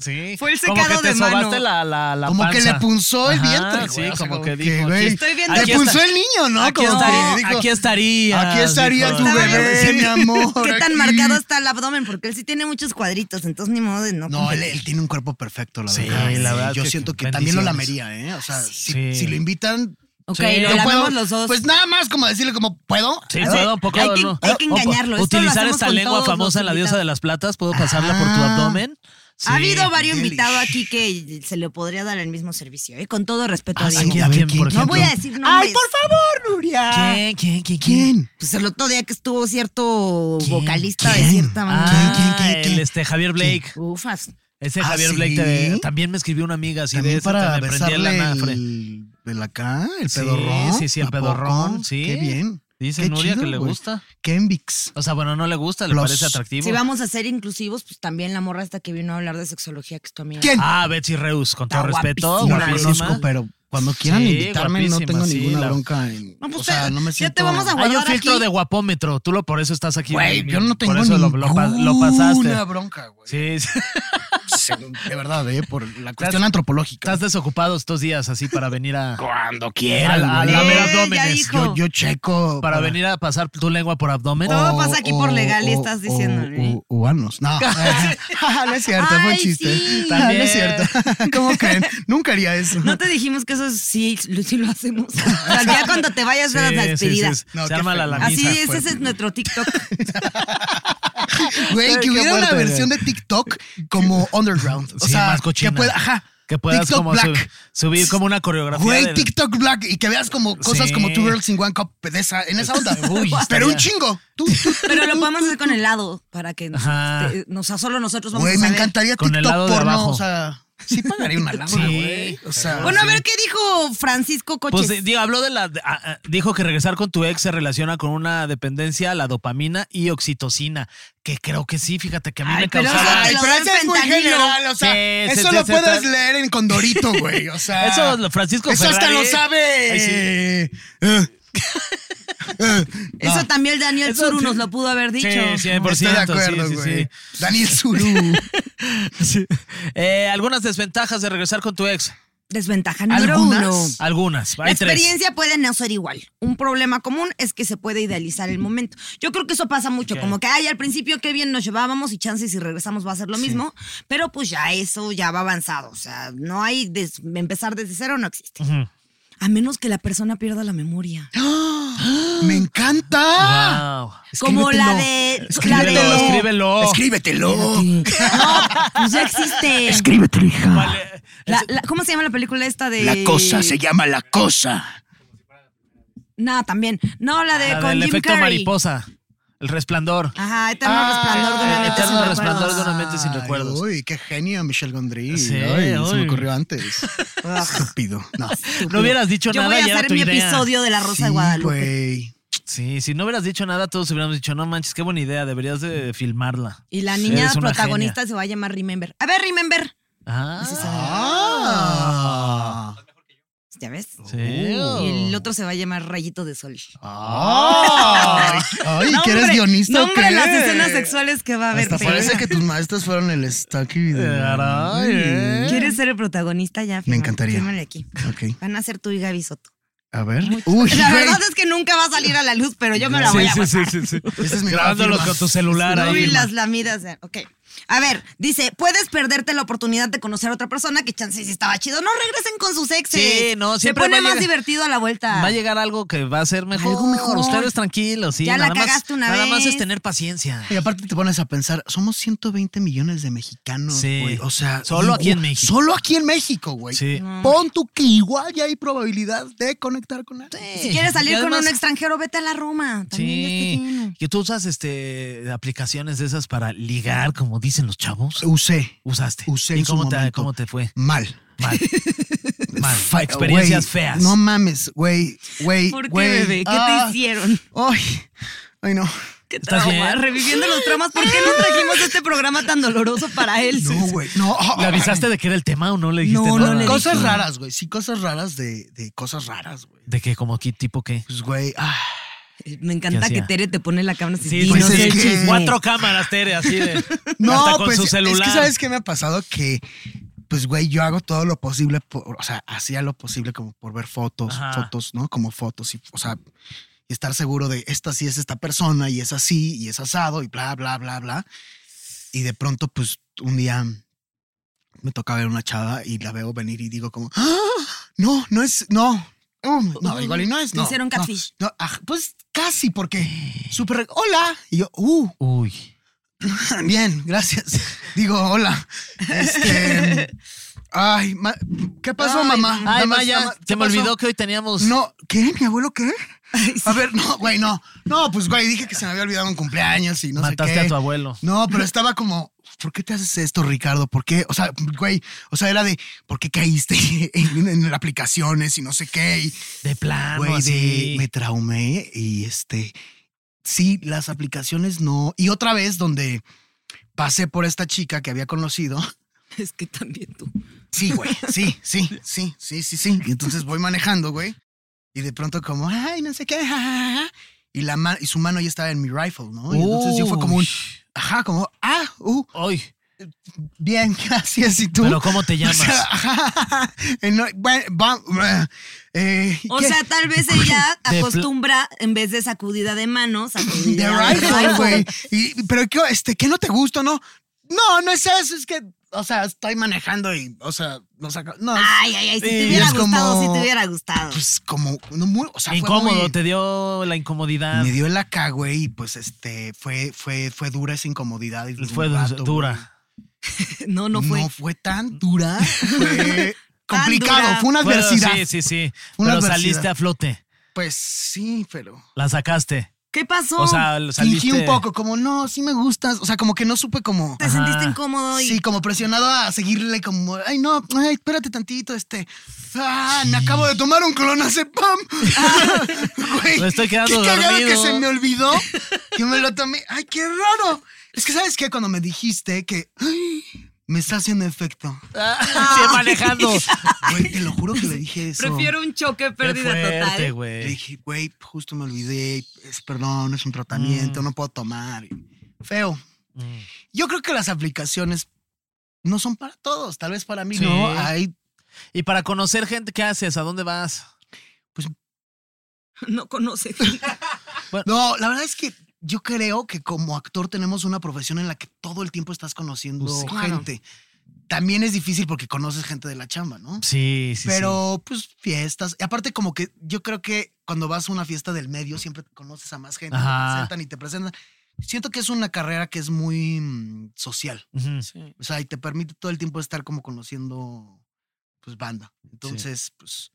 [SPEAKER 4] Sí.
[SPEAKER 3] Fue el
[SPEAKER 4] como
[SPEAKER 3] secado
[SPEAKER 4] que te
[SPEAKER 3] de mano.
[SPEAKER 4] sobaste la, la, la
[SPEAKER 2] Como que
[SPEAKER 4] panza.
[SPEAKER 2] le punzó el
[SPEAKER 4] Ajá,
[SPEAKER 2] vientre,
[SPEAKER 4] Sí,
[SPEAKER 2] güey, o sea,
[SPEAKER 4] como
[SPEAKER 2] como
[SPEAKER 4] que
[SPEAKER 2] que,
[SPEAKER 4] dijo.
[SPEAKER 2] güey,
[SPEAKER 4] aquí-
[SPEAKER 3] estoy viendo-
[SPEAKER 4] aquí
[SPEAKER 2] Le
[SPEAKER 4] está-
[SPEAKER 2] punzó el niño, ¿no?
[SPEAKER 4] Aquí,
[SPEAKER 2] Como
[SPEAKER 4] estaría,
[SPEAKER 2] que dijo,
[SPEAKER 4] aquí estaría.
[SPEAKER 2] aquí estaría tu
[SPEAKER 4] dijo.
[SPEAKER 3] Estaba
[SPEAKER 2] bebé,
[SPEAKER 3] yo-
[SPEAKER 2] mi amor.
[SPEAKER 3] ¿Qué tan
[SPEAKER 2] aquí.
[SPEAKER 3] marcado está el abdomen? Porque él sí tiene muchos cuadritos, entonces ni modo de no.
[SPEAKER 2] No, él, él tiene un cuerpo perfecto, la
[SPEAKER 4] Sí,
[SPEAKER 2] verdad.
[SPEAKER 4] la
[SPEAKER 2] Sí,
[SPEAKER 4] verdad
[SPEAKER 2] Yo
[SPEAKER 4] que-
[SPEAKER 2] siento que también lo
[SPEAKER 4] bendiciones.
[SPEAKER 2] lamería, ¿eh? O sea, si,
[SPEAKER 4] Sí.
[SPEAKER 2] si lo invitan.
[SPEAKER 3] Ok,
[SPEAKER 4] Sí.
[SPEAKER 3] lo
[SPEAKER 4] Yo
[SPEAKER 2] yo puedo-
[SPEAKER 3] lavamos los dos.
[SPEAKER 2] Pues nada más como decirle como, ¿puedo?
[SPEAKER 4] Sí,
[SPEAKER 3] Así,
[SPEAKER 4] puedo, un poco,
[SPEAKER 3] hay que-
[SPEAKER 4] ¿no?
[SPEAKER 3] hay que
[SPEAKER 4] O- o
[SPEAKER 3] engañarlo. Esto lo
[SPEAKER 4] Utilizar
[SPEAKER 3] hacemos
[SPEAKER 4] esta
[SPEAKER 3] con
[SPEAKER 4] lengua
[SPEAKER 3] todos los
[SPEAKER 4] famosa en la diosa
[SPEAKER 3] invitados.
[SPEAKER 4] de las platas, ¿puedo pasarla por tu
[SPEAKER 2] Ah.
[SPEAKER 4] abdomen? Sí.
[SPEAKER 3] Ha habido varios
[SPEAKER 2] deli.
[SPEAKER 3] invitados aquí que se le podría dar el mismo servicio, ¿eh? con todo respeto a
[SPEAKER 4] Ah, sí,
[SPEAKER 3] Diego.
[SPEAKER 4] ¿a quién,
[SPEAKER 2] ¿quién?
[SPEAKER 4] por
[SPEAKER 3] No
[SPEAKER 4] ejemplo?
[SPEAKER 3] voy a decir
[SPEAKER 2] ¡Ay,
[SPEAKER 3] nombres.
[SPEAKER 2] por favor, Nuria!
[SPEAKER 4] ¿Quién? ¿Quién? ¿Quién?
[SPEAKER 2] ¿Quién?
[SPEAKER 3] Pues el otro día que estuvo cierto
[SPEAKER 4] ¿Quién?
[SPEAKER 3] vocalista de
[SPEAKER 2] ¿Quién?
[SPEAKER 3] cierta
[SPEAKER 4] Ah,
[SPEAKER 3] banda.
[SPEAKER 2] ¿Quién, quién, quién,
[SPEAKER 4] el,
[SPEAKER 2] quién?
[SPEAKER 4] este, Javier Blake.
[SPEAKER 3] Ufas.
[SPEAKER 4] Ese
[SPEAKER 2] ¿Ah,
[SPEAKER 4] Javier
[SPEAKER 2] sí?
[SPEAKER 4] Blake te- también me escribió una amiga así de
[SPEAKER 2] También
[SPEAKER 4] ese,
[SPEAKER 2] para
[SPEAKER 4] te- me prendí el
[SPEAKER 2] besarle
[SPEAKER 4] anafre.
[SPEAKER 2] el, el acá, el
[SPEAKER 4] Sí,
[SPEAKER 2] pedorrón.
[SPEAKER 4] sí, sí, el
[SPEAKER 2] ¿A poco?
[SPEAKER 4] pedorrón, sí.
[SPEAKER 2] Qué bien.
[SPEAKER 4] Dice
[SPEAKER 2] Qué
[SPEAKER 4] Nuria
[SPEAKER 2] chido,
[SPEAKER 4] que le
[SPEAKER 2] güey.
[SPEAKER 4] gusta.
[SPEAKER 2] Kenvix.
[SPEAKER 4] O sea, bueno, no le gusta, le
[SPEAKER 2] Los-
[SPEAKER 4] parece atractivo.
[SPEAKER 3] Si vamos a ser inclusivos, pues también la morra esta que vino a hablar de sexología, que es tu amiga.
[SPEAKER 2] ¿Quién?
[SPEAKER 4] Ah, Betsy Reus, con todo
[SPEAKER 3] Está
[SPEAKER 4] respeto,
[SPEAKER 2] no
[SPEAKER 3] guapísima.
[SPEAKER 2] la
[SPEAKER 4] guapísima.
[SPEAKER 2] conozco, pero cuando quieran
[SPEAKER 4] Sí,
[SPEAKER 2] invitarme no
[SPEAKER 4] guapísima,
[SPEAKER 2] tengo
[SPEAKER 4] sí,
[SPEAKER 2] ninguna
[SPEAKER 4] la-
[SPEAKER 2] bronca. En,
[SPEAKER 3] No, pues,
[SPEAKER 2] o sea, no me
[SPEAKER 3] ya
[SPEAKER 2] siento...
[SPEAKER 3] te vamos a
[SPEAKER 4] Hay un
[SPEAKER 3] guardar
[SPEAKER 4] filtro
[SPEAKER 3] aquí.
[SPEAKER 4] de guapómetro, tú lo por eso estás aquí.
[SPEAKER 2] Güey, yo no tengo
[SPEAKER 4] Por eso lo, lo pa- lo pasaste.
[SPEAKER 2] ninguna bronca, güey.
[SPEAKER 4] Sí, sí.
[SPEAKER 2] Sí, De verdad, eh, por la cuestión antropológica.
[SPEAKER 4] estás desocupado estos días así para venir a...
[SPEAKER 7] Cuando
[SPEAKER 4] a,
[SPEAKER 7] quieran.
[SPEAKER 4] a
[SPEAKER 3] güey.
[SPEAKER 4] lamer
[SPEAKER 3] Eh, ya
[SPEAKER 4] abdómenes.
[SPEAKER 3] dijo.
[SPEAKER 2] Yo, yo checo...
[SPEAKER 4] Para venir a pasar tu lengua por abdomen.
[SPEAKER 2] Oh,
[SPEAKER 3] Todo pasa aquí por legal y estás diciendo, ¿eh?
[SPEAKER 2] O, o anos. No, no es cierto, fue
[SPEAKER 3] Ay,
[SPEAKER 2] un chiste.
[SPEAKER 3] sí.
[SPEAKER 2] Ah, No es cierto. ¿Cómo creen? Nunca haría eso.
[SPEAKER 3] No te dijimos que eso es- sí, lo- sí lo hacemos. O sea, ya cuando te vayas a la
[SPEAKER 4] Sí, sí,
[SPEAKER 3] despedida.
[SPEAKER 4] sí, sí.
[SPEAKER 2] No,
[SPEAKER 4] Se
[SPEAKER 2] qué
[SPEAKER 4] arma la pues.
[SPEAKER 2] feo.
[SPEAKER 3] Así
[SPEAKER 4] lamisa.
[SPEAKER 3] es,
[SPEAKER 2] fue.
[SPEAKER 3] ese es nuestro TikTok.
[SPEAKER 2] Güey,
[SPEAKER 4] Qué
[SPEAKER 2] que hubiera una
[SPEAKER 4] fuerte, güey.
[SPEAKER 2] versión de TikTok como underground. O
[SPEAKER 4] Sí,
[SPEAKER 2] sea,
[SPEAKER 4] más cochina.
[SPEAKER 2] que pueda, ajá.
[SPEAKER 4] Que puedas
[SPEAKER 2] TikTok
[SPEAKER 4] como
[SPEAKER 2] Black.
[SPEAKER 4] sub- subir como una coreografía.
[SPEAKER 2] Güey,
[SPEAKER 4] del-
[SPEAKER 2] TikTok Black y que veas como cosas
[SPEAKER 4] Sí.
[SPEAKER 2] como Two Girls in One Cup de esa, en esa onda.
[SPEAKER 4] Uy, estaría-
[SPEAKER 2] Pero un chingo. Tú, tú.
[SPEAKER 3] Pero lo podemos hacer con helado para que nos,
[SPEAKER 4] Ajá.
[SPEAKER 3] este, nos- solo nosotros vamos
[SPEAKER 2] Güey,
[SPEAKER 3] a
[SPEAKER 2] me
[SPEAKER 3] saber.
[SPEAKER 2] encantaría
[SPEAKER 4] Con el lado
[SPEAKER 2] TikTok
[SPEAKER 4] de
[SPEAKER 2] porno.
[SPEAKER 4] abajo.
[SPEAKER 2] O sea, sí pagaría una lana,
[SPEAKER 4] Sí.
[SPEAKER 2] güey. O sea,
[SPEAKER 3] Bueno, a ver qué dijo Francisco Coches.
[SPEAKER 4] Pues di- habló de la. de- a- a- dijo que regresar con tu ex se relaciona con una dependencia a la dopamina y oxitocina. Que creo que sí, fíjate que a mí
[SPEAKER 3] Ay,
[SPEAKER 4] me
[SPEAKER 3] pero
[SPEAKER 4] causaba.
[SPEAKER 3] eso te
[SPEAKER 2] Ay,
[SPEAKER 3] lo
[SPEAKER 2] pero
[SPEAKER 3] da el
[SPEAKER 2] eso es muy
[SPEAKER 3] fentanilo.
[SPEAKER 2] general, o sea,
[SPEAKER 4] Sí,
[SPEAKER 2] eso
[SPEAKER 4] sí,
[SPEAKER 2] lo
[SPEAKER 4] sí,
[SPEAKER 2] puedes
[SPEAKER 4] está-
[SPEAKER 2] leer en Condorito, güey, o sea.
[SPEAKER 4] Eso, lo- Francisco
[SPEAKER 2] Eso hasta
[SPEAKER 4] Ferrari.
[SPEAKER 2] lo sabe.
[SPEAKER 4] Ay, sí.
[SPEAKER 2] Eh, eh,
[SPEAKER 3] Eso también el Daniel
[SPEAKER 4] Eso
[SPEAKER 3] Zuru
[SPEAKER 4] sí.
[SPEAKER 3] nos lo pudo haber dicho.
[SPEAKER 4] Sí, 100%.
[SPEAKER 2] Estoy de acuerdo,
[SPEAKER 4] sí, sí,
[SPEAKER 2] güey.
[SPEAKER 4] sí.
[SPEAKER 2] Daniel Zulu.
[SPEAKER 4] Sí. Eh, algunas desventajas de regresar con tu ex.
[SPEAKER 3] Desventaja número
[SPEAKER 2] ¿Algunas?
[SPEAKER 3] uno.
[SPEAKER 4] Algunas.
[SPEAKER 3] La
[SPEAKER 4] Hay tres.
[SPEAKER 3] experiencia puede no ser igual. Un problema común es que se puede idealizar el momento. Yo creo que eso pasa mucho,
[SPEAKER 4] Ok.
[SPEAKER 3] como que, ay, al principio qué bien nos llevábamos y chances si regresamos va a ser lo mismo, pero pues ya eso ya va avanzado. O sea, no hay, des- empezar desde cero no existe.
[SPEAKER 4] Ujú. Ah,
[SPEAKER 3] A menos que la persona pierda la memoria.
[SPEAKER 2] Me encanta.
[SPEAKER 4] Wow.
[SPEAKER 3] Como la
[SPEAKER 2] Escríbetelo.
[SPEAKER 3] de... La de
[SPEAKER 4] Escríbelo, escríbelo.
[SPEAKER 2] Escríbetelo.
[SPEAKER 3] No, pues ya existe.
[SPEAKER 7] Escríbete, hija.
[SPEAKER 4] Vale.
[SPEAKER 3] La- la- ¿Cómo se llama la película esta de...?
[SPEAKER 7] La cosa se llama la cosa.
[SPEAKER 3] No, también. No, la de
[SPEAKER 4] Ah, La
[SPEAKER 3] con
[SPEAKER 4] del
[SPEAKER 3] Jim
[SPEAKER 4] efecto
[SPEAKER 3] Carrey. Ah,
[SPEAKER 4] mariposa. El resplandor.
[SPEAKER 3] Ajá, Eterno Resplandor de una
[SPEAKER 4] Ah,
[SPEAKER 3] mente sin
[SPEAKER 4] Eterno
[SPEAKER 3] recuerdos.
[SPEAKER 4] Resplandor de una mente sin
[SPEAKER 2] Ay,
[SPEAKER 4] recuerdos.
[SPEAKER 2] Uy, qué genio, Michelle Gondry.
[SPEAKER 4] Sí,
[SPEAKER 2] Ay, Se
[SPEAKER 4] uy.
[SPEAKER 2] me ocurrió antes.
[SPEAKER 3] Ah.
[SPEAKER 2] Estúpido. No.
[SPEAKER 4] No hubieras dicho
[SPEAKER 3] Yo
[SPEAKER 4] nada
[SPEAKER 3] voy a
[SPEAKER 4] y era
[SPEAKER 3] hacer
[SPEAKER 4] tu
[SPEAKER 3] mi
[SPEAKER 4] idea.
[SPEAKER 3] episodio de La Rosa de
[SPEAKER 2] Sí,
[SPEAKER 3] Guadalupe.
[SPEAKER 2] güey.
[SPEAKER 4] Sí, si no hubieras dicho nada, todos hubiéramos dicho, no manches, qué buena idea, deberías de filmarla.
[SPEAKER 3] Y la niña
[SPEAKER 4] Eres una
[SPEAKER 3] protagonista se va a llamar Remember. A ver, Remember.
[SPEAKER 4] genia. Ah,
[SPEAKER 2] Ah.
[SPEAKER 3] ¿Ya ves?
[SPEAKER 4] sí.
[SPEAKER 3] Y el otro se va a llamar Rayito de Sol.
[SPEAKER 2] Ay, ay, que eres
[SPEAKER 3] Nombre-
[SPEAKER 2] guionista. o
[SPEAKER 3] Nombre
[SPEAKER 2] qué?
[SPEAKER 3] las escenas sexuales que va a haber.
[SPEAKER 2] Hasta
[SPEAKER 3] pero-
[SPEAKER 2] parece que tus maestros fueron el Stucky. de-
[SPEAKER 4] Caray, eh.
[SPEAKER 3] ¿Quieres ser el protagonista ya?
[SPEAKER 2] Me
[SPEAKER 3] fírmale,
[SPEAKER 2] encantaría.
[SPEAKER 3] fírmale aquí.
[SPEAKER 2] Ok,
[SPEAKER 3] Van a ser tú y Gaby Soto.
[SPEAKER 2] a ver. Uy,
[SPEAKER 3] La
[SPEAKER 2] güey.
[SPEAKER 3] verdad es que nunca va a salir a la luz, pero yo me la voy a
[SPEAKER 4] sí,
[SPEAKER 3] guardar.
[SPEAKER 4] sí, sí, sí.
[SPEAKER 2] Esa es mi
[SPEAKER 4] Grabándolo
[SPEAKER 2] firma.
[SPEAKER 4] con tu celular
[SPEAKER 3] Uy,
[SPEAKER 4] ahí.
[SPEAKER 3] las lamidas. eh, Ok. A ver, dice, puedes perderte la oportunidad de conocer a otra persona que chance si estaba chido. No regresen con sus exes.
[SPEAKER 4] Sí, no, siempre
[SPEAKER 3] Se pone
[SPEAKER 4] va a
[SPEAKER 3] más
[SPEAKER 4] llegar-
[SPEAKER 3] divertido a la vuelta.
[SPEAKER 4] Va a llegar algo que va a ser mejor.
[SPEAKER 3] Algo mejor.
[SPEAKER 4] Ustedes tranquilos, sí.
[SPEAKER 3] Ya la
[SPEAKER 4] nada más-
[SPEAKER 3] cagaste una
[SPEAKER 4] Nada más
[SPEAKER 3] vez.
[SPEAKER 4] es tener paciencia.
[SPEAKER 2] Y aparte te pones a pensar, somos 120 millones de mexicanos,
[SPEAKER 4] Sí.
[SPEAKER 2] güey. O sea,
[SPEAKER 4] Solo aquí en
[SPEAKER 2] u-
[SPEAKER 4] México.
[SPEAKER 2] Solo aquí en México, güey.
[SPEAKER 4] Sí.
[SPEAKER 2] Pon tú que igual ya hay probabilidad de conectar con alguien.
[SPEAKER 3] Si quieres salir
[SPEAKER 4] Y
[SPEAKER 3] con un
[SPEAKER 4] además-
[SPEAKER 3] extranjero, vete a la Roma. También ya está lleno.
[SPEAKER 4] Sí, que tú usas este aplicaciones de esas para ligar como como dicen los chavos?
[SPEAKER 2] Usé
[SPEAKER 4] Usaste.
[SPEAKER 2] usé
[SPEAKER 4] ¿Y
[SPEAKER 2] en su
[SPEAKER 4] cómo te,
[SPEAKER 2] momento.
[SPEAKER 4] cómo te fue?
[SPEAKER 2] mal.
[SPEAKER 4] Mal. Mal.
[SPEAKER 2] Fa-
[SPEAKER 4] Experiencias
[SPEAKER 2] güey,
[SPEAKER 4] feas.
[SPEAKER 2] No mames, güey, güey,
[SPEAKER 3] ¿Por qué,
[SPEAKER 2] güey.
[SPEAKER 3] bebé? ¿Qué
[SPEAKER 2] Ah,
[SPEAKER 3] te hicieron?
[SPEAKER 2] Ay, ay no.
[SPEAKER 3] ¿Qué
[SPEAKER 4] ¿Estás
[SPEAKER 3] trauma?
[SPEAKER 4] bien?
[SPEAKER 3] Reviviendo los traumas. ¿Por qué no trajimos este programa tan doloroso para él?
[SPEAKER 2] No, güey, no.
[SPEAKER 4] ¿Le avisaste de que era el tema o no le dijiste
[SPEAKER 3] No, no
[SPEAKER 4] nada?
[SPEAKER 3] le
[SPEAKER 2] cosas
[SPEAKER 3] dije.
[SPEAKER 2] raras, güey. Sí, cosas raras de, de cosas raras, güey.
[SPEAKER 4] ¿De qué? ¿Como qué tipo qué?
[SPEAKER 2] Pues, güey, ah,
[SPEAKER 3] Me encanta
[SPEAKER 4] ¿Qué
[SPEAKER 3] que
[SPEAKER 4] hacía?
[SPEAKER 3] Tere te pone la cámara así.
[SPEAKER 4] Sí,
[SPEAKER 3] dinos
[SPEAKER 2] pues, es
[SPEAKER 3] el
[SPEAKER 2] que-
[SPEAKER 3] chisme.
[SPEAKER 4] cuatro cámaras, Tere, así de.
[SPEAKER 2] No,
[SPEAKER 4] hasta con
[SPEAKER 2] pues
[SPEAKER 4] su celular.
[SPEAKER 2] es que sabes qué me ha pasado que pues güey, yo hago todo lo posible por, o sea, hacía lo posible como por ver fotos,
[SPEAKER 4] Ajá.
[SPEAKER 2] fotos, ¿no? Como fotos y o sea, y estar seguro de esta sí es esta persona y es así y es asado y bla bla bla bla. Y de pronto pues un día me toca ver una chava y la veo venir y digo como, "¡Ah! "No, no es no." um, no, igual y no es,
[SPEAKER 3] Te
[SPEAKER 2] no.
[SPEAKER 3] hicieron
[SPEAKER 2] no,
[SPEAKER 3] catfish.
[SPEAKER 2] no, aj- pues casi porque súper hola y yo, "Uh,
[SPEAKER 4] Uy.
[SPEAKER 2] Bien, gracias. Digo, hola. Este. Ay, ma- ¿qué pasó,
[SPEAKER 3] Ay,
[SPEAKER 2] mamá?
[SPEAKER 4] Ay,
[SPEAKER 2] mamá,
[SPEAKER 4] pues,
[SPEAKER 2] ya-
[SPEAKER 4] mamá,
[SPEAKER 2] ¿qué
[SPEAKER 4] se me
[SPEAKER 2] pasó?
[SPEAKER 4] olvidó que hoy teníamos.
[SPEAKER 2] No, ¿qué? ¿Mi abuelo qué? A ver, no, güey, no. No, pues, güey, dije que se me había olvidado un cumpleaños y no
[SPEAKER 4] mataste
[SPEAKER 2] sé qué.
[SPEAKER 4] a tu abuelo.
[SPEAKER 2] No, pero estaba como, ¿por qué te haces esto, Ricardo? ¿Por qué? O sea, güey, o sea, era de, ¿por qué caíste en, en aplicaciones y no sé qué? Y,
[SPEAKER 4] De plano.
[SPEAKER 2] Güey, de-
[SPEAKER 4] así.
[SPEAKER 2] me traumé y este. Sí, las aplicaciones no. Y otra vez donde pasé por esta chica que había conocido.
[SPEAKER 3] Es que también tú.
[SPEAKER 2] Sí, güey. Sí, sí, sí, sí, sí, sí. Y entonces voy manejando, güey. Y de pronto como, ay, no sé qué. ja, ja, ja". Y, la ma- y su mano ya estaba en mi rifle, ¿no? Y entonces yo fue como un,
[SPEAKER 4] Uy.
[SPEAKER 2] ajá, como, ah, uh,
[SPEAKER 4] Uy.
[SPEAKER 2] bien, gracias. ¿Y tú?
[SPEAKER 4] Pero ¿cómo te
[SPEAKER 2] O
[SPEAKER 4] llamas?
[SPEAKER 2] sea, ajá, ajá, ajá. Eh, no, bueno, va- eh,
[SPEAKER 3] O
[SPEAKER 2] ¿qué?
[SPEAKER 3] sea, tal vez ella
[SPEAKER 4] De pl-
[SPEAKER 3] acostumbra, en vez de sacudida de manos,
[SPEAKER 2] De
[SPEAKER 3] sacudida de
[SPEAKER 2] rifle,
[SPEAKER 3] rifle.
[SPEAKER 2] güey. Y- Pero qué, este, ¿qué no te gusta, no? No, no es eso, es que, o sea, estoy manejando y, o sea, no saca. No, es-
[SPEAKER 3] Ay, ay, ay, si
[SPEAKER 2] Y
[SPEAKER 3] te hubiera
[SPEAKER 2] es como-
[SPEAKER 3] gustado, si te hubiera gustado.
[SPEAKER 2] pues como, no, muy, o sea, fue
[SPEAKER 4] Incómodo,
[SPEAKER 2] muy-
[SPEAKER 4] te dio la incomodidad.
[SPEAKER 2] Me dio el acá, güey, y pues este, fue, fue, fue dura esa incomodidad. Y
[SPEAKER 4] Pues Fue
[SPEAKER 2] un rato, güey.
[SPEAKER 4] dura.
[SPEAKER 3] No, no fue.
[SPEAKER 2] No fue tan dura. Fue complicado,
[SPEAKER 3] dura.
[SPEAKER 2] fue una
[SPEAKER 4] Bueno,
[SPEAKER 2] adversidad.
[SPEAKER 4] sí, sí, sí.
[SPEAKER 2] Una
[SPEAKER 4] pero
[SPEAKER 2] adversidad.
[SPEAKER 4] saliste a flote.
[SPEAKER 2] Pues sí, pero.
[SPEAKER 4] La sacaste.
[SPEAKER 3] ¿Qué pasó?
[SPEAKER 4] O sea, saliste.
[SPEAKER 2] Fingí un poco, como, no, sí me gustas. O sea, como que no supe como.
[SPEAKER 3] te sentiste
[SPEAKER 4] Ajá.
[SPEAKER 3] incómodo y.
[SPEAKER 2] Sí, como presionado a seguirle como, ay no, ay, espérate tantito, este, ah, me acabo de tomar un clonazepam. Güey,
[SPEAKER 4] Me estoy quedando
[SPEAKER 2] qué cagado
[SPEAKER 4] dormido.
[SPEAKER 2] que se me olvidó que me lo tomé. Ay, qué raro. Es que sabes qué cuando me dijiste que ay, me está haciendo efecto.
[SPEAKER 4] Sí, manejando.
[SPEAKER 2] Güey, te lo juro que le dije eso.
[SPEAKER 3] Prefiero un choque,
[SPEAKER 4] Qué
[SPEAKER 3] pérdida
[SPEAKER 4] fuerte,
[SPEAKER 3] total.
[SPEAKER 2] Le
[SPEAKER 4] güey.
[SPEAKER 2] dije, güey, justo me olvidé, es perdón, es un tratamiento, no puedo tomar. Feo.
[SPEAKER 4] Mm.
[SPEAKER 2] Yo creo que las aplicaciones no son para todos, tal vez para mí
[SPEAKER 4] Sí.
[SPEAKER 2] no. Hay
[SPEAKER 4] Y para conocer gente, ¿qué haces? ¿A dónde vas?
[SPEAKER 3] No conoce.
[SPEAKER 2] No, la verdad es que yo creo que como actor tenemos una profesión en la que todo el tiempo estás conociendo
[SPEAKER 4] Pues sí,
[SPEAKER 3] claro.
[SPEAKER 2] gente. También es difícil porque conoces gente de la chamba, ¿no?
[SPEAKER 4] Sí, sí.
[SPEAKER 2] Pero pues fiestas. Y aparte como que yo creo que cuando vas a una fiesta del medio siempre conoces a más gente,
[SPEAKER 4] Ajá.
[SPEAKER 2] te presentan y te presentan. Siento que es una carrera que es muy mm, social.
[SPEAKER 4] sí. Ujú.
[SPEAKER 2] O sea, y te permite todo el tiempo estar como conociendo pues banda. Entonces, pues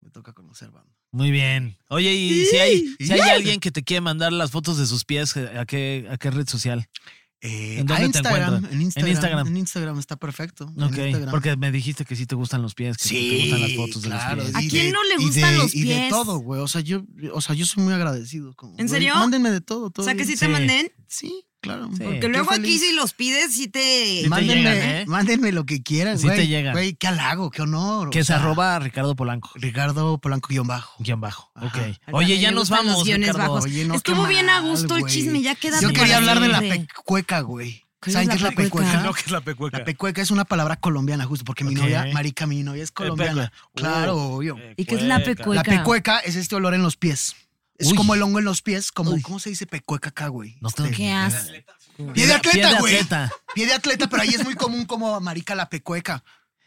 [SPEAKER 2] me toca conocer banda.
[SPEAKER 4] Muy bien. Oye, y si hay, si hay alguien que te quiere mandar las fotos de sus pies, eh, ¿a qué, a qué red social?
[SPEAKER 2] Eh,
[SPEAKER 4] ¿En
[SPEAKER 2] a
[SPEAKER 4] dónde te
[SPEAKER 2] Instagram,
[SPEAKER 4] encuentran?
[SPEAKER 2] en Instagram. En Instagram.
[SPEAKER 4] Instagram.
[SPEAKER 2] está perfecto. en
[SPEAKER 4] Ok,
[SPEAKER 2] Instagram.
[SPEAKER 4] porque me dijiste que sí te gustan los pies, que sí, te gustan las fotos
[SPEAKER 2] claro, y
[SPEAKER 4] de los pies.
[SPEAKER 3] ¿A
[SPEAKER 2] de-
[SPEAKER 3] quién no le
[SPEAKER 2] y de-
[SPEAKER 3] gustan los
[SPEAKER 2] Y de
[SPEAKER 3] pies?
[SPEAKER 2] todo, güey. O sea, yo, o sea, yo soy muy agradecido. como,
[SPEAKER 3] ¿En
[SPEAKER 2] güey,
[SPEAKER 3] serio?
[SPEAKER 2] Mándenme de todo, todo.
[SPEAKER 3] O sea, que
[SPEAKER 2] bien.
[SPEAKER 3] sí te
[SPEAKER 4] Sí.
[SPEAKER 3] manden.
[SPEAKER 2] Sí, claro.
[SPEAKER 4] Sí.
[SPEAKER 2] porque
[SPEAKER 3] Que
[SPEAKER 4] Qué
[SPEAKER 3] luego
[SPEAKER 2] yo
[SPEAKER 3] aquí,
[SPEAKER 2] feliz.
[SPEAKER 3] si los pides, sí te.
[SPEAKER 4] Sí. te
[SPEAKER 2] Mándenme,
[SPEAKER 4] llegan, ¿eh?
[SPEAKER 2] mándenme lo que quieran,
[SPEAKER 4] Sí te
[SPEAKER 2] güey.
[SPEAKER 4] llegan.
[SPEAKER 2] Güey, qué halago, qué honor.
[SPEAKER 4] Que
[SPEAKER 2] o
[SPEAKER 4] se
[SPEAKER 2] sea,
[SPEAKER 4] arroba Ricardo Polanco.
[SPEAKER 2] Ricardo Polanco guión bajo.
[SPEAKER 4] Guión bajo.
[SPEAKER 2] Ajá.
[SPEAKER 4] Ok.
[SPEAKER 3] Ay,
[SPEAKER 4] Oye,
[SPEAKER 3] también
[SPEAKER 4] ya
[SPEAKER 3] me
[SPEAKER 4] nos
[SPEAKER 3] gustan los
[SPEAKER 4] vamos,
[SPEAKER 3] guiones
[SPEAKER 4] Ricardo.
[SPEAKER 3] bajos.
[SPEAKER 2] Oye, no, qué
[SPEAKER 3] Estuvo bien a
[SPEAKER 2] mal,
[SPEAKER 3] gusto el
[SPEAKER 2] güey.
[SPEAKER 3] chisme, ya queda
[SPEAKER 2] Yo
[SPEAKER 4] para
[SPEAKER 2] quería hablar de la
[SPEAKER 3] siempre.
[SPEAKER 2] pecueca, güey.
[SPEAKER 3] ¿Qué
[SPEAKER 2] ¿Saben qué es la pecueca?
[SPEAKER 4] que es la pecueca.
[SPEAKER 2] La pecueca es una palabra colombiana, justo porque mi
[SPEAKER 4] Ok. Eh,
[SPEAKER 2] novia, Marica, mi novia es colombiana.
[SPEAKER 4] pecueca. Uh,
[SPEAKER 2] Claro, obvio.
[SPEAKER 4] ¿eh?
[SPEAKER 3] ¿Y qué es la pecueca?
[SPEAKER 2] La pecueca es este olor en los pies. Es
[SPEAKER 4] Uy.
[SPEAKER 2] como el hongo en los pies, como
[SPEAKER 4] Uy.
[SPEAKER 2] ¿cómo se dice pecueca acá, güey? Este,
[SPEAKER 4] No tengo
[SPEAKER 3] ¿Qué
[SPEAKER 4] ni idea.
[SPEAKER 3] haces?
[SPEAKER 2] Pie de
[SPEAKER 4] Pie
[SPEAKER 2] atleta,
[SPEAKER 4] de
[SPEAKER 2] güey.
[SPEAKER 4] atleta.
[SPEAKER 2] Pie de atleta, pero ahí es muy común como marica la pecueca.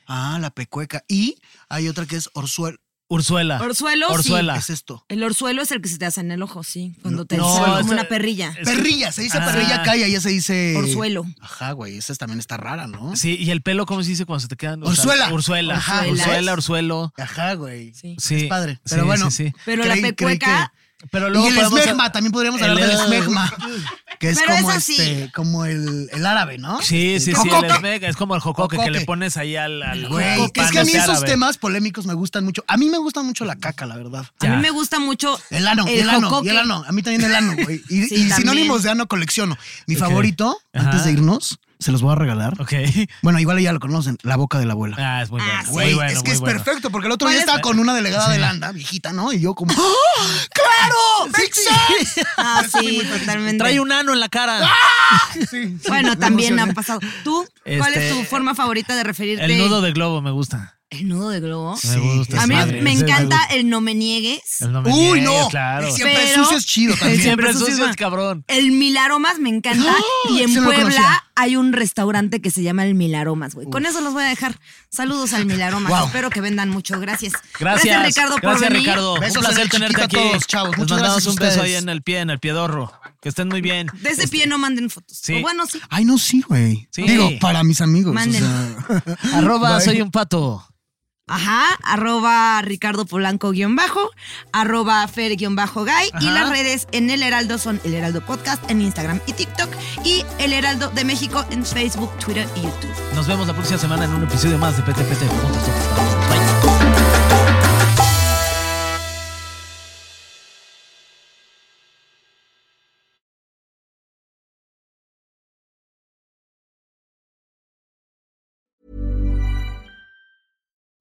[SPEAKER 2] Ah, la pecueca. Y hay otra que es orzuelo.
[SPEAKER 4] Ursuela.
[SPEAKER 3] Orzuelo, Ah, sí.
[SPEAKER 4] Orzuela.
[SPEAKER 2] Es esto.
[SPEAKER 3] El orzuelo es el que se te hace en el ojo, sí. Cuando te
[SPEAKER 4] No,
[SPEAKER 3] sale
[SPEAKER 4] es-
[SPEAKER 3] como una perrilla.
[SPEAKER 4] Es que-
[SPEAKER 2] Perrilla, se dice
[SPEAKER 4] Ah.
[SPEAKER 2] perrilla acá y allá se dice.
[SPEAKER 3] Orzuelo.
[SPEAKER 2] Ajá, güey, esa también está rara, ¿no?
[SPEAKER 4] Sí, y el pelo, ¿cómo se dice cuando se te quedan?
[SPEAKER 2] Orzuela.
[SPEAKER 4] Ursuela.
[SPEAKER 2] Ajá.
[SPEAKER 4] Ursuela, Ursuelo.
[SPEAKER 2] Ajá, güey.
[SPEAKER 3] Sí.
[SPEAKER 4] Sí.
[SPEAKER 2] Es padre.
[SPEAKER 4] Sí,
[SPEAKER 2] Pero bueno.
[SPEAKER 4] sí, sí.
[SPEAKER 3] Pero la
[SPEAKER 2] creí- creí
[SPEAKER 3] pecueca
[SPEAKER 2] que-
[SPEAKER 4] Pero
[SPEAKER 2] Y
[SPEAKER 4] luego
[SPEAKER 2] el
[SPEAKER 4] podemos-
[SPEAKER 2] esmegma, también podríamos hablar del
[SPEAKER 4] El-
[SPEAKER 2] esmegma. Que es
[SPEAKER 3] Pero
[SPEAKER 2] como
[SPEAKER 3] es así.
[SPEAKER 2] este, como el, el árabe, ¿no?
[SPEAKER 4] Sí, sí, sí, el
[SPEAKER 2] Jocoque.
[SPEAKER 4] esmega es como el jocoque que
[SPEAKER 2] Jocoque.
[SPEAKER 4] le pones ahí al, al
[SPEAKER 2] Güey,
[SPEAKER 4] pan
[SPEAKER 2] es que a mí
[SPEAKER 4] este
[SPEAKER 2] esos
[SPEAKER 4] árabe.
[SPEAKER 2] temas polémicos me gustan mucho. A mí me gusta mucho la caca, la verdad.
[SPEAKER 3] A
[SPEAKER 4] Ya.
[SPEAKER 3] mí me gusta mucho
[SPEAKER 2] El ano, el, ano, y
[SPEAKER 3] jocoque.
[SPEAKER 2] el ano. A mí también el ano, güey. Y,
[SPEAKER 3] Sí,
[SPEAKER 2] y
[SPEAKER 3] también.
[SPEAKER 2] sinónimos de ano colecciono. Mi
[SPEAKER 4] Ok.
[SPEAKER 2] favorito,
[SPEAKER 4] Ajá.
[SPEAKER 2] antes de irnos, se los voy a regalar.
[SPEAKER 4] Ok.
[SPEAKER 2] Bueno, igual ya lo conocen, la boca de la abuela.
[SPEAKER 4] Ah, es muy bueno.
[SPEAKER 3] Ah, sí.
[SPEAKER 4] muy
[SPEAKER 2] Güey,
[SPEAKER 4] bueno,
[SPEAKER 2] es que
[SPEAKER 4] muy
[SPEAKER 2] es
[SPEAKER 4] bueno.
[SPEAKER 2] perfecto, porque el otro
[SPEAKER 3] ¿Cuál
[SPEAKER 2] día
[SPEAKER 3] es?
[SPEAKER 2] estaba con una delegada de Landa, viejita, ¿no? Y yo como, ¡Ah, ¡Claro! ¡Makes sense!
[SPEAKER 3] Ah, sí, totalmente.
[SPEAKER 4] Trae un ano en la cara.
[SPEAKER 2] Sí, sí,
[SPEAKER 3] Bueno,
[SPEAKER 2] me
[SPEAKER 3] también
[SPEAKER 2] emocioné.
[SPEAKER 3] han pasado. ¿Tú? ¿Cuál
[SPEAKER 4] Este-
[SPEAKER 3] es tu forma favorita de referirte?
[SPEAKER 4] El nudo de globo me gusta.
[SPEAKER 3] ¿El nudo de globo.
[SPEAKER 4] me gusta.
[SPEAKER 3] A mí
[SPEAKER 4] madre,
[SPEAKER 3] me
[SPEAKER 4] sí,
[SPEAKER 3] encanta
[SPEAKER 4] gusta.
[SPEAKER 3] el no me niegues.
[SPEAKER 4] El no me
[SPEAKER 2] Uy,
[SPEAKER 4] niegues,
[SPEAKER 2] no.
[SPEAKER 4] Claro.
[SPEAKER 2] El siempre
[SPEAKER 3] Pero-
[SPEAKER 2] sucio es chido
[SPEAKER 4] El
[SPEAKER 2] también.
[SPEAKER 4] siempre
[SPEAKER 3] sucio es
[SPEAKER 4] sucio es
[SPEAKER 3] ma-
[SPEAKER 4] cabrón.
[SPEAKER 3] El Mil Aromas me encanta.
[SPEAKER 4] ¡Ah!
[SPEAKER 2] ¡Oh!
[SPEAKER 3] y en
[SPEAKER 2] Ese no lo
[SPEAKER 3] Puebla
[SPEAKER 2] conocía.
[SPEAKER 3] hay un restaurante que se llama el Mil Aromas, güey. Con eso los voy a dejar. Saludos al Mil Aromas.
[SPEAKER 2] Wow.
[SPEAKER 3] Espero que vendan mucho. Gracias.
[SPEAKER 4] Gracias,
[SPEAKER 3] Ricardo, por
[SPEAKER 4] Gracias,
[SPEAKER 3] venir.
[SPEAKER 4] Ricardo.
[SPEAKER 2] Besos
[SPEAKER 4] un
[SPEAKER 2] en
[SPEAKER 4] placer
[SPEAKER 2] el
[SPEAKER 4] tenerte aquí.
[SPEAKER 2] chiquito a todos, chavos.
[SPEAKER 4] Les
[SPEAKER 2] Muchas
[SPEAKER 4] mandamos
[SPEAKER 2] gracias a
[SPEAKER 4] un beso ahí
[SPEAKER 2] ustedes.
[SPEAKER 4] en el pie, en el piedorro. Que estén muy bien.
[SPEAKER 3] De ese pie no manden fotos.
[SPEAKER 4] Este. sí.
[SPEAKER 3] O bueno, sí.
[SPEAKER 2] Ay, no, sí, güey.
[SPEAKER 4] Sí.
[SPEAKER 2] Digo, para mis amigos. o
[SPEAKER 3] Manden.
[SPEAKER 2] sea.
[SPEAKER 4] Arroba,
[SPEAKER 2] Bye.
[SPEAKER 4] soy un pato.
[SPEAKER 3] Ajá, arroba Ricardo Polanco guión bajo, arroba Fer guión bajo Guy y
[SPEAKER 4] Ajá.
[SPEAKER 3] las redes en El Heraldo son El Heraldo Podcast en Instagram y TikTok y El Heraldo de México en Facebook, Twitter y YouTube.
[SPEAKER 4] Nos vemos la próxima semana en un episodio más de PTPT. Preguntas, Tontas, Preguntas. Bye.